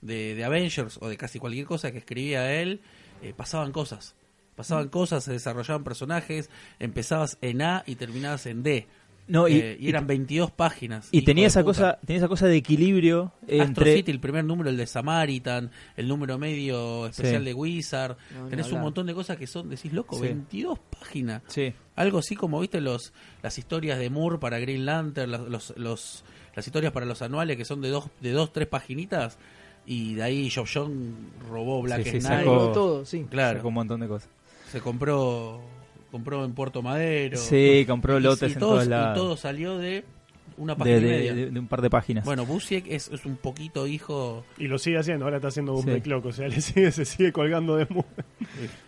S4: de, de Avengers o de casi cualquier cosa que escribía él, eh, pasaban cosas. Pasaban cosas, se desarrollaban personajes, empezabas en A y terminabas en D.
S2: No, y-
S4: Eh, y eran 22 páginas.
S2: Y
S4: hijo
S2: tenía
S4: de
S2: esa,
S4: puta.
S2: cosa, tenía esa cosa de equilibrio
S4: Astro
S2: entre.
S4: City, el primer número, el de Samaritan, el número medio especial
S2: Sí.
S4: de Wizard.
S3: No, ni
S4: Tenés un
S3: hablar.
S4: montón de cosas que son, decís, loco,
S2: Sí.
S4: 22 páginas.
S2: Sí.
S4: Algo así como, viste, los las historias de Moore para Green Lantern, las, los, los- las historias para los anuales que son de dos, de dos tres paginitas. Y de ahí Job John robó Black
S2: Sí, sí,
S4: Knight.
S2: sacó-
S3: todo, sí.
S4: Claro,
S2: Sacó un montón de cosas.
S4: se compró compró en Puerto Madero.
S2: Sí, compró
S4: Y-
S2: lotes
S4: y
S2: en
S4: todo-
S2: todos
S4: y
S2: lados.
S4: todo salió de Una
S2: de,
S4: página y
S2: de-
S4: media.
S2: de- de un par de páginas.
S4: Bueno, Busiek es, es un poquito hijo.
S1: Y lo sigue haciendo, ahora está haciendo un
S2: Sí.
S1: Clock, o sea, le sigue, se sigue colgando de mu.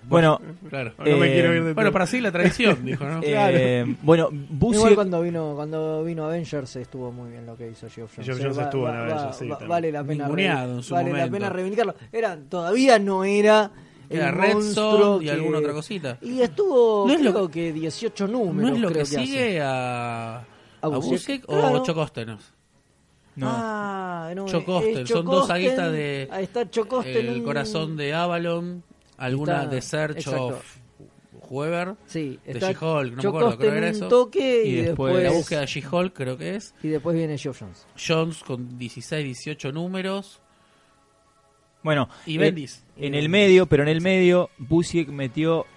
S2: bueno,
S4: Claro.
S1: No me
S2: Eh,
S1: quiero ir de
S4: Bueno, para sí la tradición, dijo, ¿no?
S2: eh, bueno,
S3: Igual
S2: Busiek-
S3: cuando vino, cuando vino Avengers estuvo muy bien lo que hizo Geoff Eh, Jones.
S1: Geoff Jones estuvo en Avengers, sí, también.
S3: vale la pena,
S4: Ninguneado en su
S3: vale la
S4: momento.
S3: pena reivindicarlo. Era, todavía no era el
S4: Era Red
S3: monstruo
S4: Son y
S3: que-
S4: alguna otra cosita.
S3: Y estuvo,
S4: No es lo-
S3: creo que 18
S4: ¿No
S3: números.
S4: es lo que
S3: creo hace.
S4: sigue a, a
S3: Busiek?
S4: Busiek
S3: Claro.
S4: o Chocóstenos?
S2: no.
S3: Ah, no,
S4: Chocosten,
S3: es
S4: son dos
S3: Chocosten,
S4: saguistas de
S3: Ahí está Chocosten.
S4: El
S3: un-
S4: corazón de Avalon, alguna
S3: Está-
S4: de Search
S3: exacto.
S4: of Whoever,
S3: Sí,
S4: de
S3: está
S4: She-Hulk, no me acuerdo,
S3: Chocosten
S4: creo que era
S3: un
S4: eso.
S3: toque y,
S2: Y después-
S3: después,
S4: la búsqueda de She-Hulk creo que es.
S3: y después viene Geoff Jones.
S4: Jones con 16, 18 números.
S2: Bueno,
S4: Y
S2: eh,
S4: Bendis.
S2: en el medio, pero en el medio, Busiek metió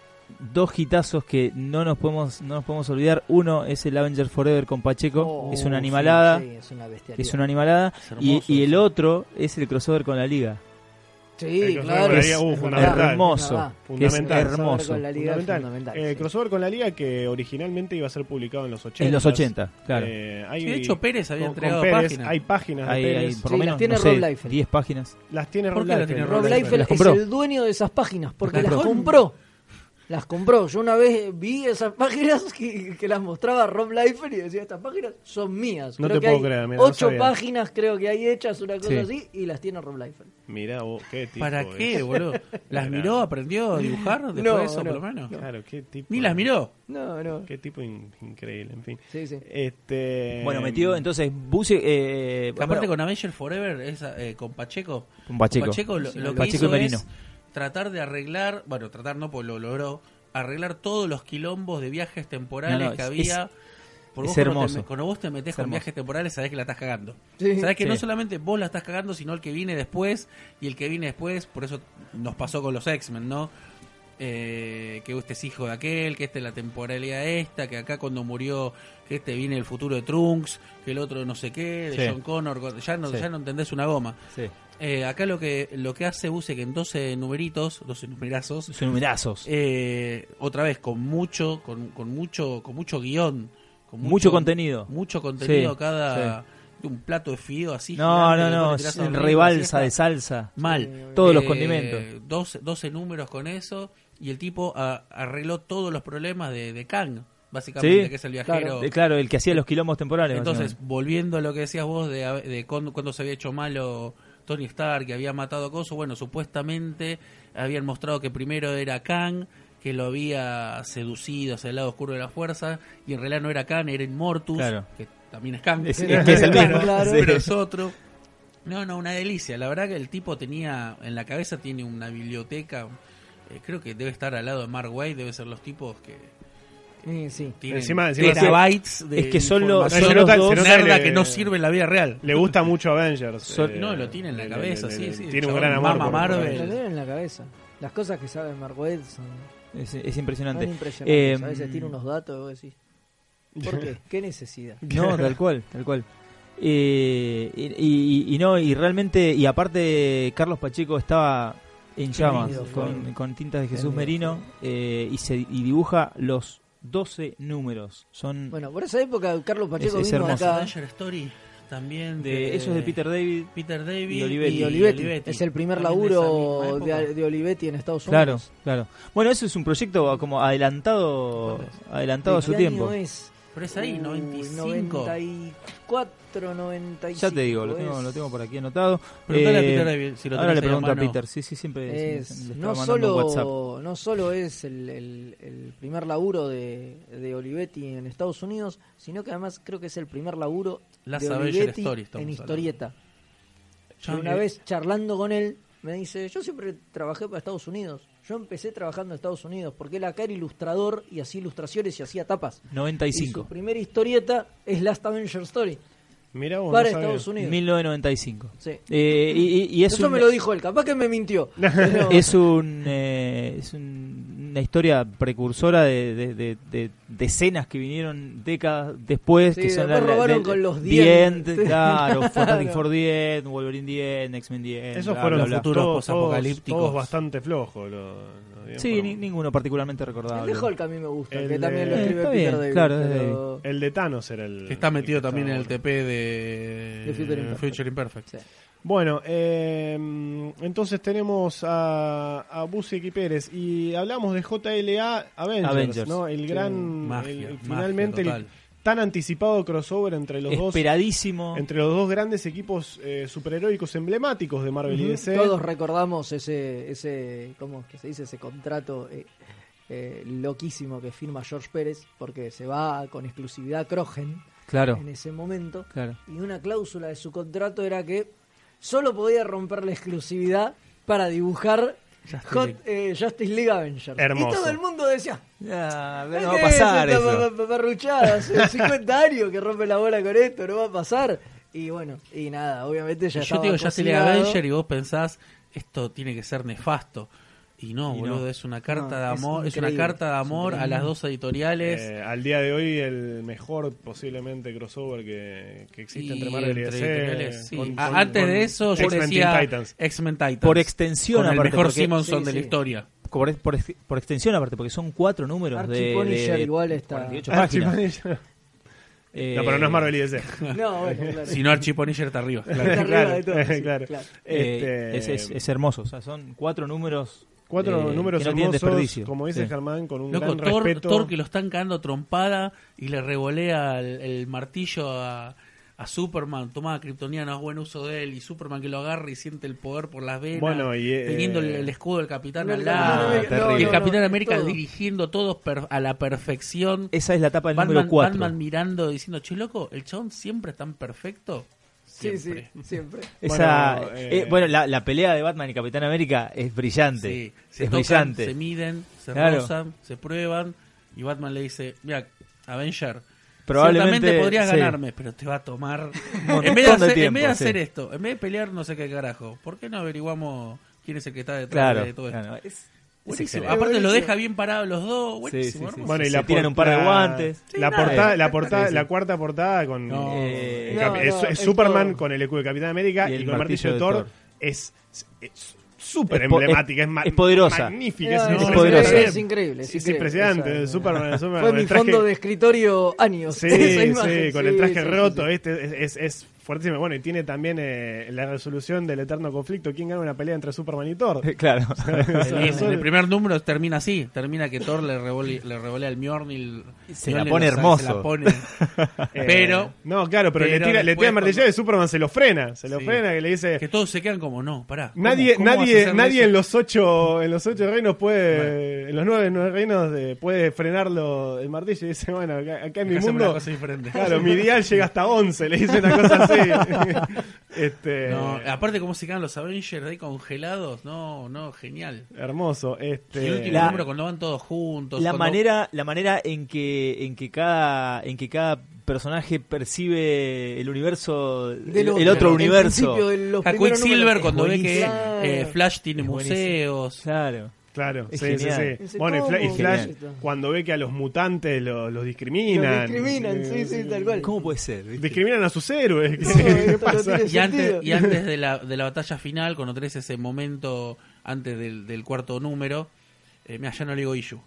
S2: dos hitazos que no nos podemos no nos podemos olvidar. Uno es el Avenger Forever con Pacheco,
S3: Oh,
S2: es una
S3: sí,
S2: animalada,
S3: sí, es una bestialidad.
S2: es una animalada.
S4: Es hermoso
S2: Y, y el
S4: eso.
S2: otro es el crossover con la Liga,
S1: El
S3: Sí,
S1: crossover
S3: claro.
S1: con la
S3: es-
S1: Liga, uh,
S3: es
S1: fundamental.
S3: verdad,
S2: Hermoso.
S3: es verdad.
S2: que es
S1: Fundamental.
S2: hermoso.
S3: Con la Liga es
S1: Fundamental.
S3: fundamental,
S1: Eh,
S3: sí.
S1: Crossover con la liga que originalmente iba a ser publicado en los 80.
S2: En los 80, claro.
S1: Eh, hay-
S4: Sí, de hecho, Pérez había
S1: con- con
S4: entregado
S1: Pérez,
S4: páginas.
S1: Hay páginas de
S2: Hay, hay
S1: Pérez.
S2: por
S3: Sí,
S2: lo
S3: las
S2: menos
S3: tiene
S2: no
S3: Rob
S2: sé,
S3: Liefeld.
S2: 10 páginas.
S1: Las tiene
S4: ¿Por
S1: Rob
S4: qué la
S1: Liefeld.
S4: tiene
S3: Rob
S4: Rob Liefeld
S3: Liefeld
S2: las
S3: es
S2: compró.
S3: el dueño de esas páginas porque
S4: Las
S3: las compró. Las compró. Yo una vez vi esas páginas que, que las mostraba Rob Liefeld y decía, estas páginas son mías.
S1: No
S3: Creo
S1: te
S3: que
S1: puedo
S3: hay
S1: creer, mira, no
S3: Ocho
S1: sabía.
S3: páginas creo que hay hechas, una cosa
S2: Sí.
S3: así, y las tiene Rob Liefeld.
S1: Mirá vos, qué tipo.
S4: ¿Para
S1: es.
S4: qué, boludo? ¿Las miró, aprendió a dibujar después
S3: No,
S4: de eso,
S3: no,
S4: por lo menos?
S1: Claro, qué tipo.
S4: Ni las miró.
S3: No, no.
S1: Qué tipo in- increíble, en fin.
S3: Sí, sí.
S1: Este,
S2: Bueno, metió entonces Busiek. Eh,
S4: Que aparte
S2: bueno,
S4: con Avenger Forever, esa, eh, con Pacheco.
S2: Con Pacheco.
S4: lo, lo que
S2: Pacheco
S4: hizo
S2: y Merino.
S4: es tratar de arreglar, bueno, tratar no, pues lo logró, arreglar todos los quilombos de viajes temporales
S2: No, no,
S4: que
S2: es-
S4: había.
S2: es
S4: cuando te
S2: hermoso.
S4: me- cuando vos te metés
S2: Es
S4: con
S2: hermoso.
S4: viajes temporales, sabés que la estás cagando.
S3: Sí.
S4: Sabés que
S2: Sí.
S4: no solamente vos la estás cagando, sino el que viene después. Y el que viene después, por eso nos pasó con los X-Men, ¿no? Eh, que este es hijo de aquel, que este es la temporalidad esta, que acá cuando murió, que este viene el futuro de Trunks, que el otro no sé qué, de
S2: Sí.
S4: John Connor, ya no,
S2: Sí.
S4: ya no entendés una goma.
S2: sí,
S4: Eh, acá lo que, lo que hace Buse que en 12 numeritos, 12 numerazos,
S2: son numerazos.
S4: eh, otra vez con mucho, con, con mucho, con mucho guión, con
S2: mucho, contenido.
S4: mucho contenido
S2: Sí,
S4: cada un plato de fideo así.
S2: no,
S4: gigante,
S2: no,
S4: que vos
S2: no,
S4: le tirás
S2: es
S4: a dormir,
S2: rebalsa
S4: así
S2: de
S4: está.
S2: salsa.
S4: Mal.
S2: Todos los condimentos.
S4: 12, 12 números con eso. Y el tipo ah, arregló todos los problemas de, de Kang, básicamente,
S2: Sí,
S4: que es el viajero.
S2: Eh, Claro, el que hacía los quilombos temporales.
S4: Entonces, volviendo a lo que decías vos de, a- de cuándo, cuándo se había hecho malo Tony Stark, que había matado a Coso, bueno, supuestamente habían mostrado que primero era Kang, que lo había seducido hacia el lado oscuro de la fuerza, y en realidad no era Kang, era Inmortus,
S2: Claro.
S4: que también es Kang,
S2: Es- es que es el mismo,
S3: Claro.
S2: sí.
S4: pero es otro. No, no, una delicia. La verdad que el tipo tenía, en la cabeza tiene una biblioteca, eh, creo que debe estar al lado de Mark Wade, debe ser los tipos que
S3: Sí, sí.
S4: tienen
S1: Encima- encima se-
S4: terabytes de
S2: es que son los-
S4: información.
S2: son
S1: Se
S2: los
S1: nota- se
S2: dos-
S1: nota que
S4: Nerda
S1: le-
S4: que no sirve en la vida real.
S1: Le gusta mucho Avengers.
S2: Sol-
S1: eh,
S4: no, lo tiene en la
S1: le-
S4: cabeza,
S1: le-
S4: sí,
S1: le-
S4: sí,
S1: Tiene un
S4: chabón,
S1: gran amor.
S4: mama
S1: por- por
S4: Marvel.
S1: Avengers.
S3: Lo tiene en la cabeza. Las cosas que sabe Mark Waid son,
S2: Es, es
S3: son
S2: impresionante.
S3: impresionantes.
S2: Eh,
S3: A veces tiene unos datos y vos decís, ¿por qué? ¿Qué necesidad?
S2: No, tal cual, tal cual. Eh, y, y- y no, y realmente, y aparte, Carlos Pacheco estaba en llamas
S3: Tenido
S2: con,
S3: fuego.
S2: con tintas de Jesús
S3: Tenido
S2: Merino eh, y, se, y dibuja los 12 números. Son
S3: Bueno, por esa época Carlos Pacheco
S2: Es- es
S3: vino
S2: hermoso.
S3: acá.
S4: Avenger Story también.
S3: eh,
S2: de, eso es de Peter David.
S4: Peter David
S2: y Olivetti.
S3: y Olivetti. Es el primer
S4: También de esa
S3: laburo
S4: misma época.
S3: de, de Olivetti en Estados
S2: Claro,
S3: Unidos.
S2: claro. Bueno, eso es un proyecto como adelantado adelantado a
S3: ¿De
S2: su
S3: qué
S2: tiempo.
S3: Este año es?
S4: Pero es ahí,
S3: Uy,
S4: 95.
S3: 94, 95.
S2: Ya te digo, lo tengo,
S3: es.
S2: lo tengo por aquí anotado.
S4: Preguntale a
S2: Eh,
S4: Peter David si lo
S2: ahora le
S4: tenés ahí a
S2: pregunto a
S4: mano.
S2: Peter, sí, sí, siempre
S3: Es-
S2: siempre le
S3: no,
S2: estaba mandando un WhatsApp.
S3: solo, no solo es el, el- el primer laburo de, de Olivetti en Estados Unidos, sino que además creo que es el primer laburo
S4: Las
S3: de
S4: Avenger
S3: Olivetti
S4: Stories, estamos
S3: en
S4: hablando.
S3: historieta.
S4: Ya
S3: Yo una
S4: me-
S3: vez charlando con él, me dice, yo siempre trabajé para Estados Unidos. Yo empecé trabajando en Estados Unidos porque él acá era ilustrador y hacía ilustraciones y hacía tapas. Y su
S2: 95.
S3: primera historieta es Last Avenger Story
S1: Mirá
S2: Oh,
S1: vos,
S3: para
S1: no sabía.
S3: Estados Unidos.
S2: 1995.
S3: Sí.
S2: Eh, y, y- y es
S3: Eso
S2: un,
S3: me lo dijo él, capaz que me mintió. pero-
S2: es un, eh, es un- una historia precursora de, de- de- de decenas que vinieron décadas después.
S3: Sí,
S2: que son
S3: después
S2: la- la-
S3: robaron
S2: de-
S3: con los
S2: The
S3: dientes.
S2: End, claro, Fantastic
S3: Claro.
S2: Four The End, Wolverine The End, X-Men The End.
S1: Esos
S2: bla,
S1: fueron
S2: bla, bla.
S1: futuros
S4: Todos- todos-
S1: posapocalípticos. Todos
S4: todos
S1: bastante flojos. Los, bien,
S2: Sí,
S1: fueron-
S2: ni- ninguno particularmente
S3: El
S2: recordable.
S3: de Hulk a mí me gusta,
S1: El
S3: que también
S1: de-
S3: lo
S1: Eh,
S3: escribe
S2: está
S3: Peter
S2: bien,
S3: David,
S2: claro, es de
S3: pero-
S1: El de Thanos era el.
S4: Que está metido
S1: el que
S4: también en el
S1: estaba
S4: TP de,
S3: De Future Imperfect.
S4: Future Imperfect.
S3: sí.
S1: Bueno, eh, entonces tenemos a, a Busek y Pérez y hablamos de JLA Avengers,
S2: Avengers.
S1: ¿no? El gran,
S4: Magia,
S1: el- el-
S4: magia
S1: finalmente el
S4: total.
S1: tan anticipado crossover entre los dos,
S2: Esperadísimo.
S1: entre los dos grandes equipos eh, superheroicos emblemáticos de Marvel y DC.
S3: Todos recordamos ese, ese, ¿cómo es que se dice? Ese contrato eh, eh, loquísimo que firma George Pérez, porque se va con exclusividad a Crogen
S2: Claro,
S3: en ese momento.
S2: claro.
S3: Y una cláusula de su contrato era que solo podía romper la exclusividad para dibujar
S4: Justice
S3: Hot-
S4: League.
S3: eh, Justice League Avengers.
S1: Hermoso.
S3: Y todo el mundo decía,
S2: Ah, no va
S3: ¿Qué
S2: a
S3: es
S2: pasar
S3: esta
S2: eso.
S3: Eh, pa- pa- parruchada? Hace 50 años que rompe la bola con esto, no va a pasar. Y bueno, y nada, obviamente ya
S4: Yo
S3: estaba
S4: te digo, ya se le
S3: cocinado.
S4: Avenger y vos pensás, esto tiene que ser nefasto. Y no,
S2: Y no.
S4: boludo, es una carta
S3: No,
S4: de
S3: es
S4: amor, es, una
S3: increíble,
S4: carta de
S3: es
S4: amor a las dos editoriales.
S1: Eh, al día de hoy el mejor posiblemente crossover que, que existe
S4: y
S1: entre Marvel y
S4: entre
S1: DC.
S4: editoriales, sí.
S1: con-
S4: Ah,
S1: con-
S4: Antes
S1: con
S4: de eso, yo
S1: X-Men Teen
S4: decía
S1: Titans.
S4: X-Men Titans.
S2: Por extensión,
S4: Con el
S2: aparte,
S4: mejor
S2: porque-
S4: Simonson
S3: sí,
S4: de
S3: sí.
S4: la historia.
S2: Por, por ex- por extensión, aparte, porque son cuatro números de,
S3: Archie Punisher
S2: de-
S3: igual
S2: de
S3: está-
S2: 48 páginas.
S1: Archimania.
S2: Eh,
S1: Ah, No, pero no es Marvel y DC.
S3: No, bueno, claro.
S4: Si no, Archie Punisher está arriba. claro.
S3: Está arriba de todo,
S1: Claro,
S3: sí,
S1: claro.
S3: claro.
S2: eh,
S1: Este,
S2: es, es- es hermoso. O sea, son cuatro números.
S1: Cuatro
S2: eh,
S1: números
S2: que no tienen
S1: hermosos,
S2: desperdicio.
S1: como dice
S2: Sí.
S1: Germán, con un gran
S4: Loco, Thor,
S1: respeto.
S4: Thor que lo están cagando a trompada y le revolea el, el martillo a, a Superman. Tomá, Kryptoniano, haz buen uso de él. Y Superman que lo agarra y siente el poder por las venas.
S1: Bueno, y, eh,
S4: teniendo el, el escudo del Capitán
S3: No,
S4: al
S3: no,
S4: lado.
S2: no, no,
S4: y el
S2: no, no,
S4: Capitán
S3: no,
S4: América
S3: todo.
S4: dirigiendo todos per- a la perfección.
S2: Esa es la etapa del
S4: Batman,
S2: número cuatro.
S4: Batman mirando, diciendo, che, loco, el chabón siempre es tan perfecto.
S3: Sí, sí,
S4: Siempre.
S3: siempre.
S2: Esa, eh,
S1: Bueno,
S2: bueno,
S1: eh,
S2: la, la pelea de Batman y Capitán América es brillante.
S4: Sí, se
S2: es
S4: tocan,
S2: brillante.
S4: se miden, se
S2: Claro.
S4: rozan, se prueban. Y Batman le dice, mira, Avenger,
S2: Probablemente,
S4: ciertamente podrías
S2: sí.
S4: ganarme, pero te va a tomar...
S2: montón
S4: en vez de,
S2: de
S4: hacer, en
S2: tiempo,
S4: vez de
S2: sí.
S4: hacer esto, en vez de pelear no sé qué carajo, ¿por qué no averiguamos quién es el que está detrás
S2: Claro.
S4: de todo esto?
S2: claro, es-
S4: Buenísimo.
S2: excelente.
S4: Aparte lo
S3: Buenísimo.
S4: deja bien parados los dos, buenísimo,
S2: Sí, sí, sí.
S4: hermoso.
S1: Bueno, y
S2: se
S1: la
S2: tiran
S1: por-
S2: un par de
S1: la-
S2: guantes.
S1: La,
S2: Sí,
S1: portada,
S2: nada.
S1: la, portada,
S2: Sí, sí.
S1: la cuarta portada con
S4: No.
S2: Eh,
S1: el
S3: No,
S1: cap-
S3: no,
S1: es, es
S3: es
S1: Superman
S3: todo.
S1: con el escudo de Capitán América y,
S2: Y el
S1: con el martillo de Thor. Es es súper
S2: Es po- es-
S1: emblemática, es, ma-
S2: es poderosa.
S1: Magnífica,
S3: No,
S1: es,
S3: no,
S2: poderosa.
S3: Es increíble, es
S1: Es
S3: increíble.
S1: impresionante.
S3: Esa-
S1: Superman, Superman
S3: Fue
S1: con el
S3: mi
S1: traje-
S3: fondo de escritorio años.
S1: Sí,
S3: esa
S1: sí,
S3: imagen.
S1: con el traje
S3: sí, sí,
S1: roto,
S3: sí.
S1: este es, es, es fuertísimo. Bueno, y tiene también eh, la resolución del eterno conflicto, quién gana una pelea entre Superman y Thor. Eh,
S2: claro.
S4: El, el primer número termina así, termina que Thor le revole- le revolea el Mjornil.
S2: Se la pone hermoso.
S4: Se la pone.
S1: Eh,
S4: Pero
S1: no, claro, pero, le
S4: pero
S1: tira, le tira
S4: después
S1: el martillo
S4: cuando-
S1: y Superman se lo frena, se lo
S4: Sí.
S1: frena que le dice
S4: que todos se quedan como, no, pará. ¿cómo-
S1: Eh. nadie
S4: cómo vas a
S1: nadie
S4: hacer
S1: nadie
S4: eso?
S1: en los ocho en los ocho reinos puede en los nueve, nueve reinos eh, puede frenarlo el martillo y dice, bueno, acá, acá en mi
S4: Acá hacemos
S1: mundo
S4: una cosa diferente.
S1: Claro, mi ideal llega hasta 11, le dice una cosa así. este
S4: No,
S3: Eh,
S4: aparte cómo se quedan los Avengers ahí congelados, no, no, genial.
S1: hermoso,
S4: Y el
S1: este
S4: último
S2: La-
S4: número cuando van todos juntos.
S2: la
S4: cuando-
S2: manera la manera en que en que cada en que cada personaje percibe el universo
S3: Del
S2: el, el otro
S3: el
S2: universo
S3: principio de los
S4: A
S3: primeros
S4: Quicksilver
S3: números.
S4: cuando ve que
S3: Buenísimo.
S4: eh, Flash tiene
S2: Es buenísimo.
S4: museos.
S2: claro
S1: Claro,
S2: Es
S1: sí, sí,
S2: genial.
S1: sí.
S3: Dice,
S1: Bueno, y Fla- y
S3: ¿cómo?
S1: Flash,
S3: Genial.
S1: cuando ve que a los mutantes lo- los,
S3: Los
S1: discriminan.
S3: discriminan, sí, sí, tal cual.
S2: cómo puede ser viste?
S1: Discriminan a sus héroes. ¿Qué,
S3: No, esto
S1: qué
S3: no
S1: pasa?
S3: tiene
S4: Y antes,
S3: sentido.
S4: y antes de, la, de la batalla final, cuando tenés ese momento antes del, del cuarto número, eh, mira, ya no le digo Ishu.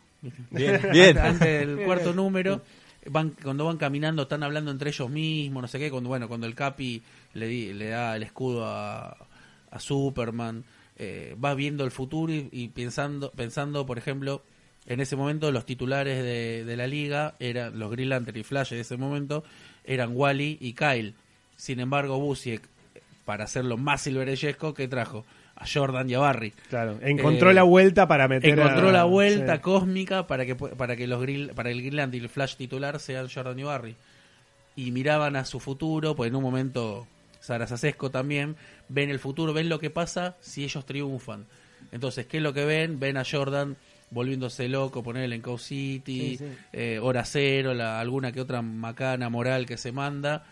S2: bien bien
S4: Antes del cuarto número, van, cuando van caminando, están hablando entre ellos mismos, no sé qué. Cuando, bueno, cuando el Capi le, di- le da el escudo a, a Superman, eh, va viendo el futuro y, y pensando, pensando, por ejemplo, en ese momento los titulares de, de la liga eran los Green Lantern y Flash de ese momento eran Wally y Kyle. Sin embargo, Busiek, para hacerlo más silverellesco, ¿qué trajo? A Jordan y a Barry.
S1: Claro, encontró
S4: Eh,
S1: la vuelta para meter a-
S4: Encontró la vuelta
S1: sí.
S4: cósmica para que pu- para que los grill, para el Greenland y el Flash titular sean Jordan y Barry. Y miraban a su futuro, pues en un momento Sarasasesco también ven el futuro, ven lo que pasa si ellos triunfan. Entonces, ¿qué es lo que ven? Ven a Jordan volviéndose loco, ponerle en Cow
S3: Sí,
S4: City,
S3: sí.
S4: eh, hora cero, la- alguna que otra macana moral que se manda.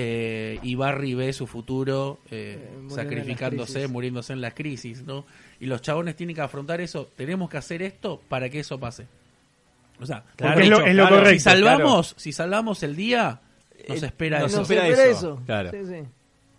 S4: Eh, y Barry ve su futuro
S3: Eh,
S4: eh,
S3: muriendo en las
S4: sacrificándose,
S3: crisis.
S4: muriéndose en las crisis, ¿no? Y los chabones tienen que afrontar eso. Tenemos que hacer esto para que eso pase. O sea,
S1: Claro.
S4: porque
S1: Es lo-
S4: dicho,
S1: es lo
S4: si
S1: correcto,
S4: salvamos, si salvamos el día, nos
S2: Eh,
S4: espera
S2: nos
S4: eso.
S3: Nos
S2: supera
S3: espera
S2: eso.
S3: eso.
S2: Claro.
S3: Sí, sí.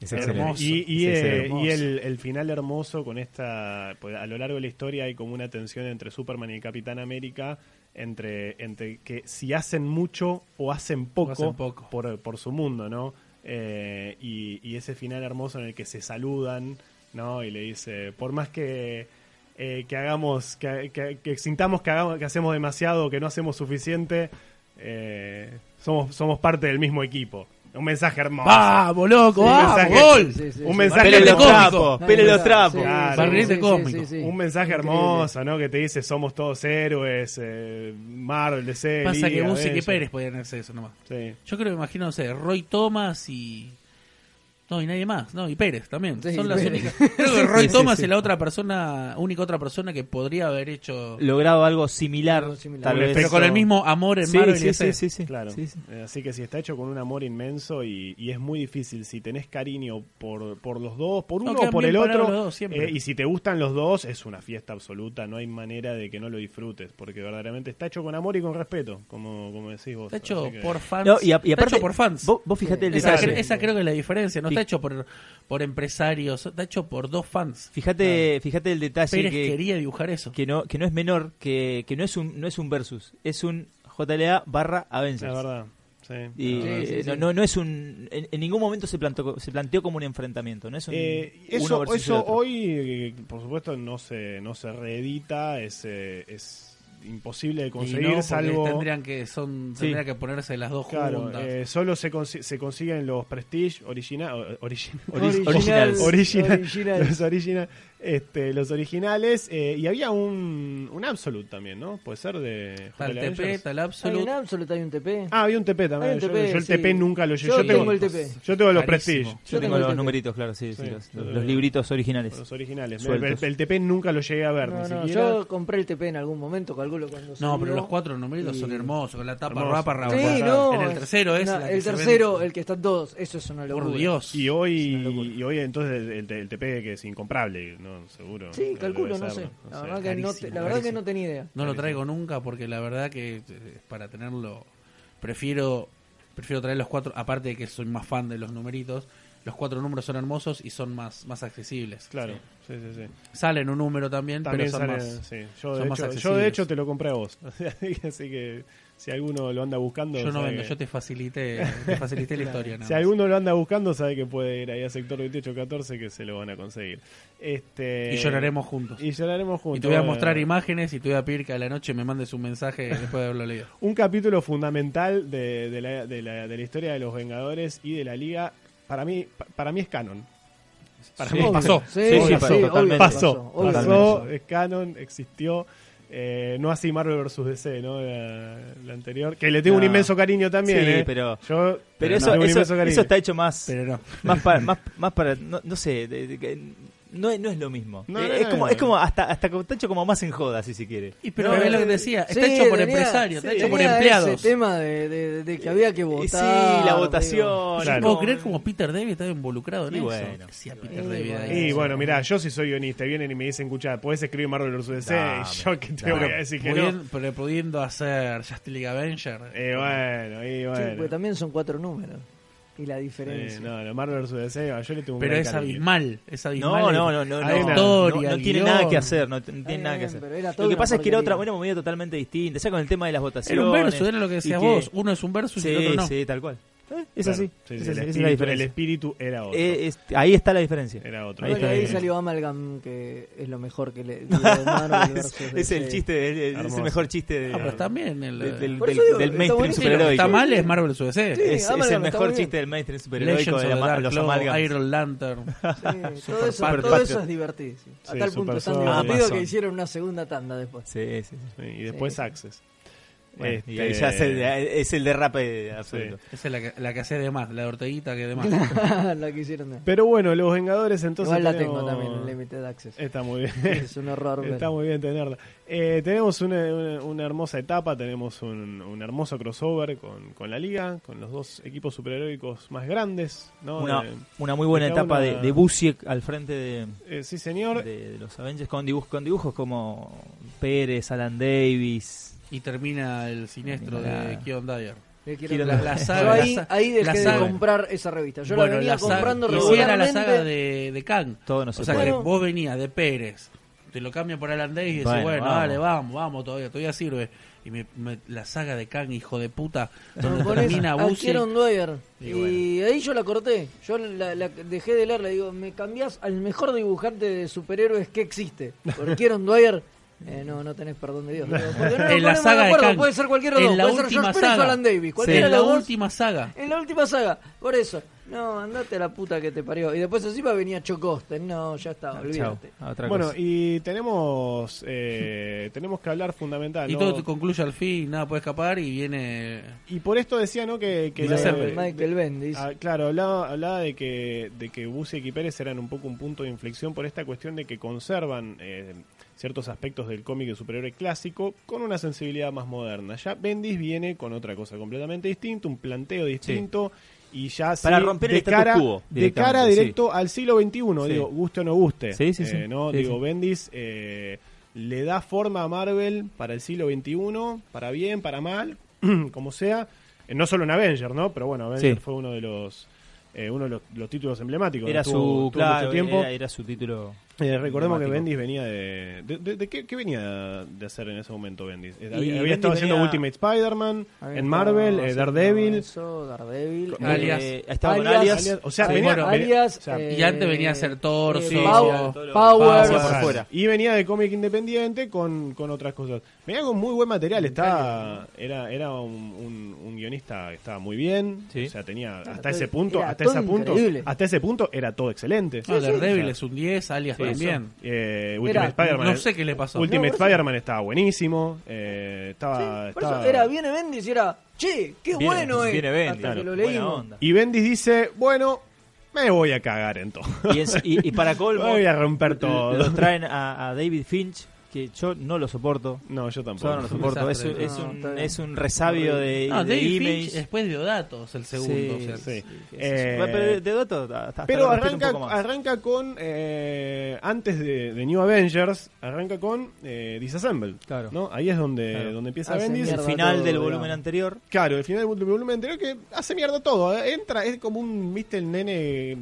S5: Es
S1: Hermoso.
S5: excelente.
S1: Y, y,
S5: Es
S1: eh,
S5: hermoso.
S1: y el, el final hermoso con esta. pues, a lo largo de la historia hay como una tensión entre Superman y el Capitán América. Entre, entre que si hacen mucho o hacen poco,
S4: hacen poco.
S1: Por, por su mundo, ¿no? Eh, y, y ese final hermoso en el que se saludan, ¿no? Y le dice, por más que, eh, que hagamos, que, que- que sintamos que, hagamos, que hacemos demasiado, que no hacemos suficiente, eh, somos, somos parte del mismo equipo. Un mensaje hermoso.
S4: ¡Vamos, loco!
S1: Un
S3: ¡Ah,
S4: ¡Vamos,
S1: mensaje-
S4: gol!
S3: Sí, sí,
S1: un
S3: sí.
S1: mensaje
S2: Pele los
S4: cómico.
S2: trapos, pele los trapos.
S1: Claro.
S4: Barrilete cósmico.
S1: Un mensaje hermoso, ¿no? Que te dice somos todos héroes, eh, Marvel, DC.
S4: Pasa que
S1: Liga,
S4: Bussi y
S1: Avengers".
S4: Pérez podían hacer eso nomás.
S1: Sí.
S4: Yo creo, me imagino, no sé, Roy Thomas y. No, y nadie más, no, y Pérez también.
S3: Sí,
S4: Son las
S3: Pérez.
S4: únicas. Creo que Roy
S5: sí,
S4: Thomas
S5: sí.
S4: es la otra persona, única otra persona que podría haber hecho.
S2: Logrado algo similar,
S3: Algo similar.
S2: tal
S1: Pero
S2: vez.
S4: Pero con el mismo amor en
S2: Sí,
S4: Marvel y
S2: sí, sí,
S4: DC.
S2: sí, sí.
S1: Claro.
S2: Sí, sí.
S1: Eh, Así que si está hecho con un amor inmenso y, y es muy difícil, si tenés cariño por, por los dos, por
S4: No,
S1: uno o
S4: quedan
S1: por
S4: bien
S1: el
S4: parados
S1: otro,
S4: los dos, siempre.
S1: eh, y si te gustan los dos, es una fiesta absoluta, no hay manera de que no lo disfrutes, porque verdaderamente está hecho con amor y con respeto, como, como decís vos.
S4: Está hecho
S1: Así que-
S4: por fans.
S2: No, y, a- y
S4: está
S2: aparte,
S4: hecho por fans.
S2: Vos, vos fijate el
S3: Sí.
S4: Esa,
S2: detalle.
S4: esa creo que es la diferencia. No
S2: Sí.
S4: está hecho por, por empresarios, está hecho por dos fans.
S2: Fíjate, fíjate el detalle
S4: Pérez
S2: que,
S4: quería dibujar eso.
S2: que no, que no es menor, que, que no es un, no es un versus, es un JLA barra
S1: Es
S2: Avengers.
S1: verdad. Sí.
S2: Y
S1: es verdad.
S3: Sí, sí,
S2: eh, no,
S3: sí.
S2: no, no es un. En, en ningún momento se planteó, se planteó como un enfrentamiento, no es un.
S1: Eh,
S2: uno
S1: eso
S2: versus el
S1: eso
S2: otro.
S1: hoy, eh, por supuesto, no se, no se reedita, es, eh, es imposible de conseguir,
S4: y no, porque
S1: salvo...
S4: tendrían que son
S2: Sí.
S4: tendrían que ponerse las dos
S1: Claro,
S4: juntas.
S1: eh, solo se, consi- se consiguen los Prestige origina- o- origin-
S2: Ori-
S3: original,
S2: originals.
S1: original-
S3: original.
S1: los, origina- este, los originales. eh, y había un, un Absolute también, ¿no? Puede ser de.
S4: Está Ah, el
S1: Hotel
S4: TP,
S1: Avengers.
S4: está el
S3: Hay un
S4: Absolute.
S3: Absolute, hay un TP.
S1: Ah, había un TP
S3: Hay
S1: también.
S3: un
S1: yo,
S3: TP,
S1: yo el
S3: sí.
S1: TP nunca lo
S3: Yo
S1: yo tengo,
S3: tengo el TP.
S1: yo tengo los
S4: Carísimo.
S1: Prestige.
S2: Yo
S3: Yo
S2: tengo
S3: tengo
S2: los
S3: el-
S2: numeritos, claro, sí, sí,
S1: Sí,
S2: los,
S1: yo-
S2: los libritos originales.
S1: Los originales. El,
S2: Sueltos.
S1: el TP nunca lo llegué a ver,
S3: No,
S1: ni
S3: no,
S1: siquiera.
S3: yo compré el TP en algún momento, calculo cuando
S4: No, pero
S3: salió.
S4: los cuatro numeritos son hermosos, con la tapa
S1: Hermoso.
S4: rapa rapa.
S3: Sí, no.
S4: En el tercero es
S3: No,
S4: la que
S3: el
S4: se
S3: tercero,
S4: vende.
S3: el que está en dos, eso es una locura.
S4: Por Dios.
S1: Y hoy,
S3: Es una locura.
S1: y hoy entonces el, el- el TP que es incomprable, ¿no? Seguro.
S3: Sí,
S1: Debe
S3: calculo, no
S1: serlo.
S3: sé.
S1: No
S3: La
S1: sé.
S3: verdad, que no, te-
S4: carísimo,
S3: la verdad que
S4: carísimo.
S3: no tenía idea.
S4: No lo traigo nunca porque la verdad que eh, para tenerlo prefiero prefiero traer los cuatro, aparte de que soy más fan de los numeritos, los cuatro números son hermosos y son más más accesibles.
S1: Claro, sí, sí, sí.
S4: Salen un número también,
S1: También
S4: pero son
S1: sale-
S4: más
S1: sí. yo,
S4: son
S1: de
S4: más
S1: hecho, yo de
S4: accesibles.
S1: hecho te lo compré a vos. Así que si alguno lo anda buscando.
S4: Yo no
S1: sabe
S4: vendo,
S1: que-
S4: yo te facilité, te facilité la historia. nada
S1: Si
S4: más.
S1: alguno lo anda buscando, sabe que puede ir ahí a sector 2814 que se lo van a conseguir. Este,
S4: Y lloraremos juntos.
S1: Y lloraremos juntos.
S4: Y te voy a
S1: bueno.
S4: mostrar imágenes y te voy a pedir que a la noche me mandes un mensaje después de haberlo leído.
S1: Un capítulo fundamental de, de la, de la- de la historia de los Vengadores y de la Liga. Para mí, pa- para mí es canon. Para
S4: Sí.
S1: mí-
S4: Pasó.
S2: Sí, sí,
S3: obvio,
S2: pasó,
S3: obvio,
S2: totalmente.
S1: pasó,
S3: obvio,
S1: pasó,
S3: obvio.
S1: es canon, existió. Eh, no así Marvel vs. DC, ¿no? La, la anterior. Que le tengo un
S2: No.
S1: inmenso cariño también,
S2: Sí,
S1: ¿eh?
S2: pero-
S1: Yo
S2: Pero
S1: le
S2: eso,
S1: tengo un
S2: eso,
S1: inmenso cariño.
S2: eso está hecho más,
S4: Pero no.
S2: más para, más, más para no, no sé, de- de que no, es- no es lo mismo.
S1: No,
S2: Eh,
S1: no,
S2: es,
S1: no,
S2: como,
S1: no.
S2: es como hasta, hasta como- está hecho como más en joda, si se quiere.
S4: Y pero
S3: No,
S4: es
S3: eh,
S4: lo que decía, está
S3: sí,
S4: hecho por
S3: tenía-
S4: empresarios, está
S3: sí,
S4: hecho por
S3: tenía
S4: empleados.
S3: Ese tema de, de- de que había que votar.
S2: Y sí, la
S3: digo.
S2: votación.
S1: Claro.
S4: No puedo creer como Peter David estaba involucrado en
S2: Y
S4: eso.
S2: bueno.
S4: ¿Qué hacía Peter
S3: Y
S4: David
S3: bueno.
S4: ahí?
S1: Y bueno, mirá, yo si soy guionista, vienen y me dicen, escucha, podés escribir Marvel vs. DC,
S2: Dame,
S1: y yo que te voy a decir que
S4: Pudien-
S1: no. Eh,
S4: Pero pudiendo hacer Justice League Avenger.
S1: Y bueno, y
S3: Sí, porque
S1: bueno.
S3: también son cuatro números. Y la diferencia.
S1: Eh, no, no, Marvel vs. DC, yo le tengo un
S4: pero
S1: gran
S4: es
S1: cariño.
S4: abismal. Es abismal.
S2: No, no, no, no,
S4: A la
S2: no, no,
S4: historia,
S2: no
S4: al
S2: tiene
S4: guión.
S2: nada que hacer, no, t- no tiene nada que
S3: bien,
S2: hacer.
S3: pero era
S2: Lo
S3: toda
S2: que
S3: una
S2: pasa es que era otra,
S3: porquería.
S2: una movida totalmente distinta, ya con el tema de las votaciones.
S4: Era un verso, era lo que
S2: y
S4: decías vos. Uno es un verso y
S2: Sí,
S4: el otro no.
S2: sí, tal cual. Eh, Es
S1: Claro,
S2: así,
S1: sí,
S2: es
S1: sí, el,
S2: así, esa es la
S1: espíritu, el
S2: diferencia.
S1: espíritu era otro.
S2: Eh, es- ahí está la diferencia.
S1: era otro.
S2: ahí
S3: Bueno,
S2: está
S3: ahí
S2: bien.
S3: salió Amalgam, que es lo mejor que le. digo, de Marvel
S2: es,
S3: versus
S2: es el
S3: DC.
S2: chiste, de- es
S1: Hermoso.
S2: el mejor chiste de-
S4: Ah, pero está bien. El,
S2: de- del,
S3: Por
S2: del-
S3: eso digo,
S2: del
S3: está
S2: mainstream
S3: buenísimo.
S4: Sí, lo que está
S2: superheroico.
S4: mal es Marvel vs.
S3: Sí,
S4: DC.
S2: Es, es
S3: Amalgam,
S2: el
S3: está
S2: mejor
S3: muy
S2: chiste
S3: bien.
S2: del mainstream superheroico
S4: Legends
S2: de
S4: of
S2: la,
S4: the
S2: ma-
S4: Dark
S2: los
S4: Cloud,
S2: amalgams.
S4: Iron Lantern.
S3: Sí, todo eso,
S2: Super
S3: todo
S2: Patriot.
S3: eso es divertidísimo. A
S1: Sí,
S3: tal
S1: Super
S3: punto es tan
S1: Soul.
S3: divertido
S2: Amazon.
S3: que hicieron una segunda tanda después.
S2: Sí, sí, sí.
S1: Sí, Y después
S3: Sí.
S1: Access.
S2: Bueno,
S1: Este,
S2: y ahí ya se- es el derrape absoluto.
S4: Esa es la que, la que hace de más, la de Orteguita que de más.
S3: la que hicieron. de-
S1: Pero bueno, los Vengadores entonces.
S3: Igual la
S1: tenemos-
S3: tengo también, Limited Access.
S1: Está muy bien.
S3: Es un horror. ver.
S1: Está muy bien tenerla. Eh, tenemos una, una- una hermosa etapa, tenemos un, un hermoso crossover con, con la liga, con los dos equipos superheroicos más grandes. ¿no?
S2: Una,
S1: Eh,
S2: una muy buena
S1: Está
S2: etapa
S1: una-
S2: de, de Busiek al frente de,
S1: eh, sí, señor.
S2: de- de los Avengers con dibujos, con dibujos como Pérez, Alan Davis.
S4: Y termina el siniestro de
S2: Claro.
S4: Keon Dyer.
S3: Le quiero
S2: Quiero-
S3: hablar.
S4: La- la
S3: Yo
S4: saga-
S3: ahí,
S4: la sa-
S3: ahí
S4: la
S3: dejé de
S4: saga.
S3: comprar esa revista. Yo la
S4: bueno,
S3: venía
S4: la saga,
S3: comprando
S4: igual era la saga
S3: regularmente.
S4: de, de Kang.
S2: Todo no se
S4: o sea,
S2: puede.
S3: Bueno.
S4: que vos venías de Pérez, te lo cambian por Alandés y decís,
S2: Bueno,
S4: bueno,
S2: vamos.
S4: dale, vamos, vamos, todavía, todavía sirve. Y me- me- la saga de Kang, hijo de puta, donde
S3: Con
S4: termina
S3: esa,
S4: Busi.
S3: adquiero un Dwyer.
S4: Y
S3: Y, ahí yo la corté. Yo la, la dejé de leer. Le digo, me cambiás al mejor dibujante de superhéroes que existe. Porque Kieron Dwyer. eh, no, no tenés perdón de Dios. Digo, porque no nos
S4: En la
S3: ponemos
S4: saga
S3: de
S4: de
S3: acuerdo,
S4: Kang.
S3: Puede ser cualquiera de
S4: En
S3: los
S4: la
S3: dos. Puede ser
S4: última
S3: George Pérez o
S4: saga.
S3: Alan Davis. Cualquiera
S4: En
S3: de
S4: la
S3: los dos.
S4: última saga.
S3: En la última saga, por eso. No, andate a la puta que te parió. Y después encima venía Chocoste. No, ya está,
S2: Ah, chao,
S3: olvídate.
S2: a otra
S1: bueno,
S2: cosa.
S1: y tenemos eh, tenemos que hablar fundamental.
S4: Y
S1: ¿no?
S4: todo te concluye al fin, nada puede escapar y viene...
S1: Y por esto decía, ¿no? Que, que
S4: Dice
S1: la-
S4: siempre.
S3: Michael Bendis.
S1: Ah, claro, hablaba, hablaba de que, de que Busiek y Pérez eran un poco un punto de inflexión por esta cuestión de que conservan eh, ciertos aspectos del cómic de superhéroe clásico con una sensibilidad más moderna. Ya Bendis viene con otra cosa completamente distinta, un planteo distinto y ya sí,
S2: Para romper el
S1: de
S2: status
S1: cara,
S2: quo,
S1: de cara
S2: directamente,
S1: directo al siglo XXI,
S2: Sí.
S1: digo, guste o no guste.
S2: Sí, sí,
S1: Eh,
S2: sí.
S1: ¿no?
S2: Sí,
S1: digo,
S2: sí.
S1: Bendis eh, le da forma a Marvel para el siglo XXI, para bien, para mal, como sea. Eh, no solo en Avenger, ¿no? Pero bueno, Avenger
S2: Sí.
S1: fue uno de los eh, uno de los, los títulos emblemáticos.
S2: era
S1: ¿no?
S2: su,
S1: Tuvo- tuvo
S2: claro,
S1: mucho tiempo.
S2: era, era su título.
S1: Eh, recordemos que Bendis
S2: emblemático.
S1: venía de... ¿De, de- de qué, qué venía de hacer en ese momento Bendis? Eh,
S2: Y
S1: había había
S2: Bendis
S1: estado haciendo
S2: venía-
S1: Ultimate Spider-Man,
S3: Había
S1: en
S3: estado
S1: Marvel, eh,
S3: haciendo
S1: Daredevil...
S3: Ah, eso, Daredevil.
S4: Con- Alias.
S2: Eh, estaba con
S3: Alias.
S2: alias.
S1: alias- o sea,
S4: Sí,
S1: venía,
S4: bueno,
S1: venía-
S3: alias,
S1: o sea,
S3: eh,
S4: Y antes venía a ser torso,
S3: eh, Pow-
S2: todo lo-
S3: Power,
S2: Power.
S1: Claro.
S2: fuera.
S1: Y venía de cómic independiente con, con otras cosas. Venía con muy buen material, estaba, era, era un, un- un guionista que estaba muy bien,
S2: Sí.
S1: o sea tenía
S3: Era
S1: hasta
S3: todo-
S1: ese punto,
S3: era
S1: hasta
S3: todo
S1: ese punto,
S3: increíble.
S1: hasta ese punto era todo excelente.
S4: No, Daredevil
S1: Sí.
S4: es un 10, alias
S2: Sí,
S4: Ah, también.
S1: Eh, Ultimate
S3: Era-
S1: Spider-Man.
S4: No sé qué le pasó.
S1: Ultimate
S3: No, por eso-
S1: Spider-Man estaba buenísimo. eh, estaba,
S3: Por eso
S1: estaba-
S3: era viene Bendis y era, che, qué
S2: Viene-
S3: bueno es.
S2: viene Bendis,
S3: Hasta que
S2: claro.
S3: lo
S2: Buena
S3: leímos.
S2: onda.
S1: Y Bendis dice, bueno, me voy a cagar entonces.
S2: Y, es- y- y para colmo,
S1: Voy a romper todo.
S2: lo traen a, a David Finch, que yo no lo soporto.
S1: No, yo
S2: Yo no
S1: tampoco.
S2: lo soporto. Es,
S4: desastre.
S2: es
S3: No, está
S2: un,
S3: bien.
S2: es un resabio de,
S4: No,
S2: de
S4: David
S2: Image.
S4: Finch después de Odatos, el segundo.
S2: Sí,
S4: o sea,
S1: sí.
S2: qué sé yo.
S1: Eh,
S2: Bueno, pero de Doto hasta- hasta
S1: Pero
S2: lo respeto un
S1: arranca,
S2: poco más.
S1: arranca con, eh, antes de, de New Avengers, arranca con eh, Disassemble.
S2: Claro.
S1: ¿no? Ahí es donde,
S2: Claro.
S1: donde empieza
S3: Hace
S1: Bendis.
S2: el
S3: mierda
S2: final
S3: todo,
S2: del
S3: digamos.
S2: volumen anterior.
S1: Claro, el final del volumen anterior que hace mierda todo. eh. Entra, es como un, viste, el nene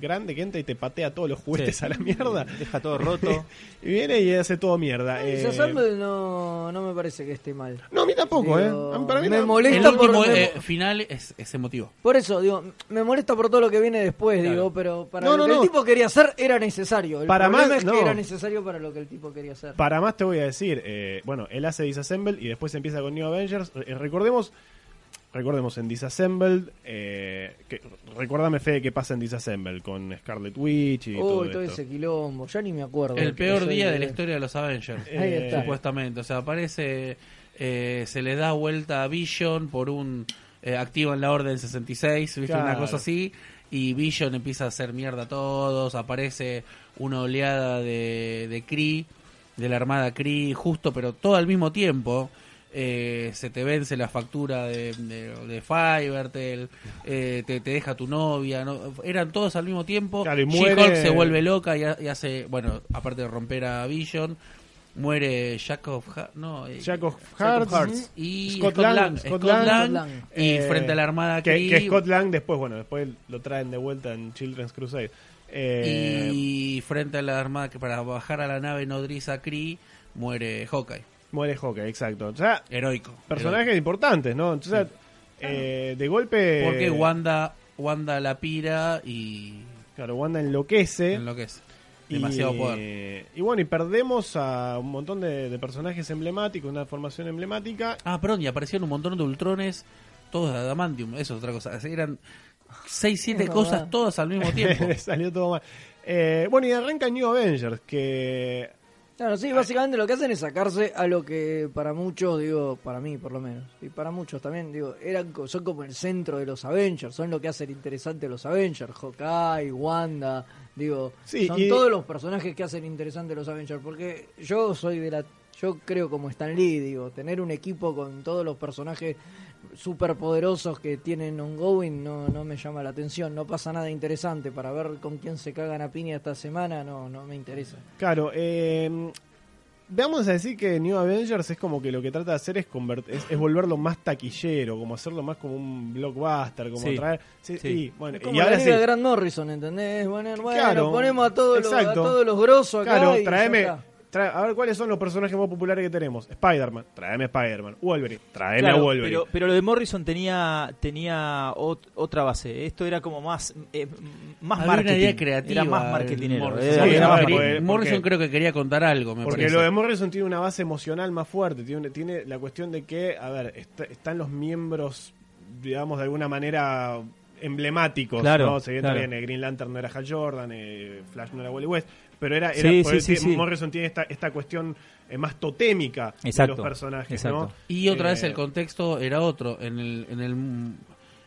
S1: grande que entra y te patea todos los juguetes
S2: Sí.
S1: a la mierda.
S2: Deja todo roto.
S1: Y viene y hace todo mierda.
S3: Y
S1: eh.
S3: Shazam no, no me parece que esté mal.
S1: No, a mí tampoco,
S3: Digo,
S1: ¿eh? A mí- Para mí
S3: me
S1: no-
S3: molesta
S4: El
S3: Está por
S4: último
S3: lo
S4: eh,
S3: menos.
S4: final es, es emotivo.
S3: Por eso, digo, me molesta por todo lo que viene después,
S4: Claro.
S3: digo, pero para
S1: No,
S3: lo
S1: no,
S3: que
S1: no.
S3: el tipo quería hacer era necesario. El
S1: Para
S3: problema
S1: más,
S3: es
S1: no.
S3: que era necesario para lo que el tipo quería hacer.
S1: Para más te voy a decir, eh, bueno, él hace Disassemble y después empieza con New Avengers. Eh, recordemos, recordemos en Disassemble, eh, que, recordame Fede qué pasa en Disassemble con Scarlet Witch y
S3: Uy,
S1: todo,
S3: todo,
S1: esto.
S3: ese quilombo, ya ni me acuerdo.
S4: El peor
S3: Soy
S4: día
S3: de-
S4: de la historia de los Avengers.
S3: Ahí está.
S4: Supuestamente. O sea, aparece. eh, se le da vuelta a Vision por un. eh, activan la Orden 66, ¿viste?
S1: Claro.
S4: Una cosa así. Y Vision empieza a hacer mierda a todos. Aparece una oleada de, de Kree, de la Armada Kree, justo, pero todo al mismo tiempo. Eh, se te vence la factura de, de, de Fivertel, eh, te, te deja tu novia. ¿no? Eran todos al mismo tiempo.
S1: Claro, y
S4: She-Hulk
S1: muere-
S4: se vuelve loca y, ha- y hace, bueno, aparte de romper a Vision, muere Jack of Ha- no, eh,
S1: Jack of
S4: Jack
S1: Hearts,
S4: Hearts y
S1: Scott
S4: Scott,
S1: Lang,
S4: Lang,
S1: Scott
S4: Scott
S1: Lang,
S4: Lang,
S3: Lang.
S4: y
S1: Eh,
S4: frente a la Armada
S1: que,
S4: Kree,
S1: que Scott Lang después, bueno, después lo traen de vuelta en Children's Crusade. Eh,
S4: y frente a la Armada que para bajar a la nave nodriza Kree muere Hawkeye,
S1: Muere Hawkeye, exacto. O sea,
S4: heroico.
S1: personajes importantes, ¿no? O sea, eh, de golpe...
S4: heroico. Porque Wanda Wanda la pira y
S1: Claro, Wanda enloquece.
S4: enloquece. Demasiado
S1: y, eh,
S4: poder.
S1: Y bueno, y perdemos a un montón de, de personajes emblemáticos, una formación emblemática.
S4: Ah, perdón, y aparecieron un montón de ultrones, todos de adamantium, eso es otra cosa. Eran 6, 7
S3: Es
S4: cosas
S3: verdad.
S4: todas al mismo tiempo.
S1: Salió todo mal. Eh, bueno, y arranca New Avengers, que...
S3: Claro,
S1: Ah.
S3: sí, básicamente lo que hacen es sacarse a lo que para muchos, digo, para mí por lo menos, y para muchos también, digo, eran, co- son como el centro de los Avengers, son lo que hacen interesante a los Avengers, Hawkeye, Wanda, digo,
S1: Sí,
S3: son
S1: y-
S3: todos los personajes que hacen interesante a los Avengers, porque yo soy de la, yo creo como Stan Lee, digo, tener un equipo con todos los personajes superpoderosos que tienen ongoing no, no me llama la atención, no pasa nada interesante para ver con quién se cagan a piña esta semana, no, no me interesa.
S1: Claro, eh, Veamos a decir que New Avengers es como que lo que trata de hacer es, convert- es, es volverlo más taquillero, como hacerlo más como un blockbuster, como
S2: Sí,
S1: traer. sí,
S2: sí.
S1: y, bueno,
S3: Es como
S1: y
S3: la
S1: ahora
S3: liga
S1: sí.
S3: de Grant Morrison, ¿entendés? Bueno, bueno,
S1: Claro.
S3: ponemos a todos, los, a
S1: Exacto.
S3: todos los grosos acá.
S1: Claro,
S3: y ya
S1: tráeme.
S3: está.
S1: trae- a ver cuáles son los personajes más populares que tenemos. Spider-Man, tráeme a Spider-Man. Wolverine, tráeme a
S2: Claro,
S1: Wolverine.
S2: pero, pero lo de Morrison tenía tenía ot- otra base. Esto era como más eh, m- más
S4: Había
S2: marketing.
S4: una idea creativa.
S2: era más
S4: en
S2: marketinero.
S4: Morrison,
S2: era-
S1: Sí,
S2: era
S1: a
S2: más
S1: ver,
S2: marketing.
S1: porque-
S4: Morrison creo que quería contar algo, me
S1: Porque
S4: parece.
S1: lo de Morrison tiene una base emocional más fuerte, tiene, tiene la cuestión de que, a ver, est- están los miembros, digamos, de alguna manera emblemáticos,
S2: Claro,
S1: ¿no? Se bien,
S2: claro.
S1: también, eh, Green Lantern no era Hal Jordan, eh, Flash no era Wally West, pero era,
S2: Sí,
S1: era-
S2: sí,
S1: porque
S2: sí,
S1: tiene-
S2: sí.
S1: Morrison tiene esta, esta cuestión eh, más totémica
S2: Exacto,
S1: de los personajes,
S2: exacto.
S1: ¿no?
S4: Y otra
S1: Eh,
S4: vez el contexto era otro. En el, en el,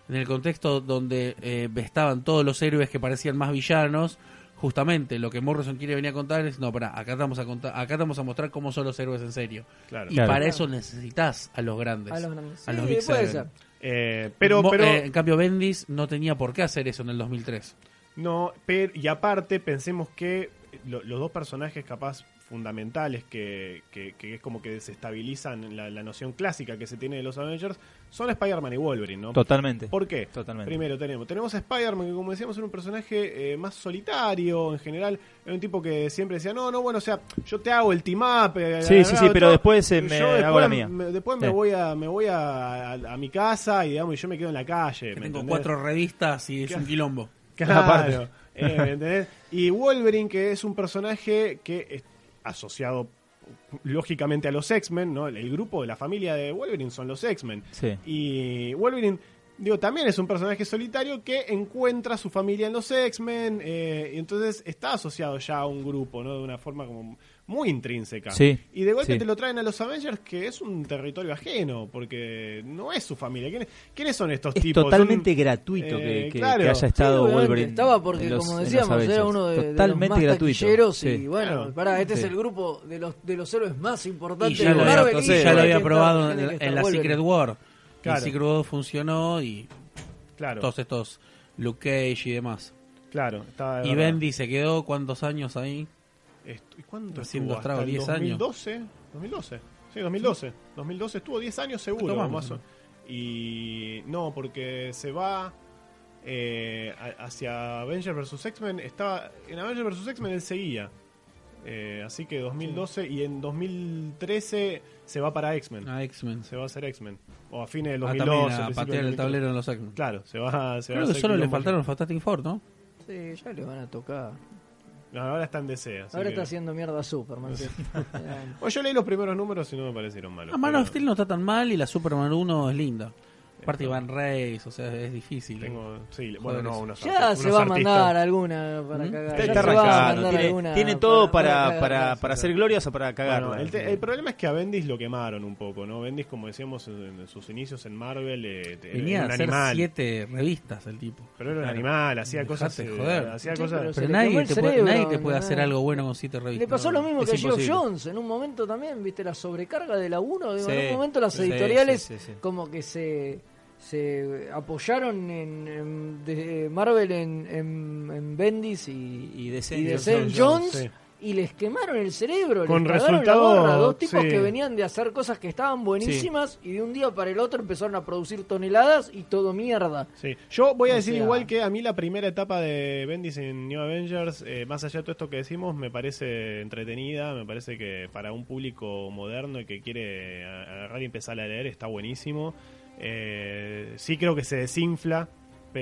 S4: en el contexto donde eh, estaban todos los héroes que parecían más villanos, justamente lo que Morrison quiere venir a contar es, no, pará, acá estamos a, contar, acá estamos a mostrar cómo son los héroes en serio.
S1: Claro.
S4: Y
S2: Claro.
S4: para eso necesitas a los grandes.
S3: A los grandes.
S4: a los
S3: Sí,
S4: Big
S3: puede
S4: Seven.
S3: ser.
S1: Eh, pero,
S4: Mo-
S1: pero
S4: eh, en cambio, Bendis no tenía por qué hacer eso en el 2003.
S1: No, pero, y aparte pensemos que eh, lo- los dos personajes capaz fundamentales que, que- que es como que desestabilizan la, la noción clásica que se tiene de los Avengers son Spider-Man y Wolverine, ¿no?
S2: Totalmente.
S1: ¿Por qué?
S2: Totalmente.
S1: Primero tenemos, tenemos a Spider-Man que como decíamos era un personaje eh, más solitario en general, era un tipo que siempre decía, no, no, bueno, o sea, yo te hago el team up. eh,
S2: Sí, sí, sí,
S1: todo,
S2: pero después, eh, me
S1: yo
S2: hago la
S1: después
S2: mía".
S1: me- después me
S2: Sí.
S1: voy, a, me voy a, a- a mi casa y digamos, y yo me quedo en la calle.
S4: Que
S1: ¿me
S4: tengo
S1: entendés?
S4: cuatro revistas y es un quilombo.
S1: Claro. Eh, ¿me entendés? Y Wolverine, que es un personaje que es asociado lógicamente a los X-Men, ¿no? El, el grupo de la familia de Wolverine son los X-Men.
S2: Sí.
S1: Y Wolverine, digo, también es un personaje solitario que encuentra a su familia en los X-Men. eh, y entonces está asociado ya a un grupo, ¿no? De una forma como muy intrínseca.
S2: Sí,
S1: y de golpe
S2: sí.
S1: te lo traen a los Avengers, que es un territorio ajeno, porque no es su familia. ¿Quiénes, quiénes son estos
S2: Es
S1: tipos? Son-
S2: totalmente gratuito
S1: eh,
S2: que, que-
S1: claro.
S2: que haya
S3: Sí,
S2: estado
S3: obviamente,
S2: Wolverine.
S3: Estaba porque,
S2: en los- en
S3: como
S2: los
S3: decíamos, era
S2: Avengers.
S3: uno de, de
S2: Totalmente
S3: los más
S2: gratuito.
S3: taquilleros
S2: sí.
S3: y bueno,
S1: Claro.
S3: pará, este
S2: Sí.
S3: es el grupo de los de los héroes más
S4: Y
S3: importantes
S4: ya
S3: de
S4: lo había,
S2: Marvel,
S4: entonces,
S2: y
S4: ya lo
S2: hay
S4: había
S2: que
S4: probado en, la- en la Secret War.
S1: Claro.
S4: La Secret War funcionó y
S1: Claro.
S4: todos estos Luke Cage y demás.
S1: Claro, estaba de
S4: Y
S1: verdad.
S4: Bendy se quedó cuántos años ahí.
S1: Estu- ¿Y cuánto
S4: Haciendo
S1: estuvo?
S4: estrago,
S1: Hasta el
S4: 10 años.
S1: 2012, 2012. Sí, 2012. 2012 estuvo 10 años seguro.
S4: Tomamos.
S1: más o- Y no, porque se va eh, a- hacia Avengers vs. X-Men. Estaba en Avengers vs. X-Men él seguía. Eh, así que 2012 y en 2013 se va para X-Men.
S4: A X-Men.
S1: Se va a hacer X-men. O a fines del
S4: Ah,
S1: 2012.
S4: también a
S1: principio
S4: patear
S1: del 2013.
S4: el tablero en los X-Men.
S1: Claro, se va, se va a
S4: Creo que
S1: hacer
S4: solo le
S1: quilombo.
S4: faltaron los Fantastic Four, ¿no?
S3: Sí, ya le van a tocar.
S1: No, ahora está en DC. así
S3: Ahora
S1: que-
S3: está haciendo mierda Superman. sí.
S1: Bueno, yo leí los primeros números y no me parecieron malos.
S4: A Ah, Man of
S1: pero-
S4: Steel no está tan mal y la Superman 1 es linda. Aparte Van Reyes, o sea, es difícil.
S1: Tengo, sí, bueno, no, unos
S3: ya
S1: arti-
S3: se
S1: unos
S3: va a
S1: artistas.
S3: mandar alguna para cagar.
S2: Está,
S1: Ya
S2: está
S1: se va a
S2: arrancando.
S1: mandar
S2: Tiene,
S3: alguna
S2: tiene todo para, para, para,
S3: cagarla.
S2: hacer glorias o para cagar.
S1: Bueno, el, te- el problema es que a Bendis lo quemaron un poco, ¿no? Bendis, como decíamos en, en sus inicios en Marvel, eh, te-
S4: Venía
S1: era
S4: a
S1: un
S4: hacer
S1: animal.
S4: siete revistas el tipo.
S1: Pero era un animal, hacía
S4: Dejate
S1: cosas.
S4: de
S1: eh,
S4: joder.
S1: Hacía
S3: Sí,
S1: cosas.
S3: pero se le quemó
S4: Pero nadie
S3: el
S4: te, puede,
S3: cerebro,
S4: nadie te puede
S3: ¿no?
S4: hacer algo bueno con siete revistas.
S3: Le pasó
S4: No,
S3: lo mismo
S2: es
S3: que a Geoff
S2: imposible.
S3: Jones en un momento también, viste, la sobrecarga de la 1. digo,
S2: Sí,
S3: en un momento las
S2: sí,
S3: editoriales
S2: sí, sí, sí.
S3: como que se, se apoyaron en, en- de Marvel en, en- en Bendis y,
S2: y
S3: y de
S2: descenso.
S1: Geoff
S3: Sam
S1: Jones,
S3: Jones.
S1: sí.
S3: Y les quemaron el cerebro,
S1: Con
S3: les cagaron la
S1: resultado,
S3: gorra, dos tipos
S1: sí.
S3: que venían de hacer cosas que estaban buenísimas y de un día para el otro empezaron a producir toneladas y todo mierda.
S1: Sí. Yo voy a
S3: O
S1: decir
S3: sea-
S1: igual que a mí la primera etapa de Bendis en New Avengers, eh, más allá de todo esto que decimos, me parece entretenida, me parece que para un público moderno y que quiere a- agarrar y empezar a leer está buenísimo. Eh, sí creo que se desinfla,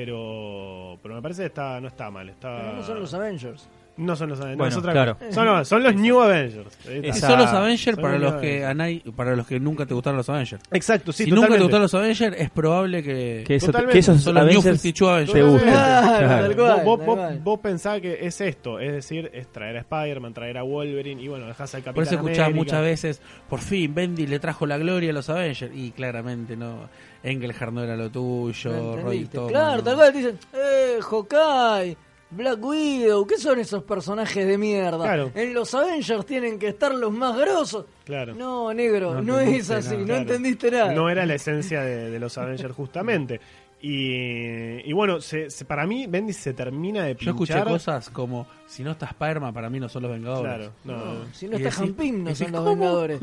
S1: pero pero me parece que está no está mal.
S2: Ah.
S1: Está,
S3: Pero no son los Avengers.
S1: No son los Avengers,
S2: Bueno,
S1: es otra
S2: claro.
S1: cosa. Son, los- son los New Avengers. Ahí está.
S4: Sí,
S2: Esa-
S4: son los Avengers
S1: son
S4: para
S1: los
S4: los que a nadie- para los que nunca te gustaron los Avengers.
S1: Exacto, sí,
S4: si nunca te
S1: totalmente.
S4: gustaron los Avengers, es probable que,
S2: Que, eso-
S1: Totalmente.
S2: que esos
S4: son los New
S2: Avengers te
S4: 52 Avengers.
S1: Totalmente.
S2: gusten.
S3: Claro,
S2: Claro.
S3: tal cual,
S1: vos,
S3: tal
S1: vos-
S3: cual.
S1: vos pensás que es esto, es decir, es traer a Spider-Man, traer a Wolverine y bueno, dejás al Capitán
S4: Por eso escuchás
S1: América.
S4: muchas veces, por fin, Bendy le trajo la gloria a los Avengers. Y claramente no, Engelhard no era lo
S3: ¿Me
S4: tuyo, Roy
S3: entendiste?
S4: Thomas.
S3: claro,
S4: no.
S3: tal cual dicen, eh, Hawkeye, Black Widow, ¿qué son esos personajes de mierda?
S1: Claro.
S3: En los Avengers tienen que estar los más grosos.
S1: Claro.
S3: No, negro, no,
S4: No
S3: es
S4: entendiste
S3: así,
S4: nada,
S3: no
S1: Claro.
S3: entendiste nada.
S1: No era la esencia de, de los Avengers justamente. Y, y bueno, se- se- para mí Bendy se termina de
S4: Yo
S1: pinchar.
S4: escuché cosas como, si no está Spider-Man, para mí no son los Vengadores.
S1: Claro, no.
S3: Si no
S4: Y
S3: está
S4: decís-
S3: Jampín, no
S4: decís,
S3: son los
S4: ¿cómo?
S3: Vengadores.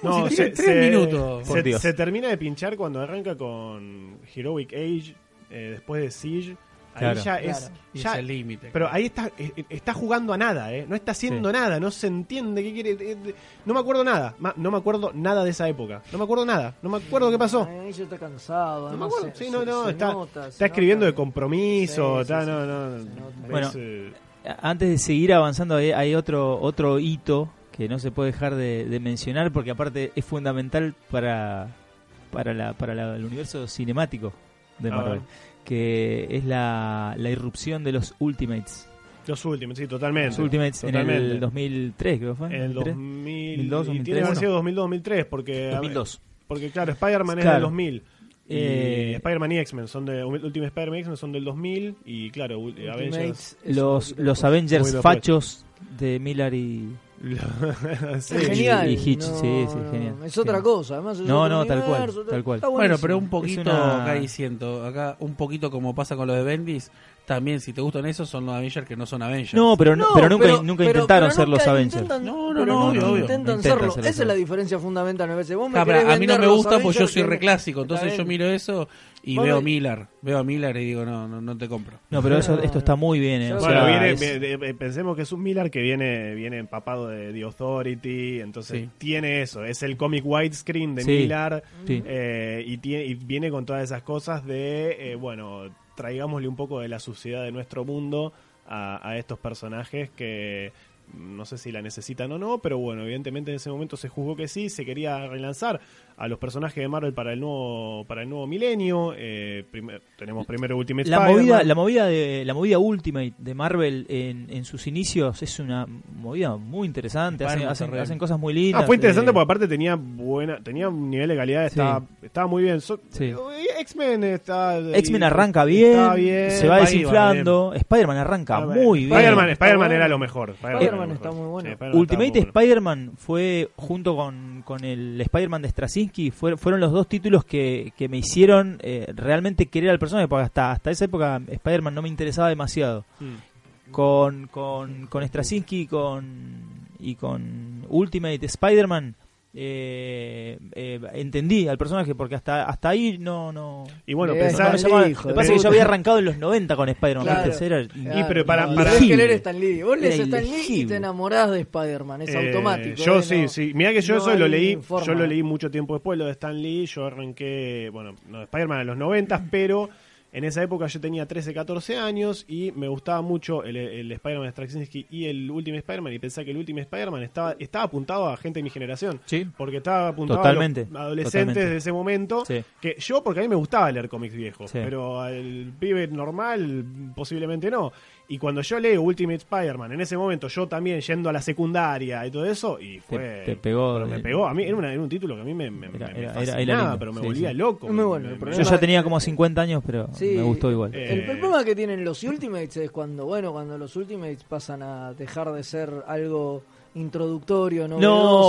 S4: ¿Cómo se tiran tres minutos?
S1: se-
S2: Por Dios.
S1: se termina de pinchar cuando arranca con Heroic Age, eh, después de Siege. Ahí
S2: Claro.
S1: ya es.
S3: Claro.
S4: Y
S1: ya-
S4: es el límite.
S1: pero ahí está, eh, está jugando a nada, ¿eh? No está haciendo
S2: Sí.
S1: nada, no se entiende qué quiere. eh, eh, No me acuerdo nada. ma- No me acuerdo nada de esa época. No me acuerdo nada. No me acuerdo qué pasó.
S3: Ay, yo está cansado.
S1: No me
S3: además
S1: acuerdo.
S3: se-
S1: Sí, no,
S3: se-
S1: no.
S3: se
S1: Está,
S3: nota, se
S1: está escribiendo
S3: nota
S1: de compromiso.
S3: Sí,
S1: está,
S3: sí,
S1: no,
S3: sí,
S1: no.
S3: se nota.
S1: ves,
S2: Bueno,
S1: eh,
S2: A- Antes de seguir avanzando, hay, hay otro, otro hito que no se puede dejar de, de mencionar porque aparte es fundamental para, para, la, para la- el universo cinemático de
S1: A
S2: Marvel,
S1: ver.
S2: que es la, la irrupción de los Ultimates.
S1: los últimos, sí, totalmente.
S2: Los Ultimates en
S1: Totalmente.
S2: el 2003, creo que fue.
S1: En el
S2: 2003.
S1: 2000,
S2: 2002,
S1: y tiene que
S2: 2003,
S1: haber
S2: ¿no?
S1: sido 2002, 2003, porque, a ver,
S2: 2002.
S1: porque claro, Spider-Man es
S2: Claro.
S1: del 2000. y
S2: Eh,
S1: Spider-Man y X-Men son de Ultimate Spider-Man y X-Men son del 2000 y claro, Ul- Avengers.
S3: Ultimates es un
S2: los,
S3: poquito
S2: los
S3: después.
S1: Muy
S2: Avengers
S1: después.
S2: fachos de Miller y...
S1: Sí.
S3: Es genial.
S2: y Hitch,
S3: no,
S2: sí, sí,
S3: no,
S2: genial.
S3: Es otra
S2: Genial.
S3: cosa, además. es
S2: No,
S3: otro
S2: no, tal cual,
S3: universo,
S2: tal
S3: está
S2: cual.
S4: Bueno,
S3: buenísimo.
S4: pero un poquito,
S2: Es una-
S4: acá diciendo, acá un poquito como pasa con los de Bendis, también si te gustan esos son los Avengers que no son Avengers.
S2: No, pero, no, pero nunca, nunca
S3: pero-
S2: intentaron
S3: pero
S2: ser los
S3: nunca
S2: Avengers.
S3: intentan-
S4: No, no,
S3: pero
S4: no, obvio, obvio.
S2: No
S3: Intentan
S2: intentan
S3: serlo.
S2: ser los
S3: Esa es la
S2: Avengers.
S3: diferencia fundamental. me parece. Vos me
S4: Ah, pero
S3: querés
S4: a mí no
S3: vender
S4: me
S3: los
S4: gusta porque yo
S3: Avengers
S4: soy
S3: que-
S4: reclásico, entonces
S3: Está
S4: yo
S3: bien.
S4: miro eso y
S3: Vos
S4: veo
S3: ves-
S4: Miller, veo a Miller y digo, no, no, no te compro.
S2: No, pero eso,
S3: No,
S2: esto
S3: no.
S2: está muy bien. eh, o
S1: Bueno,
S2: sea,
S1: viene-
S2: es-
S1: viene- eh, pensemos que es un Miller que viene, viene empapado de The Authority, entonces
S4: Sí.
S1: tiene eso, es el cómic widescreen de
S2: Sí.
S1: Miller
S2: Sí.
S1: eh, y, tiene, y viene con todas esas cosas de, eh, bueno, traigámosle un poco de la suciedad de nuestro mundo a, a estos personajes que no sé si la necesitan o no, pero bueno, evidentemente en ese momento se juzgó que sí, se quería relanzar a los personajes de Marvel para el nuevo, para el nuevo milenio. eh, primer- tenemos primero Ultimate
S2: la
S1: Spider-Man.
S2: movida, la movida de la movida Ultimate de Marvel en, en sus inicios es una movida muy interesante. Hacen,
S4: Spider-Man
S2: hacen-
S4: Terrell.
S2: hacen cosas muy lindas.
S1: Ah, fue interesante
S2: eh,
S1: porque aparte tenía buena, tenía un nivel de calidad, estaba, estaba muy bien. So- eh,
S2: Sí.
S1: X-Men está eh,
S2: X-Men arranca bien,
S1: está bien,
S2: se va
S1: Spider-Man
S2: desinflando. Spider-Man arranca
S1: bien.
S2: muy bien.
S1: Spider-Man,
S3: Está
S1: Spider-Man
S3: bueno.
S1: era lo mejor. Spider-Man, era lo
S3: Spider-Man
S1: mejor.
S3: está muy bueno.
S1: Sí, Spider-Man
S2: Ultimate
S1: estaba muy
S2: Spider-Man fue, junto con, con el Spider-Man de Straczynski, fue- fueron los dos títulos que, que me hicieron eh, realmente querer al personaje, porque hasta, hasta esa época Spider-Man no me interesaba demasiado.
S1: bueno.
S2: Con, con, con Straczynski con, y con Ultimate Spider-Man eh, eh, entendí al personaje, porque hasta, hasta ahí no... no...
S1: Y bueno,
S3: Eh,
S1: pensá-
S2: no me
S3: hijo
S2: llamaba-
S3: de
S2: lo que pasa es que
S3: puta.
S2: yo había arrancado en los 90 con Spider-Man.
S3: Claro.
S2: ¿viste? Era
S1: Y pero para-
S3: no,
S1: para-
S3: tenés que
S2: ilegible.
S3: leer Stan Lee. Vos lees
S2: Era
S3: Stan Lee y te
S2: ilegible.
S3: enamorás de Spider-Man. Es
S1: Eh,
S3: automático.
S1: Yo
S3: eh,
S1: sí,
S3: no-
S1: sí. Mirá que yo
S3: no
S1: eso lo
S3: hay
S1: leí,
S3: forma.
S1: yo lo leí mucho tiempo después, lo de Stan Lee, yo arranqué, bueno, no, Spider-Man en los
S3: Mm.
S1: 90, pero en esa época yo tenía 13, 14 años y me gustaba mucho el, el Spider-Man de Straczynski y el último Spider-Man y pensé que el último Spider-Man estaba, estaba apuntado a gente de mi generación.
S2: Sí.
S1: Porque estaba apuntado a
S2: Totalmente,
S1: los adolescentes
S2: totalmente.
S1: de ese momento.
S2: Sí.
S1: Que yo, porque a mí me gustaba leer cómics viejos,
S2: Sí.
S1: pero al pibe normal posiblemente no. Y cuando yo leo Ultimate Spider-Man, en ese momento yo también yendo a la secundaria y todo eso, y fue...
S2: te pegó,
S1: pero me
S2: eh,
S1: pegó. A mí era, una- era un título que a mí me, me,
S2: Era-
S1: me
S2: era-
S1: fascinaba,
S2: era lindo.
S1: pero me
S2: Sí,
S1: volvía
S2: sí.
S1: loco.
S3: Muy bueno,
S1: Me- me-
S3: el
S2: Yo
S3: problema-
S2: ya tenía como 50 años, pero
S3: Sí,
S2: me gustó igual.
S1: Eh,
S3: El problema que tienen los Ultimates es cuando, bueno, cuando los Ultimates pasan a dejar de ser algo introductorio, no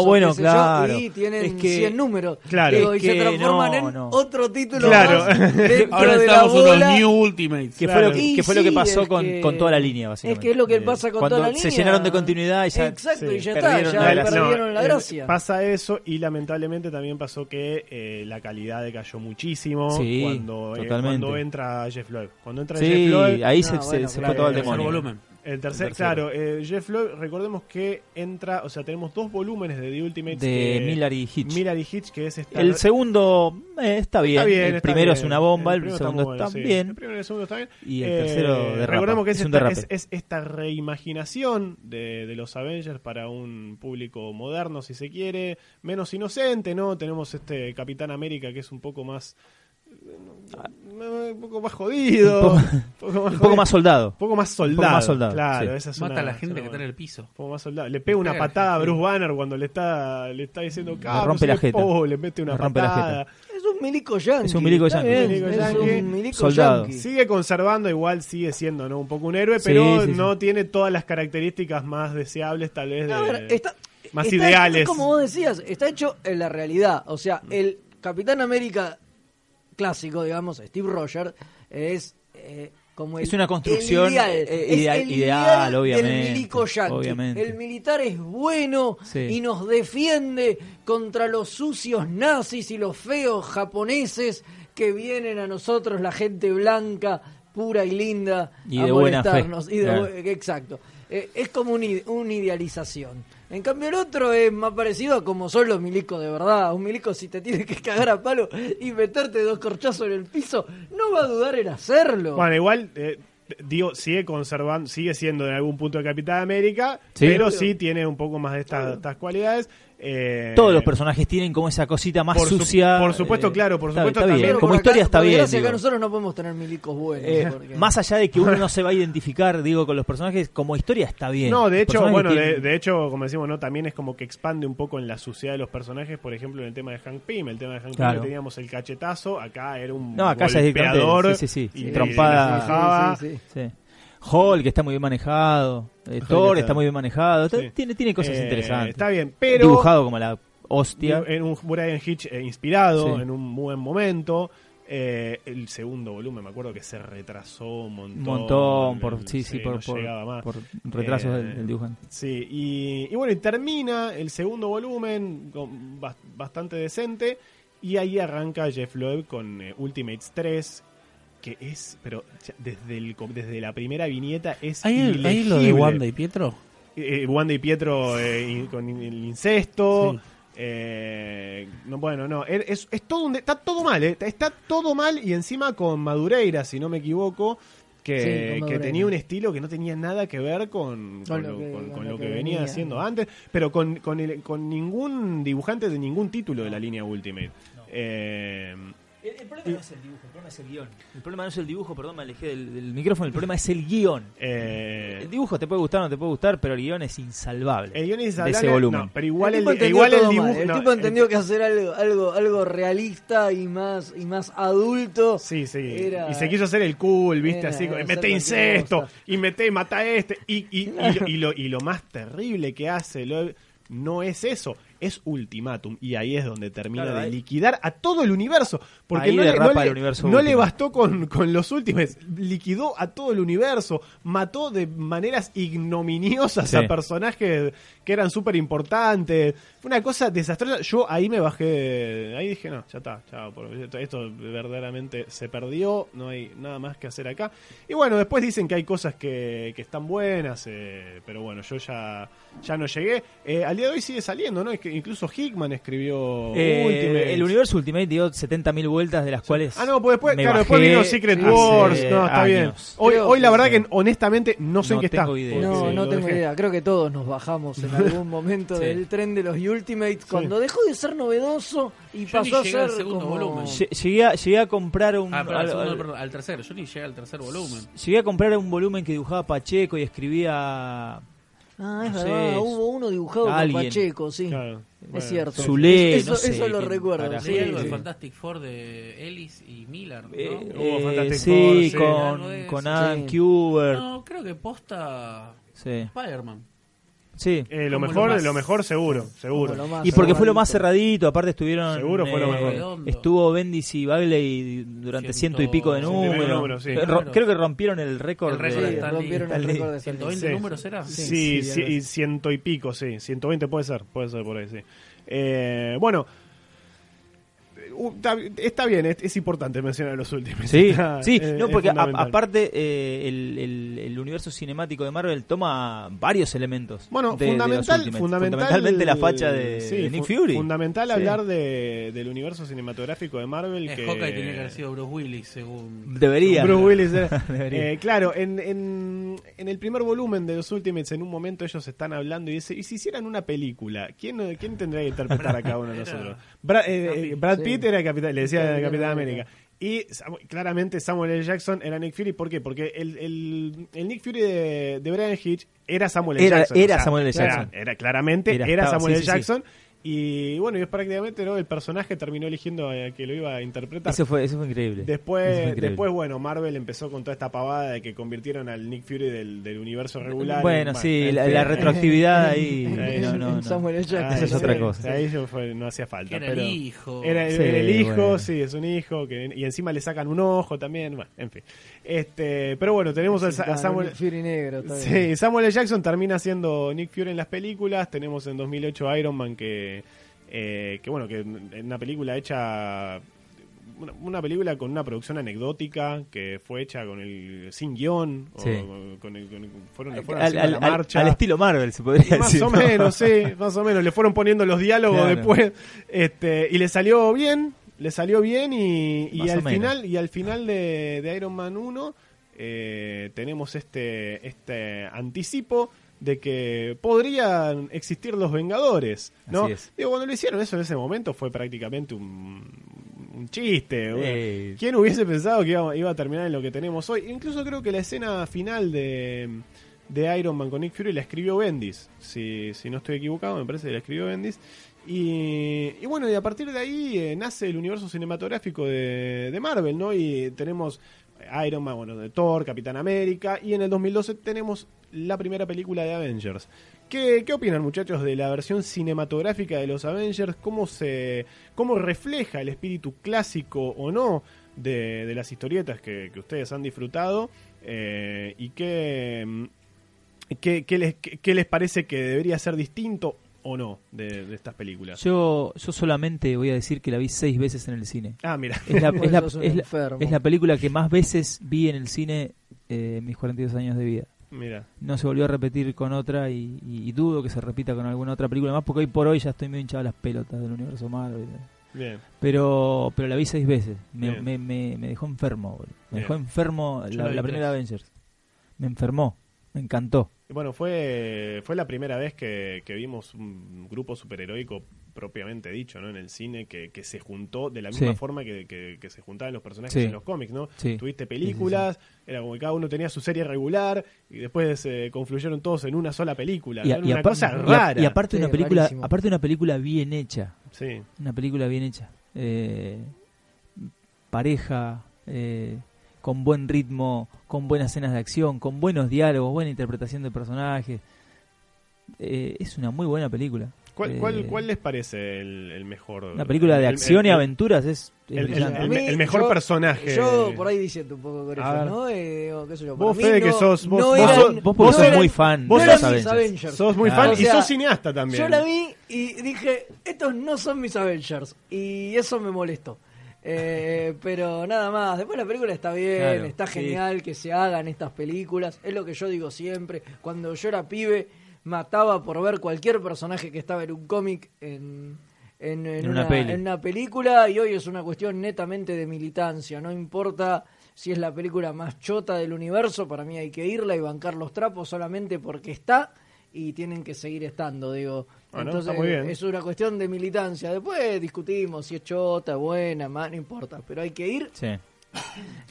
S2: bueno,
S3: qué sé yo,
S2: claro.
S3: y tienen
S2: Es que-
S3: 100 números.
S1: Claro.
S3: Digo,
S2: Es
S3: y se
S2: que
S3: transforman
S2: no,
S3: en
S2: no.
S3: otro título
S1: Claro.
S3: más dentro
S4: Ahora
S3: de la
S4: estamos
S3: bola.
S4: unos New Ultimates.
S2: Que
S1: Claro.
S2: fue lo que,
S3: Y
S2: que fue lo que
S3: sí,
S2: pasó
S3: es
S2: con,
S3: que-
S2: con toda la línea, básicamente.
S3: Es que es lo que
S2: Eh,
S3: pasa con
S2: Cuando
S3: toda la
S2: Se
S3: línea.
S2: llenaron de continuidad y ya.
S3: Exacto,
S1: sí,
S3: y ya está,
S2: perdieron
S3: ya
S2: la gracia.
S3: perdieron la
S1: eh,
S3: gracia.
S1: Pasa eso y lamentablemente también pasó que eh, la calidad decayó muchísimo
S2: Sí,
S1: cuando, eh,
S2: totalmente.
S1: cuando entra Jeff Lloyd. Cuando entra Jeff
S2: Sí,
S1: Lloyd,
S2: ahí
S3: No,
S2: se, se-
S3: bueno,
S2: se
S3: claro.
S2: fue todo al
S4: El tercer
S2: demonio.
S4: volumen.
S1: El tercer,
S2: El tercero.
S1: claro, eh, Jeff Lloyd, recordemos que entra, o sea, tenemos dos volúmenes de The Ultimate
S2: De Miller y Hitch.
S1: Miller y Hitch, que es esta.
S2: El segundo eh, está bien.
S1: Está bien,
S2: el
S1: está
S2: primero
S1: bien.
S2: es una bomba, el,
S1: primero
S2: segundo
S1: muy
S2: está
S1: bueno, sí.
S2: bien.
S1: El primero y el segundo está bien. Eh,
S2: Y el tercero derrapa,
S1: Recordemos que es,
S2: es un
S1: esta, es,
S2: derrape.
S1: es esta reimaginación de, de los Avengers para un público moderno, si se quiere, menos inocente, ¿no? Tenemos este Capitán América que es un poco más. eh, Un poco más jodido.
S2: Un Un poco
S1: jodido.
S2: más soldado.
S1: Un poco más soldado.
S2: poco más soldado,
S1: Claro,
S2: sí.
S1: esa es
S4: Mata
S1: una-
S4: a la
S1: es
S4: gente
S1: una
S4: que está en
S1: buena.
S4: el piso.
S1: Un poco más soldado. Le pega una
S4: Pega,
S1: patada a
S4: sí.
S1: Bruce Banner cuando le está, le está diciendo que
S2: rompe la jeta.
S1: le mete una
S2: Le rompe la
S1: patada.
S3: Es un milico yankee.
S2: Es un milico
S3: está
S2: yankee.
S3: bien,
S1: Milico
S3: es
S1: yankee,
S3: un milico
S2: soldado.
S3: yankee.
S1: Sigue conservando, igual sigue siendo ¿no? un poco un héroe,
S2: Sí,
S1: pero
S2: sí, sí.
S1: no tiene todas las características más deseables, tal vez. De...
S3: A ver, está-
S1: más
S3: está-
S1: ideales. Mm.
S3: Como vos decías, está hecho en la realidad. O sea, el Capitán América clásico, digamos, Steve Rogers, es eh, como el,
S2: Es una construcción,
S3: el ideal,
S2: eh,
S3: es
S2: ideal-
S3: el
S2: ideal,
S3: del
S2: obviamente,
S3: milico yanqui.
S2: obviamente.
S3: El militar es bueno
S2: Sí.
S3: y nos defiende contra los sucios nazis y los feos japoneses que vienen a nosotros, la gente blanca, pura y linda,
S2: Y
S3: a
S2: de buena fe.
S3: molestarnos. Y de
S2: Claro.
S3: bu- Exacto. Eh, es como un i- una idealización. En cambio, el otro es más parecido a como son los milicos de verdad. Un milico, si te tiene que cagar a palo y meterte dos corchazos en el piso, no va a dudar en hacerlo.
S1: Bueno, igual, eh, digo, sigue conservando, sigue siendo en algún punto de Capitán América,
S2: Sí.
S1: pero sí tiene un poco más de estas, estas cualidades. eh,
S2: Todos los personajes tienen como esa cosita más
S1: por su-
S2: sucia. eh,
S1: por supuesto, claro, por
S2: está-
S1: supuesto
S2: está bien.
S1: también.
S2: Como
S3: por acá-
S2: historia está
S3: por
S2: bien.
S3: desgracia, acá
S2: digo.
S3: nosotros no podemos tener milicos buenos.
S2: Eh,
S3: porque-
S2: más allá de que uno no se va a identificar, digo, con los personajes, como historia está bien.
S1: No, de
S2: Los
S1: hecho,
S2: personajes
S1: bueno, de,
S2: tienen-
S1: de hecho, como decimos, no, también es como que expande un poco en la suciedad de los personajes, por ejemplo, en el tema de Hank Pym, el tema de Hank
S2: Claro.
S1: Pym teníamos el cachetazo, acá era un
S2: No, acá ya es directamente,
S1: golpeador
S2: sí, sí, sí,
S1: y-
S2: sí,
S1: y la
S2: trompada.
S1: fajaba.
S3: Sí, sí, sí.
S2: Sí. Hall, que está muy bien manejado. eh,
S1: Hall
S2: Thor
S1: está-
S2: está muy bien manejado.
S1: Sí.
S2: Tiene, tiene cosas
S1: Eh,
S2: interesantes.
S1: Está bien, pero
S2: Dibujado como la hostia.
S1: en un Brian Hitch eh, inspirado,
S2: Sí.
S1: en un buen momento. Eh, el segundo volumen, me acuerdo que se retrasó un montón.
S2: un montón. Por, sí, sí,
S1: no
S2: por, por-
S1: llegaba más.
S2: por retrasos
S1: Eh,
S2: del, del dibujante.
S1: Sí, y, y bueno, y termina el segundo volumen con bas- bastante decente. Y ahí arranca Jeff Loeb con eh, Ultimates 3, que es, pero ya desde, el, co- desde la primera viñeta es.
S4: ¿Hay, el- hay lo de
S1: ilegible.
S4: Wanda y Pietro?
S1: Eh, eh, Wanda y Pietro eh, in- con in- el incesto.
S4: Sí.
S1: eh, no, bueno, no, er- es, es todo un de- está todo mal, eh, está todo mal y encima con Madureira, si no me equivoco,
S3: Sí, con
S1: que, que
S3: Madureira.
S1: tenía un estilo que no tenía nada que ver con, con lo, con- con lo que venía haciendo antes, pero con, con, el- con ningún dibujante de ningún título de la línea Ultimate. Eh,
S2: El, problema no es el dibujo, el problema es el guión. El problema no es el dibujo, perdón, me alejé del, del micrófono. El problema es el guión.
S1: eh,
S2: El dibujo te puede gustar o no te puede gustar, pero el guión es insalvable.
S1: el guion es
S2: de
S1: hablable,
S2: ese volumen.
S1: no, pero igual
S3: el tipo
S1: el,
S3: entendió
S1: igual el
S3: todo mal.
S1: dibujo.
S3: El
S1: no,
S3: tipo
S1: el-
S3: entendió que hacer algo, algo, algo realista y más, y más adulto.
S1: Sí, sí.
S3: Era-
S1: y se quiso hacer el cool, viste,
S3: era-
S1: así.
S3: era
S1: eh,
S3: hacer
S1: Mete
S3: cualquier
S1: incesto,
S3: cosa.
S1: y mete, mata a este. Y, y, y lo, y, lo, y lo más terrible que hace lo- no es eso, es ultimátum. Y ahí es donde termina
S2: Claro,
S1: de
S2: ahí-
S1: liquidar a todo el universo. Porque
S2: Ahí
S1: no, le, no
S2: derrapa
S1: le-
S2: el universo
S1: no le
S2: Ultimate.
S1: bastó con, con los últimos, liquidó a todo el universo, mató de maneras ignominiosas
S2: Sí.
S1: a personajes que eran súper importantes. Fue una cosa desastrosa. Yo ahí me bajé, ahí dije, no, ya está, chao, por- esto, esto verdaderamente se perdió, no hay nada más que hacer acá. Y bueno, después dicen que hay cosas que, que están buenas, eh, pero bueno, yo ya, ya no llegué. Eh, al día de hoy sigue saliendo, ¿no? Es que incluso Hickman escribió
S2: Eh,
S1: Ultimate.
S2: el universo Ultimate dio 70.000 vueltas, de las cuales.
S1: Ah, no, pues después,
S2: me
S1: claro,
S2: bajé
S1: después vino Secret
S2: hace
S1: Wars. No, está bien.
S2: años.
S1: Hoy,
S3: Creo
S1: hoy la
S3: que
S1: verdad
S2: sí.
S1: que honestamente no sé
S2: No
S1: en qué está.
S2: tengo idea.
S1: porque
S3: No, no
S1: lo
S3: tengo
S1: dejé.
S3: idea. Creo que todos nos bajamos en algún momento
S2: Sí.
S3: del tren de los Ultimates cuando dejó de ser novedoso y
S4: Yo
S3: pasó a
S4: ni llegué al
S3: ser
S4: segundo
S3: como... Ah,
S4: volumen.
S2: Lle- Llegué a, llegué a comprar un.
S4: Ah, pero al,
S2: al-
S4: segundo,
S2: al-
S4: perdón, al tercero. Yo ni llegué al tercer volumen.
S2: llegué a comprar un volumen que dibujaba Pacheco y escribía
S3: Ah, es
S2: No sé,
S3: verdad.
S2: es-
S3: Hubo uno dibujado
S2: alguien.
S3: por Pacheco, sí.
S1: Claro. Bueno,
S3: Es cierto.
S2: Zule,
S3: eso
S2: no sé
S3: eso lo
S2: quién
S3: recuerdo.
S2: carajo.
S4: Sí,
S3: sí,
S4: algo
S3: sí.
S4: de Fantastic Four de Ellis y Miller. ¿no?
S2: Eh,
S1: Hubo
S2: eh,
S1: Fantastic Four,
S2: sí,
S1: sí.
S4: Algo de
S2: con,
S4: eso,
S2: con
S4: sí.
S2: Adam Kubert.
S4: no, creo que posta
S2: Sí.
S4: Spider-Man.
S2: sí.
S1: Eh, lo
S4: Como
S1: mejor,
S4: lo
S1: lo,
S4: más-
S1: mejor seguro, seguro.
S3: Como lo más
S2: Y porque fue lo más
S3: cerradito.
S2: cerradito, aparte estuvieron.
S1: Seguro fue lo
S2: eh,
S1: mejor.
S4: Redondo.
S2: Estuvo Bendis y Bagley durante ciento,
S4: Ciento-
S2: y pico de
S4: ciento y pico de
S2: números.
S1: números, sí.
S2: Eh, ro-
S4: Claro.
S2: Creo que rompieron el récord.
S4: El récord
S2: de-
S4: de Stan Lee.
S3: rompieron el
S2: Stan Lee.
S3: récord de Stan Lee.
S4: 120
S1: Sí.
S4: números era.
S1: Sí,
S2: Sí, sí,
S1: sí,
S2: algo así.
S1: y ciento y pico, sí. 120 puede ser, puede ser por ahí, sí. Eh, bueno. Uh, Está, está bien, es, es importante mencionar los últimos.
S2: Sí,
S1: Está-
S2: sí,
S1: eh,
S2: no,
S1: es
S2: porque a-
S1: fundamental.
S2: aparte eh, el, el- el universo cinemático de Marvel toma varios elementos.
S1: Bueno,
S2: de- de los
S1: fundamental,
S2: Ultimates.
S1: fundamental-
S2: fundamentalmente la facha de,
S1: sí,
S2: de Nick
S1: fu-
S2: Fury.
S1: Fundamental
S2: Sí.
S1: hablar de- del universo cinematográfico de Marvel.
S4: Es
S1: que...
S4: Hawkeye tenía que haber sido Bruce Willis, según.
S2: Debería.
S1: Bruce Willis era-
S2: Debería.
S1: Eh, claro, en, en- en el primer volumen de los Ultimates, en un momento ellos están hablando y dice, ¿y si hicieran una película? ¿Quién, quién tendría que interpretar a cada uno de nosotros? Bra- eh, eh, Brad
S3: Sí.
S1: Pitt era el capitán, le decía
S3: Capitán
S1: Capitán
S3: América.
S1: América. Y Samu- claramente Samuel L. Jackson era Nick Fury. ¿Por qué? Porque el, el- el Nick Fury de, de Brian Hitch era Samuel L.
S2: Era-
S1: Jackson.
S2: era Samuel L.
S1: era-
S2: Jackson.
S1: Era, claramente,
S2: Era-
S1: era,
S2: estaba-
S1: Samuel
S2: sí,
S1: L.
S2: sí, sí.
S1: Jackson. Y bueno, y es prácticamente ¿no? el personaje terminó eligiendo a que lo iba a interpretar.
S2: Eso fue, eso fue increíble. Eso fue
S1: Después,
S2: increíble.
S1: después, bueno, Marvel empezó con toda esta pavada de que convirtieron al Nick Fury del, del universo regular. este,
S2: bueno,
S1: en-
S2: sí,
S1: en-
S2: la, la retroactividad ahí.
S1: Eh,
S2: no, no, no.
S3: Samuel L. Jackson.
S1: Ah,
S2: Esa es
S1: sí,
S2: otra cosa.
S1: Ahí yo fue- no hacía falta.
S4: Que era
S1: pero
S4: el hijo.
S1: Era,
S2: Sí,
S1: era el hijo,
S2: bueno.
S1: sí, es un hijo. Que, y encima le sacan un ojo también. Bueno, en fin. Este, pero bueno, tenemos al Sa- a
S3: Claro,
S1: Samuel.
S3: Nick Fury negro. está bien.
S1: Sí, Samuel L. Jackson termina siendo Nick Fury en las películas. Tenemos en 2008 Iron Man que, eh, que bueno, que en una película hecha una, una película con una producción anecdótica que fue hecha con el sin guión o
S2: Sí.
S1: con el- con el- fueron, le fueron
S2: Al,
S1: haciendo
S2: al-
S1: la
S2: al-
S1: marcha
S2: al estilo Marvel, se podría
S1: más
S2: decir.
S1: o
S2: ¿no?
S1: menos, sí, más o menos. Le fueron poniendo los diálogos
S2: Claro.
S1: después. Este, y le salió bien, le salió bien y, y
S2: Más o
S1: al
S2: menos.
S1: final, y al final de, de Iron Man 1 eh, tenemos este, este anticipo de que podrían existir los Vengadores, ¿no?
S2: Así es.
S1: Digo, cuando lo hicieron eso en ese momento fue prácticamente un, un chiste. una-
S2: Eh,
S1: ¿Quién hubiese pensado que iba, iba a terminar en lo que tenemos hoy? Incluso creo que la escena final de, de Iron Man con Nick Fury la escribió Bendis. Si, si no estoy equivocado, me parece que la escribió Bendis. Y, y bueno, y a partir de ahí eh, nace el universo cinematográfico de, de Marvel, ¿no? Y tenemos Iron Man, bueno, de Thor, Capitán América. Y en el 2012 tenemos la primera película de Avengers. ¿Qué, qué opinan, muchachos, de la versión cinematográfica de los Avengers? ¿Cómo, se, cómo refleja el espíritu clásico o no de, de las historietas que, que ustedes han disfrutado? Eh, ¿Y qué, mm, qué, qué les, qué- qué les parece que debería ser distinto o no de, de estas películas?
S2: yo, yo solamente voy a decir que la vi seis veces en el cine.
S1: Ah, mira.
S2: Es la,
S3: Vos
S2: es la-
S3: sos un
S2: es la-
S3: enfermo.
S2: es la película que más veces vi en el cine eh, en mis 42 años de vida.
S1: Mira.
S2: No se volvió a repetir con otra y, y- y dudo que se repita con alguna otra película más porque hoy por hoy ya estoy medio hinchado a las pelotas del universo Marvel.
S1: Bien.
S2: Pero, pero la vi seis veces. Me,
S1: Bien.
S2: me- me- me dejó enfermo, boludo. Me
S1: Bien.
S2: dejó enfermo
S1: Yo
S2: la,
S1: la vi
S2: la primera
S1: tres.
S2: Avengers. Me enfermó. Me encantó.
S1: Bueno, fue, fue la primera vez que, que vimos un grupo superheroico propiamente dicho, ¿no? En el cine, que, que se juntó de la misma
S2: Sí.
S1: forma que, que- que se juntaban los personajes
S2: Sí.
S1: en los cómics, ¿no?
S2: Sí.
S1: Tuviste películas, era como que cada uno tenía su serie regular y después se confluyeron todos en una sola película. ¿no? Era una
S2: apa-
S1: cosa
S2: y a-
S1: rara.
S2: y aparte
S3: Sí,
S2: una película,
S3: rarísimo.
S2: aparte una película bien hecha.
S1: sí,
S2: Una película bien hecha. Eh, pareja, eh, con buen ritmo, con buenas escenas de acción, con buenos diálogos, buena interpretación de personajes. Eh, es una muy buena película.
S1: ¿Cuál,
S2: Eh,
S1: cuál, cuál les parece el, el mejor?
S2: Una película de
S1: el-
S2: acción
S1: el-
S2: y
S1: el-
S2: aventuras es, es
S1: el- el-
S2: brillante.
S1: el- el mejor personaje.
S3: Yo por ahí diciendo un poco con
S1: A
S3: eso,
S1: ver.
S3: ¿no? Eh, digo, qué sé yo,
S1: Vos,
S3: para mí
S1: Fede, que
S3: no-
S1: sos- vos-
S3: no
S1: vos
S3: eran-
S1: sos-
S2: vos porque
S3: no
S2: sos
S3: eran-
S2: muy fan
S3: no
S2: de los
S3: eran mis
S2: Avengers.
S3: Avengers.
S1: Sos muy
S2: Ah.
S1: fan
S2: O
S1: y
S3: sea,
S1: sos cineasta también.
S3: Yo la vi y dije, estos no son mis Avengers. Y eso me molestó. Eh, pero nada más, después la película está bien,
S2: Claro,
S3: está
S2: sí.
S3: genial que se hagan estas películas, es lo que yo digo siempre, cuando yo era pibe mataba por ver cualquier personaje que estaba en un cómic en, en, en
S2: En una
S3: una,
S2: peli.
S3: en una película y hoy es una cuestión netamente de militancia, no importa si es la película más chota del universo, para mí hay que irla y bancar los trapos solamente porque está y tienen que seguir estando, digo.
S1: Bueno,
S3: Entonces
S1: está muy bien.
S3: es una cuestión de militancia. Después discutimos si es chota, buena, más, no importa, pero hay que ir
S2: Sí.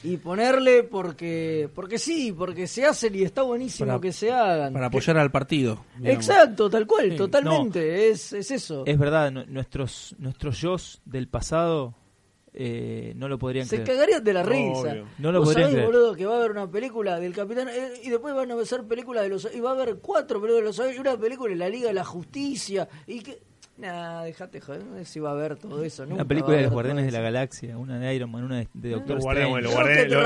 S3: y ponerle porque porque sí, porque se hacen y está buenísimo
S4: Para-
S3: que se hagan.
S4: Para apoyar al partido. digamos.
S3: Exacto, tal cual,
S2: Sí,
S3: totalmente, es, es eso.
S2: Es verdad, nu- nuestros nuestros yos del pasado eh, no lo podrían
S3: se
S2: creer.
S3: cagarían de la
S1: Obvio.
S3: risa.
S2: No lo
S3: Vos
S2: podrían
S3: sabés,
S2: creer.
S3: boludo, que va a haber una película del Capitán eh, y después van a ser películas de los y va a haber cuatro películas de los Avengers, una película de la Liga de la Justicia y que nah, dejate joder, no sé si va a haber todo eso, nunca
S2: Una película
S3: va a
S2: de los
S3: haber
S2: Guardianes
S3: todo
S2: de la
S3: eso.
S2: Galaxia, una de Iron Man, una de, de Doctor
S1: Los guardianes,
S2: Strange.
S1: bueno, los
S3: Rocket
S1: guardianes- los-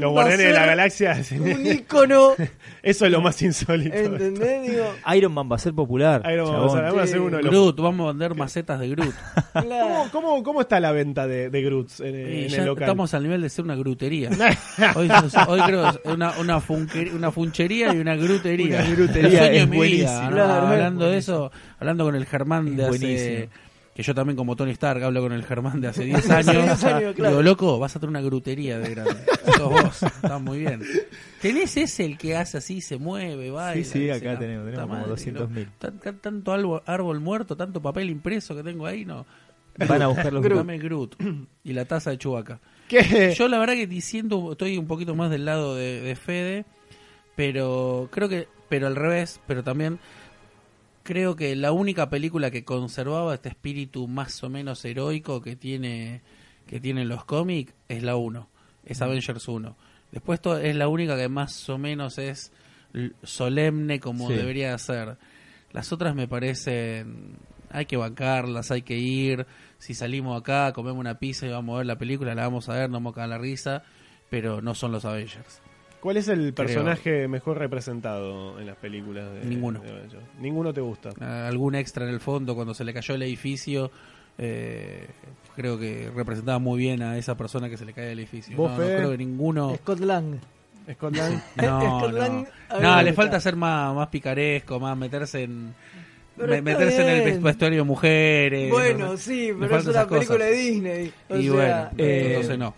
S1: los
S3: va a
S1: guardianes de la
S3: ser
S1: galaxia.
S3: Un ícono,
S1: Eso es lo más insólito.
S3: ¿entendés? Digo,
S2: Iron Man va a ser popular.
S1: Iron Man,
S2: chabón.
S1: vamos a vamos a hacer uno de los
S4: Groot, vamos a vender macetas de Groot.
S3: claro.
S1: ¿Cómo, cómo, cómo está la venta de, de Groots en, el-
S4: Y
S1: en
S4: ya
S1: el local?
S4: estamos al nivel de ser una grutería. Hoy, hoy creo que es una, una, funque- una funchería y una grutería.
S2: Una grutería,
S4: El
S2: es
S4: sueño de mi vida,
S2: buenísimo.
S4: ¿no?
S3: Claro, es
S4: hablando de eso, hablando con el Germán de
S2: Es
S4: hace.
S2: buenísimo.
S4: Que yo también, como Tony Stark, hablo con el Germán de hace 10
S3: Hace
S4: años.
S3: 10 años, claro.
S4: Digo, loco, vas a tener una grutería de grande. Sos vos, está muy bien. ¿Tenés ese el que hace así, se mueve, baila?
S2: sí,
S4: dice,
S2: acá
S4: la
S2: tenemos,
S4: puta
S2: tenemos como
S4: madre,
S2: 200.000.
S4: ¿no? Tan- tan- Tanto árbol, árbol muerto, tanto papel impreso que tengo ahí, no.
S2: Van a buscar los
S4: Dame Groot y la taza de Chubaca.
S1: ¿Qué?
S4: Yo la verdad que diciendo, estoy un poquito más del lado de, de Fede, pero creo que, pero al revés, pero también creo que la única película que conservaba este espíritu más o menos heroico que tiene que tienen los cómics es la 1,
S1: Mm.
S4: es Avengers 1. Después to- es la única que más o menos es l- solemne como
S2: Sí.
S4: debería ser. Las otras me parecen hay que bancarlas, hay que ir, si salimos acá, comemos una pizza y vamos a ver la película, la vamos a ver, no vamos a cagar la risa, pero no son los Avengers.
S1: ¿Cuál es el personaje mejor representado en las películas? De,
S4: Ninguno.
S1: de Avengers? Ninguno te gusta.
S4: Ah, algún extra en el fondo cuando se le cayó el edificio. eh, creo que representaba muy bien a esa persona que se le cae el edificio.
S1: ¿Vos,
S4: No, no
S1: Fede?
S4: creo que ninguno.
S3: Scott Lang.
S1: Scott Lang.
S4: No,
S3: Scott Lang
S4: no.
S3: había
S4: No, le
S3: vuelta.
S4: falta ser más, más picaresco, más meterse en
S3: Pero
S4: me-
S3: está
S4: meterse en el
S3: bien.
S4: vestuario de mujeres.
S3: Bueno,
S4: no sé.
S3: sí,
S4: Le
S3: pero es una
S4: faltan esas cosas.
S3: película de Disney. O
S4: Y
S3: sea,
S4: bueno,
S2: eh,
S4: entonces no.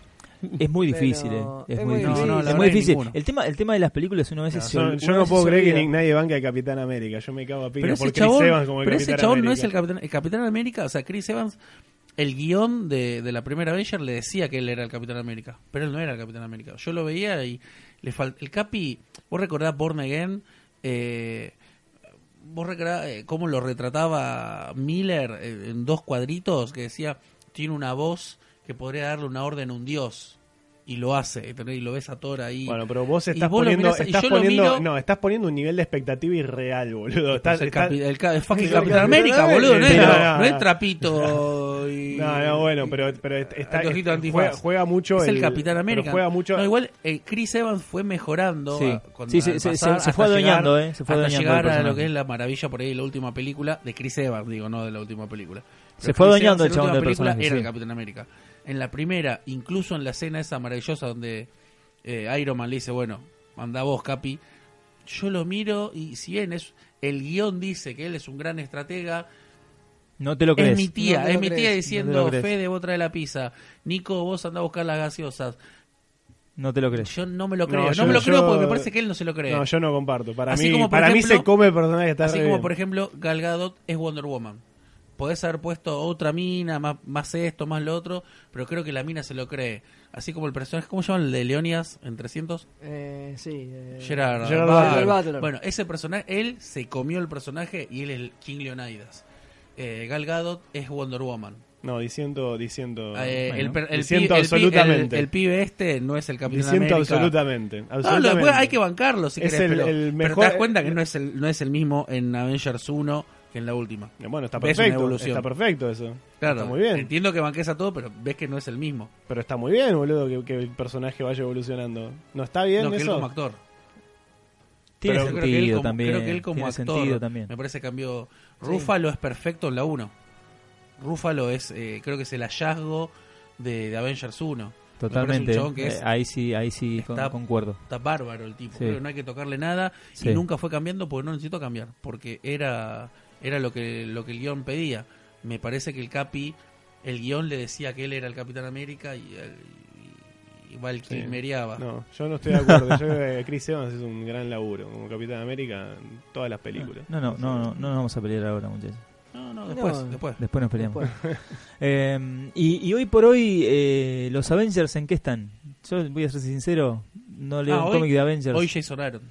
S2: Es muy
S3: Pero
S2: difícil, eh. Es, muy difícil.
S4: No, no, la
S2: es muy
S4: verdad,
S2: difícil.
S4: ninguno.
S2: El tema, el tema de las películas uno a veces se
S1: Yo-
S2: ol-
S1: yo
S2: uno a
S1: no
S2: veces
S1: puede
S2: se
S1: creer que
S2: olvida.
S1: ni- nadie banca de Capitán América. Yo me cago a pila
S4: Pero
S1: por
S4: ese
S1: Chris
S4: chabón,
S1: Evans como el
S4: pero ese
S1: Capitán
S4: chabón
S1: América.
S4: no es el Capitán, el Capitán América. O sea, Chris Evans, el guión de, de la primera Avenger le decía que él era el Capitán América. Pero él no era el Capitán América. Yo lo veía y le falta. El Capi, vos recordás Born Again. Eh, vos recordás eh, cómo lo retrataba Miller eh, en dos cuadritos que decía: tiene una voz que podría darle una orden a un dios. Y lo hace, ¿entendés? y lo ves a Thor ahí.
S1: Bueno, pero vos
S4: Y
S1: estás
S4: vos lo
S1: poniendo,
S4: mirás- y
S1: estás
S4: yo lo
S1: poniendo,
S4: miro-
S1: no, estás poniendo un nivel de expectativa irreal, boludo. Estás,
S4: Es el,
S1: estás-
S4: capi- el ca- el fucking
S1: el
S4: Capitán
S1: Capitán
S4: América,
S1: América.
S4: boludo. No es,
S1: Sí,
S4: no,
S1: no,
S4: no es
S1: no.
S4: trapito. eh, y-
S1: No, no, bueno, pero, pero est- está,
S4: Anteojito
S1: est-
S4: antifaz.
S1: juega, juega mucho
S4: es el, Capitán
S1: pero
S4: América.
S1: Juega mucho.
S4: No, igual eh, Chris Evans fue mejorando.
S2: Sí.
S4: a- con-
S2: Sí, sí,
S4: al
S2: se-
S4: pasar
S2: se- se fue
S4: hasta llegar-
S2: adueñando, eh, se fue
S4: hasta
S2: adueñando
S4: llegar
S2: del
S4: a lo
S2: personaje.
S4: que es la maravilla por ahí, la última película de Chris Evans, digo, no de la última película. Pero
S2: Se fue
S4: Chris
S2: adueñando el
S4: Evans en la
S2: chabón del
S4: última película
S2: personaje,
S4: Era
S2: sí.
S4: el Capitán América. En la primera, incluso en la escena esa maravillosa donde eh, Iron Man le dice, bueno, manda vos, Capi. Yo lo miro y si bien es el guión dice que él es un gran estratega,
S2: No te lo
S4: es
S2: crees.
S4: mi tía,
S3: No te lo
S4: es mi tía
S3: crees,
S2: no
S4: diciendo,
S2: te lo crees.
S4: Fede, vos trae la pizza, Nico, vos andá a buscar las gaseosas.
S2: No te lo crees.
S4: Yo no me lo
S1: No,
S4: creo, no,
S1: yo-
S4: me lo
S1: yo-
S4: creo porque me parece que él no se lo cree.
S1: No, yo no comparto. Para
S4: Así
S1: mí,
S4: como, por
S1: para mí
S4: ejemplo-
S1: se come el personaje que está
S4: Así
S1: re
S4: como,
S1: bien.
S4: por ejemplo, Gal Gadot es Wonder Woman. Podés haber puesto otra mina, más, más esto, más lo otro, pero creo que la mina se lo cree. Así como el personaje, ¿cómo se llama el de Leonias en 300?
S3: Eh, sí. eh,
S4: Gerard,
S1: Gerard
S4: Butler.
S1: Butler.
S3: Butler.
S4: Bueno, ese personaje, él se comió el personaje y él es el King Leonidas. Eh, Gal Gadot es Wonder Woman.
S1: No, diciendo, diciendo.
S4: Eh,
S2: Bueno,
S4: el per- el,
S1: disiento
S4: pi- el pi-
S1: absolutamente.
S4: el- el pibe este no es el Capitán
S1: diciendo
S4: América.
S1: absolutamente.
S4: No,
S1: absolutamente.
S4: lo- después hay que bancarlo si
S1: Es
S4: querés,
S1: el-
S4: pero,
S1: el
S4: pero
S1: mejor-
S4: te das cuenta que no es el no es el mismo en Avengers 1 que en la última.
S1: Bueno, está
S4: Ves una
S1: perfecto.
S4: evolución.
S1: Está perfecto eso.
S4: Claro,
S1: Está muy bien.
S4: Entiendo que banques a todo, pero ves que no es el mismo.
S1: Pero está muy bien, boludo, que, que el personaje vaya evolucionando. ¿No está bien
S4: No, que él como
S1: eso?
S4: actor.
S2: Tiene
S1: pero
S4: Yo creo que él
S2: sentido
S4: como-
S2: también.
S4: Creo que él como
S2: tiene
S4: actor.
S2: sentido también.
S4: Me parece que cambió. Rúfalo es perfecto en la 1. Rúfalo es, eh, creo que es el hallazgo de, de Avengers 1. Me parece un
S2: Totalmente.
S4: chabón que es-
S2: Eh, ahí sí, ahí sí con-
S4: está-
S2: concuerdo.
S4: Está bárbaro el tipo.
S2: Sí.
S4: Creo que no hay que tocarle nada.
S2: Sí.
S4: Y nunca fue cambiando porque no necesito cambiar. Porque era, era lo, que, lo que el guión pedía. Me parece que el Capi, el guión le decía que él era el Capitán América y, y, y Val
S1: Sí.
S4: Kilmeriaba.
S1: No, yo no estoy de acuerdo. Yo creo que Chris Evans es un gran laburo como Capitán América en todas las películas.
S2: No, no, no, no, no nos vamos a pelear ahora, muchachos.
S4: No, no, después,
S3: No.
S4: después.
S2: Después nos peleamos.
S3: después.
S2: Eh, y, y hoy por hoy, eh, los Avengers, ¿en qué están? Yo voy a ser sincero, no leo
S4: Ah,
S2: un
S4: hoy-
S2: cómic de Avengers
S4: Hoy Jason Aaron.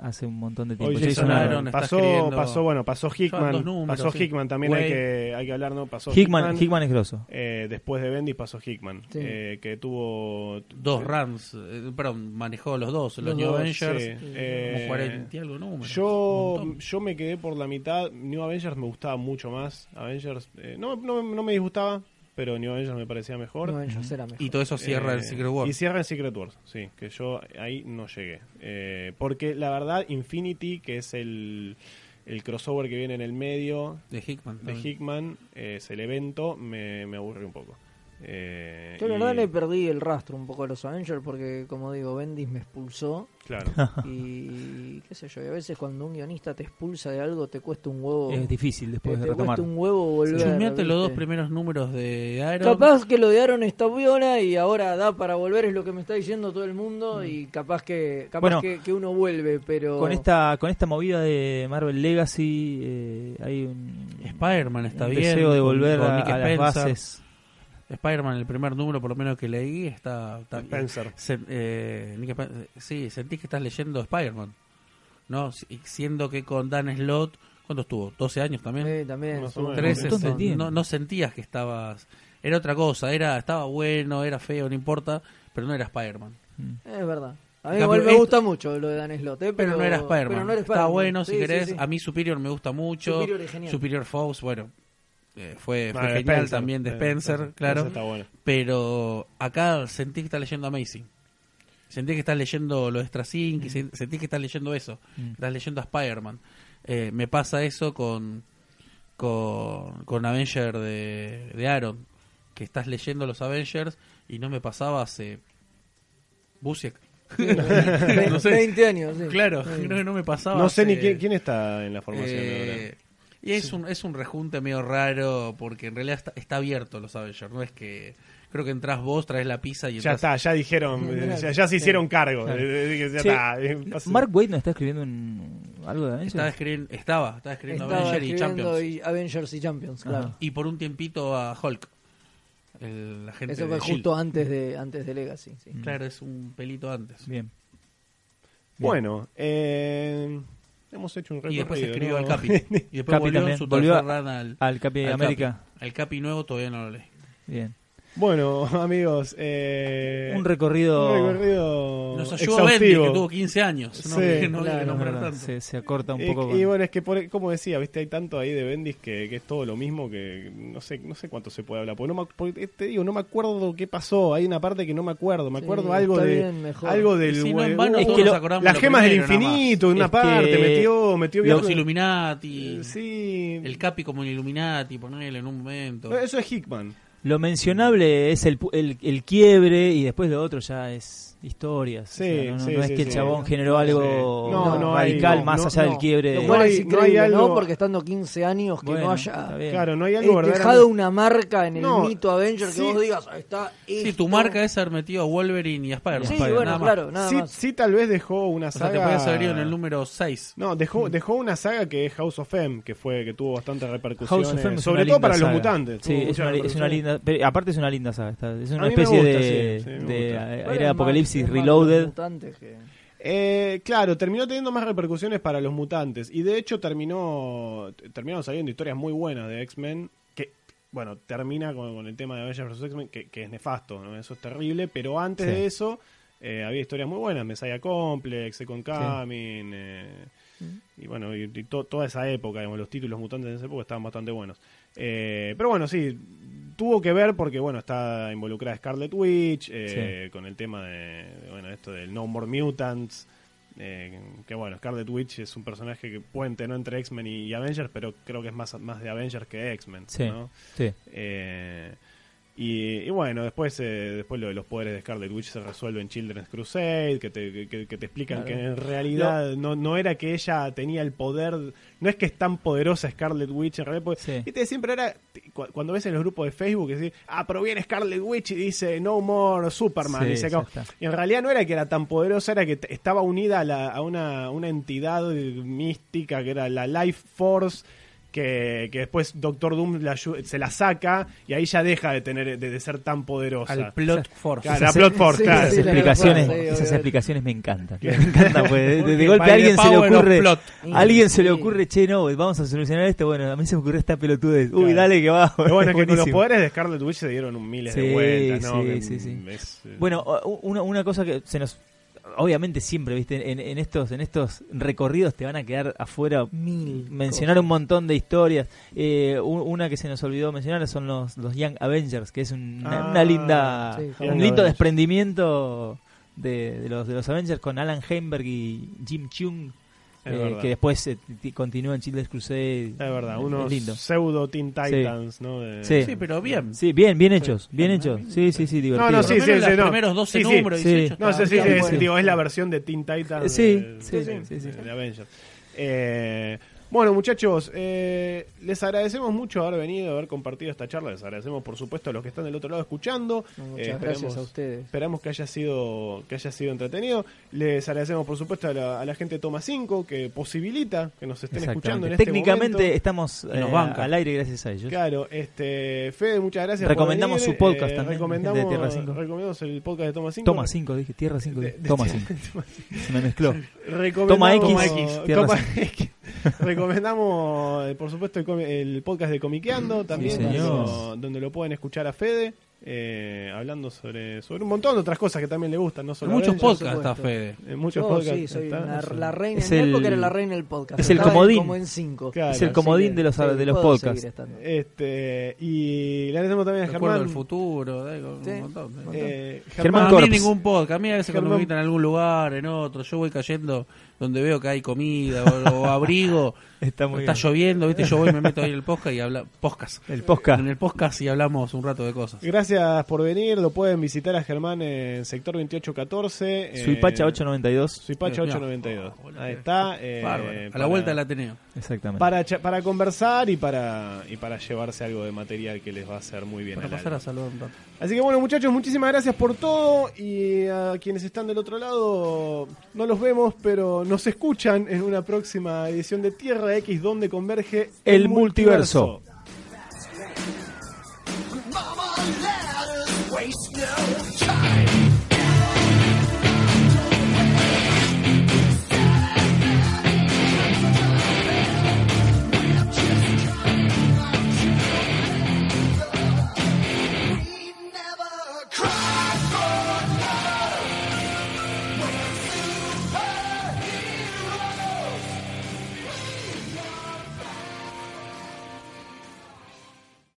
S2: hace un montón de tiempo.
S1: Hoy
S4: Jason
S1: Jason Aaron
S4: Aaron está
S1: pasó,
S4: escribiendo-
S1: pasó, bueno, pasó Hickman,
S4: dos números,
S1: pasó
S4: sí.
S1: Hickman también hay
S4: Wade.
S1: que, hay que hablar, ¿no? Pasó
S2: Hickman, Hickman es grosso.
S1: eh, después de Bendis pasó Hickman,
S3: Sí.
S1: eh, que tuvo
S4: Dos Rams. eh, perdón, manejó los dos. Los,
S3: Los
S4: New
S3: dos,
S4: Avengers.
S1: sí,
S4: como
S1: eh,
S4: 40 y algo números.
S1: Yo,
S4: Un montón.
S1: yo me quedé por la mitad. New Avengers me gustaba mucho más. Avengers eh, no, no, no me disgustaba, pero New Avengers me parecía mejor.
S3: No, yo será mejor.
S4: Y todo eso cierra
S1: Eh,
S4: el Secret
S1: Y
S4: Wars.
S1: cierra en Secret Wars, sí, que yo ahí no llegué. Eh, porque la verdad, Infinity, que es el, el crossover que viene en el medio
S4: De Hickman.
S1: de
S4: también.
S1: Hickman, eh, es el evento, me, me aburre un poco. Eh,
S3: Yo la
S1: y-
S3: verdad le perdí el rastro un poco a los Avengers porque, como digo, Bendis me expulsó
S1: Claro.
S3: y qué sé yo. Y a veces cuando un guionista te expulsa de algo te cuesta un huevo.
S4: Oh.
S2: Es difícil después
S3: te
S4: Este
S2: de
S3: cuesta
S2: retomar.
S3: un huevo volver.
S4: Chumeate los dos
S3: ¿viste?
S4: primeros números de Aaron.
S3: Capaz que lo odiaron esta buena y ahora da para volver, es lo que me está diciendo todo el mundo. Y capaz que capaz
S2: Bueno,
S3: que, que uno vuelve, pero.
S2: Con esta, con esta movida de Marvel Legacy, eh, hay un,
S4: Spider-Man está
S2: un
S4: bien.
S2: deseo de
S4: con-
S2: volver
S4: con
S2: a,
S4: Nick
S2: a las
S4: Spencer.
S2: bases.
S4: Spider-Man, el primer número, por lo menos que leí, está. está
S1: Spencer.
S4: Se- eh, Nick Spen- sí, sentís que estás leyendo Spider-Man. ¿No? Si- Siendo que con Dan Slott, ¿Cuánto estuvo? ¿12 años también?
S3: Sí, también.
S1: Más o menos.
S4: 13,
S2: montón de
S4: no-
S2: tiempo.
S4: no, no sentías que estabas. Era otra cosa, era estaba bueno, era feo, no importa, pero no era Spider-Man.
S3: Es verdad. A mí
S4: En
S3: igual
S4: cambio,
S3: me
S4: esto-
S3: gusta mucho lo de Dan Slott, eh,
S4: Pero, no era Spider-Man.
S3: pero no era
S4: Está
S3: Spider-Man.
S4: bueno, si
S3: Sí, sí,
S4: querés.
S3: sí.
S4: A mí Superior me gusta mucho.
S3: Superior es genial.
S4: Superior Fox, bueno, eh, fue, fue
S1: Ah, de
S4: genial
S1: Spencer.
S4: también de
S1: Eh,
S4: Spencer, claro.
S1: Spencer está bueno.
S4: Pero acá sentí que estás leyendo Amazing. Sentí que estás leyendo lo de Straczynski, sen- sentí que estás leyendo eso. que Estás leyendo a Spider-Man. Eh, me pasa eso con, con, con Avenger de, de Aaron. Que estás leyendo los Avengers y no me pasaba hace. Busiek.
S3: Ve-
S4: No sé.
S3: 20 años, sí.
S4: Claro,
S3: Sí.
S4: no, no me pasaba.
S1: No sé ni
S4: hace-
S1: quién, quién está en la formación
S4: eh,
S1: ahora.
S4: y es un es un rejunte medio raro porque en realidad está, está abierto los Avengers, no es que creo que entras vos, traes la pizza y
S1: Ya
S4: entras.
S1: está, ya dijeron, eh, ya, ya se hicieron cargo. eh, eh, ya
S2: Che,
S1: está, eh, pasa-
S2: Mark Waid nos está escribiendo un- algo de Avengers.
S4: Estaba escribiendo, estaba, estaba escribiendo
S3: Estaba
S4: Avengers y
S3: escribiendo
S4: Champions. Y...
S3: y Avengers y Champions, claro.
S2: Ajá.
S4: por un tiempito a Hulk. El agente
S3: Eso
S4: de
S3: fue
S4: S.H.I.E.L.D..
S3: justo antes de antes de Legacy. sí.
S4: Mm. Claro, es un pelito antes.
S2: Bien.
S1: Bueno, eh, hemos hecho un recorrido.
S4: Y después escribió
S1: ¿no?
S4: al Capi. Y después
S2: Capi
S4: volvió en
S2: también,
S4: su
S2: volvió
S4: tercer
S2: a-
S4: run al,
S2: Al Capi de
S4: al
S2: América.
S4: Capi. Al Capi nuevo todavía no lo leí.
S2: Bien.
S1: bueno, amigos, eh,
S2: Un recorrido.
S1: un recorrido
S4: Nos ayudó Bendy, que
S1: exhaustivo.
S4: tuvo 15 años. No,
S1: Sí,
S4: que no,
S3: claro,
S4: que
S2: No, es
S4: nombrar
S2: verdad,
S4: tanto.
S2: se, se acorta un
S1: Y-
S2: poco.
S1: Y,
S2: con-
S1: bueno, es que, por- como decía, viste hay tanto ahí de Bendis que, que es todo lo mismo que no sé no sé cuánto se puede hablar. Porque, no me ac- porque te digo, no me acuerdo qué pasó. Hay una parte que no me acuerdo. Me
S3: Sí,
S1: acuerdo algo
S3: está
S1: de
S3: bien, mejor.
S1: algo del
S4: Si no, en
S1: hue-
S4: vano
S1: uh,
S4: todos
S2: que
S4: nos
S2: lo-
S4: acordamos
S1: las
S4: lo
S1: gemas del
S4: primero, nada más.
S1: infinito, en una
S2: Es que
S1: parte metió metió
S4: Los
S1: bien-
S4: Illuminati.
S1: Eh, Sí.
S4: El Capi como un Illuminati, ponerle en un momento.
S1: No, Eso es Hickman.
S2: Lo mencionable es el, pu- el, el quiebre y después lo otro ya es historias.
S1: Sí,
S2: O sea, no no-
S1: sí,
S2: no es
S1: sí,
S2: que el
S1: sí.
S2: chabón generó algo
S1: Sí. No, no hay-
S2: radical
S1: no,
S2: más
S1: no,
S2: allá
S3: no.
S2: del quiebre.
S3: Lo
S2: de-
S3: cual
S1: No
S3: es
S1: hay- no
S3: increíble,
S1: hay
S3: ¿no?
S1: algo-
S3: Porque estando 15 años que
S2: Bueno,
S3: no
S2: está
S3: haya
S2: bien.
S1: Claro, no hay algo
S3: eh,
S1: verdaderamente-
S3: dejado una marca en el
S1: No,
S3: mito Avenger que
S1: sí.
S3: vos digas, "Ah, está
S4: Sí,
S3: esto".
S4: tu marca es haber metido a Wolverine y a Spider-Man.
S3: Sí,
S4: Spider-Man,
S3: bueno,
S4: nada más.
S3: claro, nada
S1: Sí,
S3: más.
S1: sí, tal vez dejó una
S4: O
S1: saga.
S4: sea, te podías haber ido en el número 6.
S1: No, dejó, dejó una saga que es House of M, que fue que tuvo bastante repercusión,
S2: House of Fame es
S1: sobre
S2: una
S1: todo
S2: linda
S1: para los
S2: saga.
S1: mutantes.
S2: Sí,
S1: Tuvo
S2: es
S1: mucha
S2: una, es una
S1: repercusión.
S2: linda. pero aparte, es una linda saga. está- es
S1: A
S2: una
S1: mí me
S2: especie
S1: gusta,
S2: de.
S1: sí, sí, me
S2: de
S1: gusta.
S2: a-
S3: Bueno,
S2: era
S3: es más-
S2: Apocalipsis
S3: es más
S2: Reloaded.
S3: mutante que-
S1: Eh, claro, terminó teniendo más repercusiones para los mutantes. Y de hecho terminó terminaron saliendo historias muy buenas de X-Men. Que, bueno, termina con, con el tema de Avengers vs. X-Men, que, que es nefasto, ¿no? Eso es terrible. Pero antes
S2: Sí.
S1: de eso eh, había historias muy buenas. Messiah Complex, Second Coming... eh, y bueno, y, y to- toda esa época, digamos, los títulos mutantes de esa época estaban bastante buenos. Eh, pero bueno, sí, tuvo que ver porque, bueno, está involucrada Scarlet Witch, eh, con el tema de, de, bueno, esto del No More Mutants. eh, que bueno, Scarlet Witch es un personaje que puente, ¿no? Entre X-Men y, y Avengers, pero creo que es más, más de Avengers que de X-Men,
S2: Sí,
S1: ¿no?
S2: sí.
S1: Eh, y, y bueno, después eh, después lo de los poderes de Scarlet Witch se resuelve en Children's Crusade, que te, que, que te explican que en realidad no, no era que ella tenía el poder, no es que es tan poderosa Scarlet Witch en realidad. porque-
S2: Sí.
S1: y te siempre era, te- cu- cuando ves en los grupos de Facebook, que decís, ah, pero viene Scarlet Witch y dice, no more Superman,
S2: Sí,
S1: y se
S2: ya
S1: acabó.
S2: está.
S1: Y en realidad no era que era tan poderosa, era que t- estaba unida a, la- a una, una entidad mística que era la Life Force, que, que después Doctor Doom la ayu- se la saca y ahí ya deja de tener de, de ser tan poderosa.
S4: Al Plot Force.
S1: Claro, la Plot Force,
S3: sí,
S1: claro.
S2: Esas
S3: sí, la
S2: explicaciones,
S3: verdad, sí,
S2: esas
S3: obviamente.
S2: explicaciones me encantan. Me encantan, pues, de, de- de
S4: Porque
S2: golpe
S4: by
S2: a
S4: the
S2: alguien se le
S4: power of
S2: ocurre.
S4: plot.
S2: a alguien se le
S3: Sí.
S2: ocurre, che, no, vamos a solucionar esto. Bueno, a mí se me ocurrió esta pelotudez. Uy,
S1: Claro.
S2: dale que va.
S1: Pero bueno, es que con los
S2: buenísimo.
S1: poderes de Scarlet Witch se dieron un miles de
S2: Sí,
S1: vueltas, ¿no?
S2: sí,
S1: Que,
S2: sí, sí.
S1: mm, es, eh,
S2: Bueno, o- una, una cosa que se nos obviamente siempre, ¿viste? En, en estos en estos recorridos te van a quedar afuera
S3: Mil
S2: mencionar un montón de historias. Eh, u- una que se nos olvidó mencionar son los, los Young Avengers, que es una,
S1: Ah,
S2: una linda
S3: sí,
S2: un
S1: Young
S2: lindo
S1: Avengers.
S2: desprendimiento de, de los de los Avengers con Alan Heinberg y Jim Chung.
S1: Es
S2: eh,
S1: verdad.
S2: que después eh, t- continúa en Children's Crusade.
S1: es verdad, unos
S2: lindo.
S1: pseudo Teen Titans, ¿no? De-
S2: Sí.
S4: Sí, pero bien.
S2: Sí, bien, bien hechos, bien hechos. Sí, sí, sí, divertido.
S1: No,
S4: Por
S1: sí,
S4: lo menos
S1: sí,
S4: los
S1: sí, no.
S4: primeros 12
S1: Sí, sí.
S4: números,
S2: Sí.
S4: 18
S1: No sé si
S4: estaban
S1: es,
S4: buenos.
S1: digo, es la versión de Teen Titans.
S2: Sí,
S1: de-
S2: sí,
S1: de-
S2: sí,
S1: de-
S2: sí, sí.
S1: de Avengers. Eh, bueno, muchachos, eh, les agradecemos mucho haber venido, haber compartido esta charla. Les agradecemos, por supuesto, a los que están del otro lado escuchando.
S3: No,
S1: Eh,
S3: Muchas
S1: esperemos-
S3: gracias a ustedes.
S1: Esperamos que haya sido que haya sido entretenido. Les agradecemos, por supuesto, a la, a la gente de Toma 5 que posibilita que nos estén escuchando
S2: Exactamente.
S1: en este
S2: Técnicamente
S1: momento.
S2: estamos
S4: Y nos
S2: eh,
S4: banca.
S2: al aire gracias a ellos.
S1: Claro, este, Fede, muchas gracias. por
S2: Recomendamos
S1: venir. eh,
S2: su podcast también,
S1: Recomendamos,
S2: de Tierra 5.
S1: recomendamos el podcast de Toma 5.
S2: Toma 5, dije, tierra 5,
S1: De- de-
S2: toma 5. Se me mezcló.
S1: Recomendamos-
S2: Toma X, Tierra
S1: Toma
S2: Santa.
S1: X. Recomendamos, eh, por supuesto, el, comi- el podcast de Comiqueando también,
S2: señor.
S1: donde, donde lo pueden escuchar a Fede. eh, hablando sobre, sobre un montón de otras cosas que también le gustan, no
S4: En
S1: solo
S4: muchos
S1: Avengers.
S4: podcasts está Fede.
S1: En muchos
S3: Yo,
S1: podcasts.
S3: sí, soy
S1: está,
S3: la,
S1: eso.
S3: la reina.
S2: Es
S3: en mi
S2: el-
S3: época era la reina del podcast.
S2: es el
S3: Estaba en
S2: comodín.
S3: Como en cinco.
S1: Claro.
S2: Es el
S1: Así
S2: comodín
S3: que
S2: de los,
S3: puedo
S2: de los
S3: seguir
S2: podcasts.
S3: estando.
S1: Este, y le agradecemos también a
S4: Recuerdo
S1: Germán.
S4: del futuro, de- un
S3: Sí.
S4: montón. de-
S1: eh,
S2: Germán
S4: a
S1: Germán
S2: Cor-
S4: mí
S2: Corps.
S4: ningún podcast. A mí a veces cuando me
S1: Germán-
S4: invitan a algún lugar, en otro, yo voy cayendo donde veo que hay comida o, o abrigo.
S2: Está muy
S4: Está
S2: bien.
S4: lloviendo, ¿viste? Yo voy y me meto ahí en el podcast y habla podcast.
S2: El podcast.
S4: En el podcast y hablamos un rato de cosas.
S1: gracias por venir. Lo pueden visitar a Germán en sector 2814. eh,
S2: Suipacha 892.
S1: Suipacha
S4: Dios mío.
S1: 892.
S4: Oh, boludo.
S1: Ahí está. eh,
S4: Bárbaro. A
S1: para-
S4: la vuelta del Ateneo.
S2: Exactamente.
S1: para, cha- para conversar y para, y para llevarse algo de material que les va a hacer muy bien.
S4: Para
S1: al
S4: pasar a
S1: alma.
S4: saludar un rato.
S1: Así que bueno muchachos, muchísimas gracias por todo y a quienes están del otro lado no los vemos, pero nos escuchan en una próxima edición de Tierra X donde converge
S2: El multiverso.
S5: Mama, let us waste no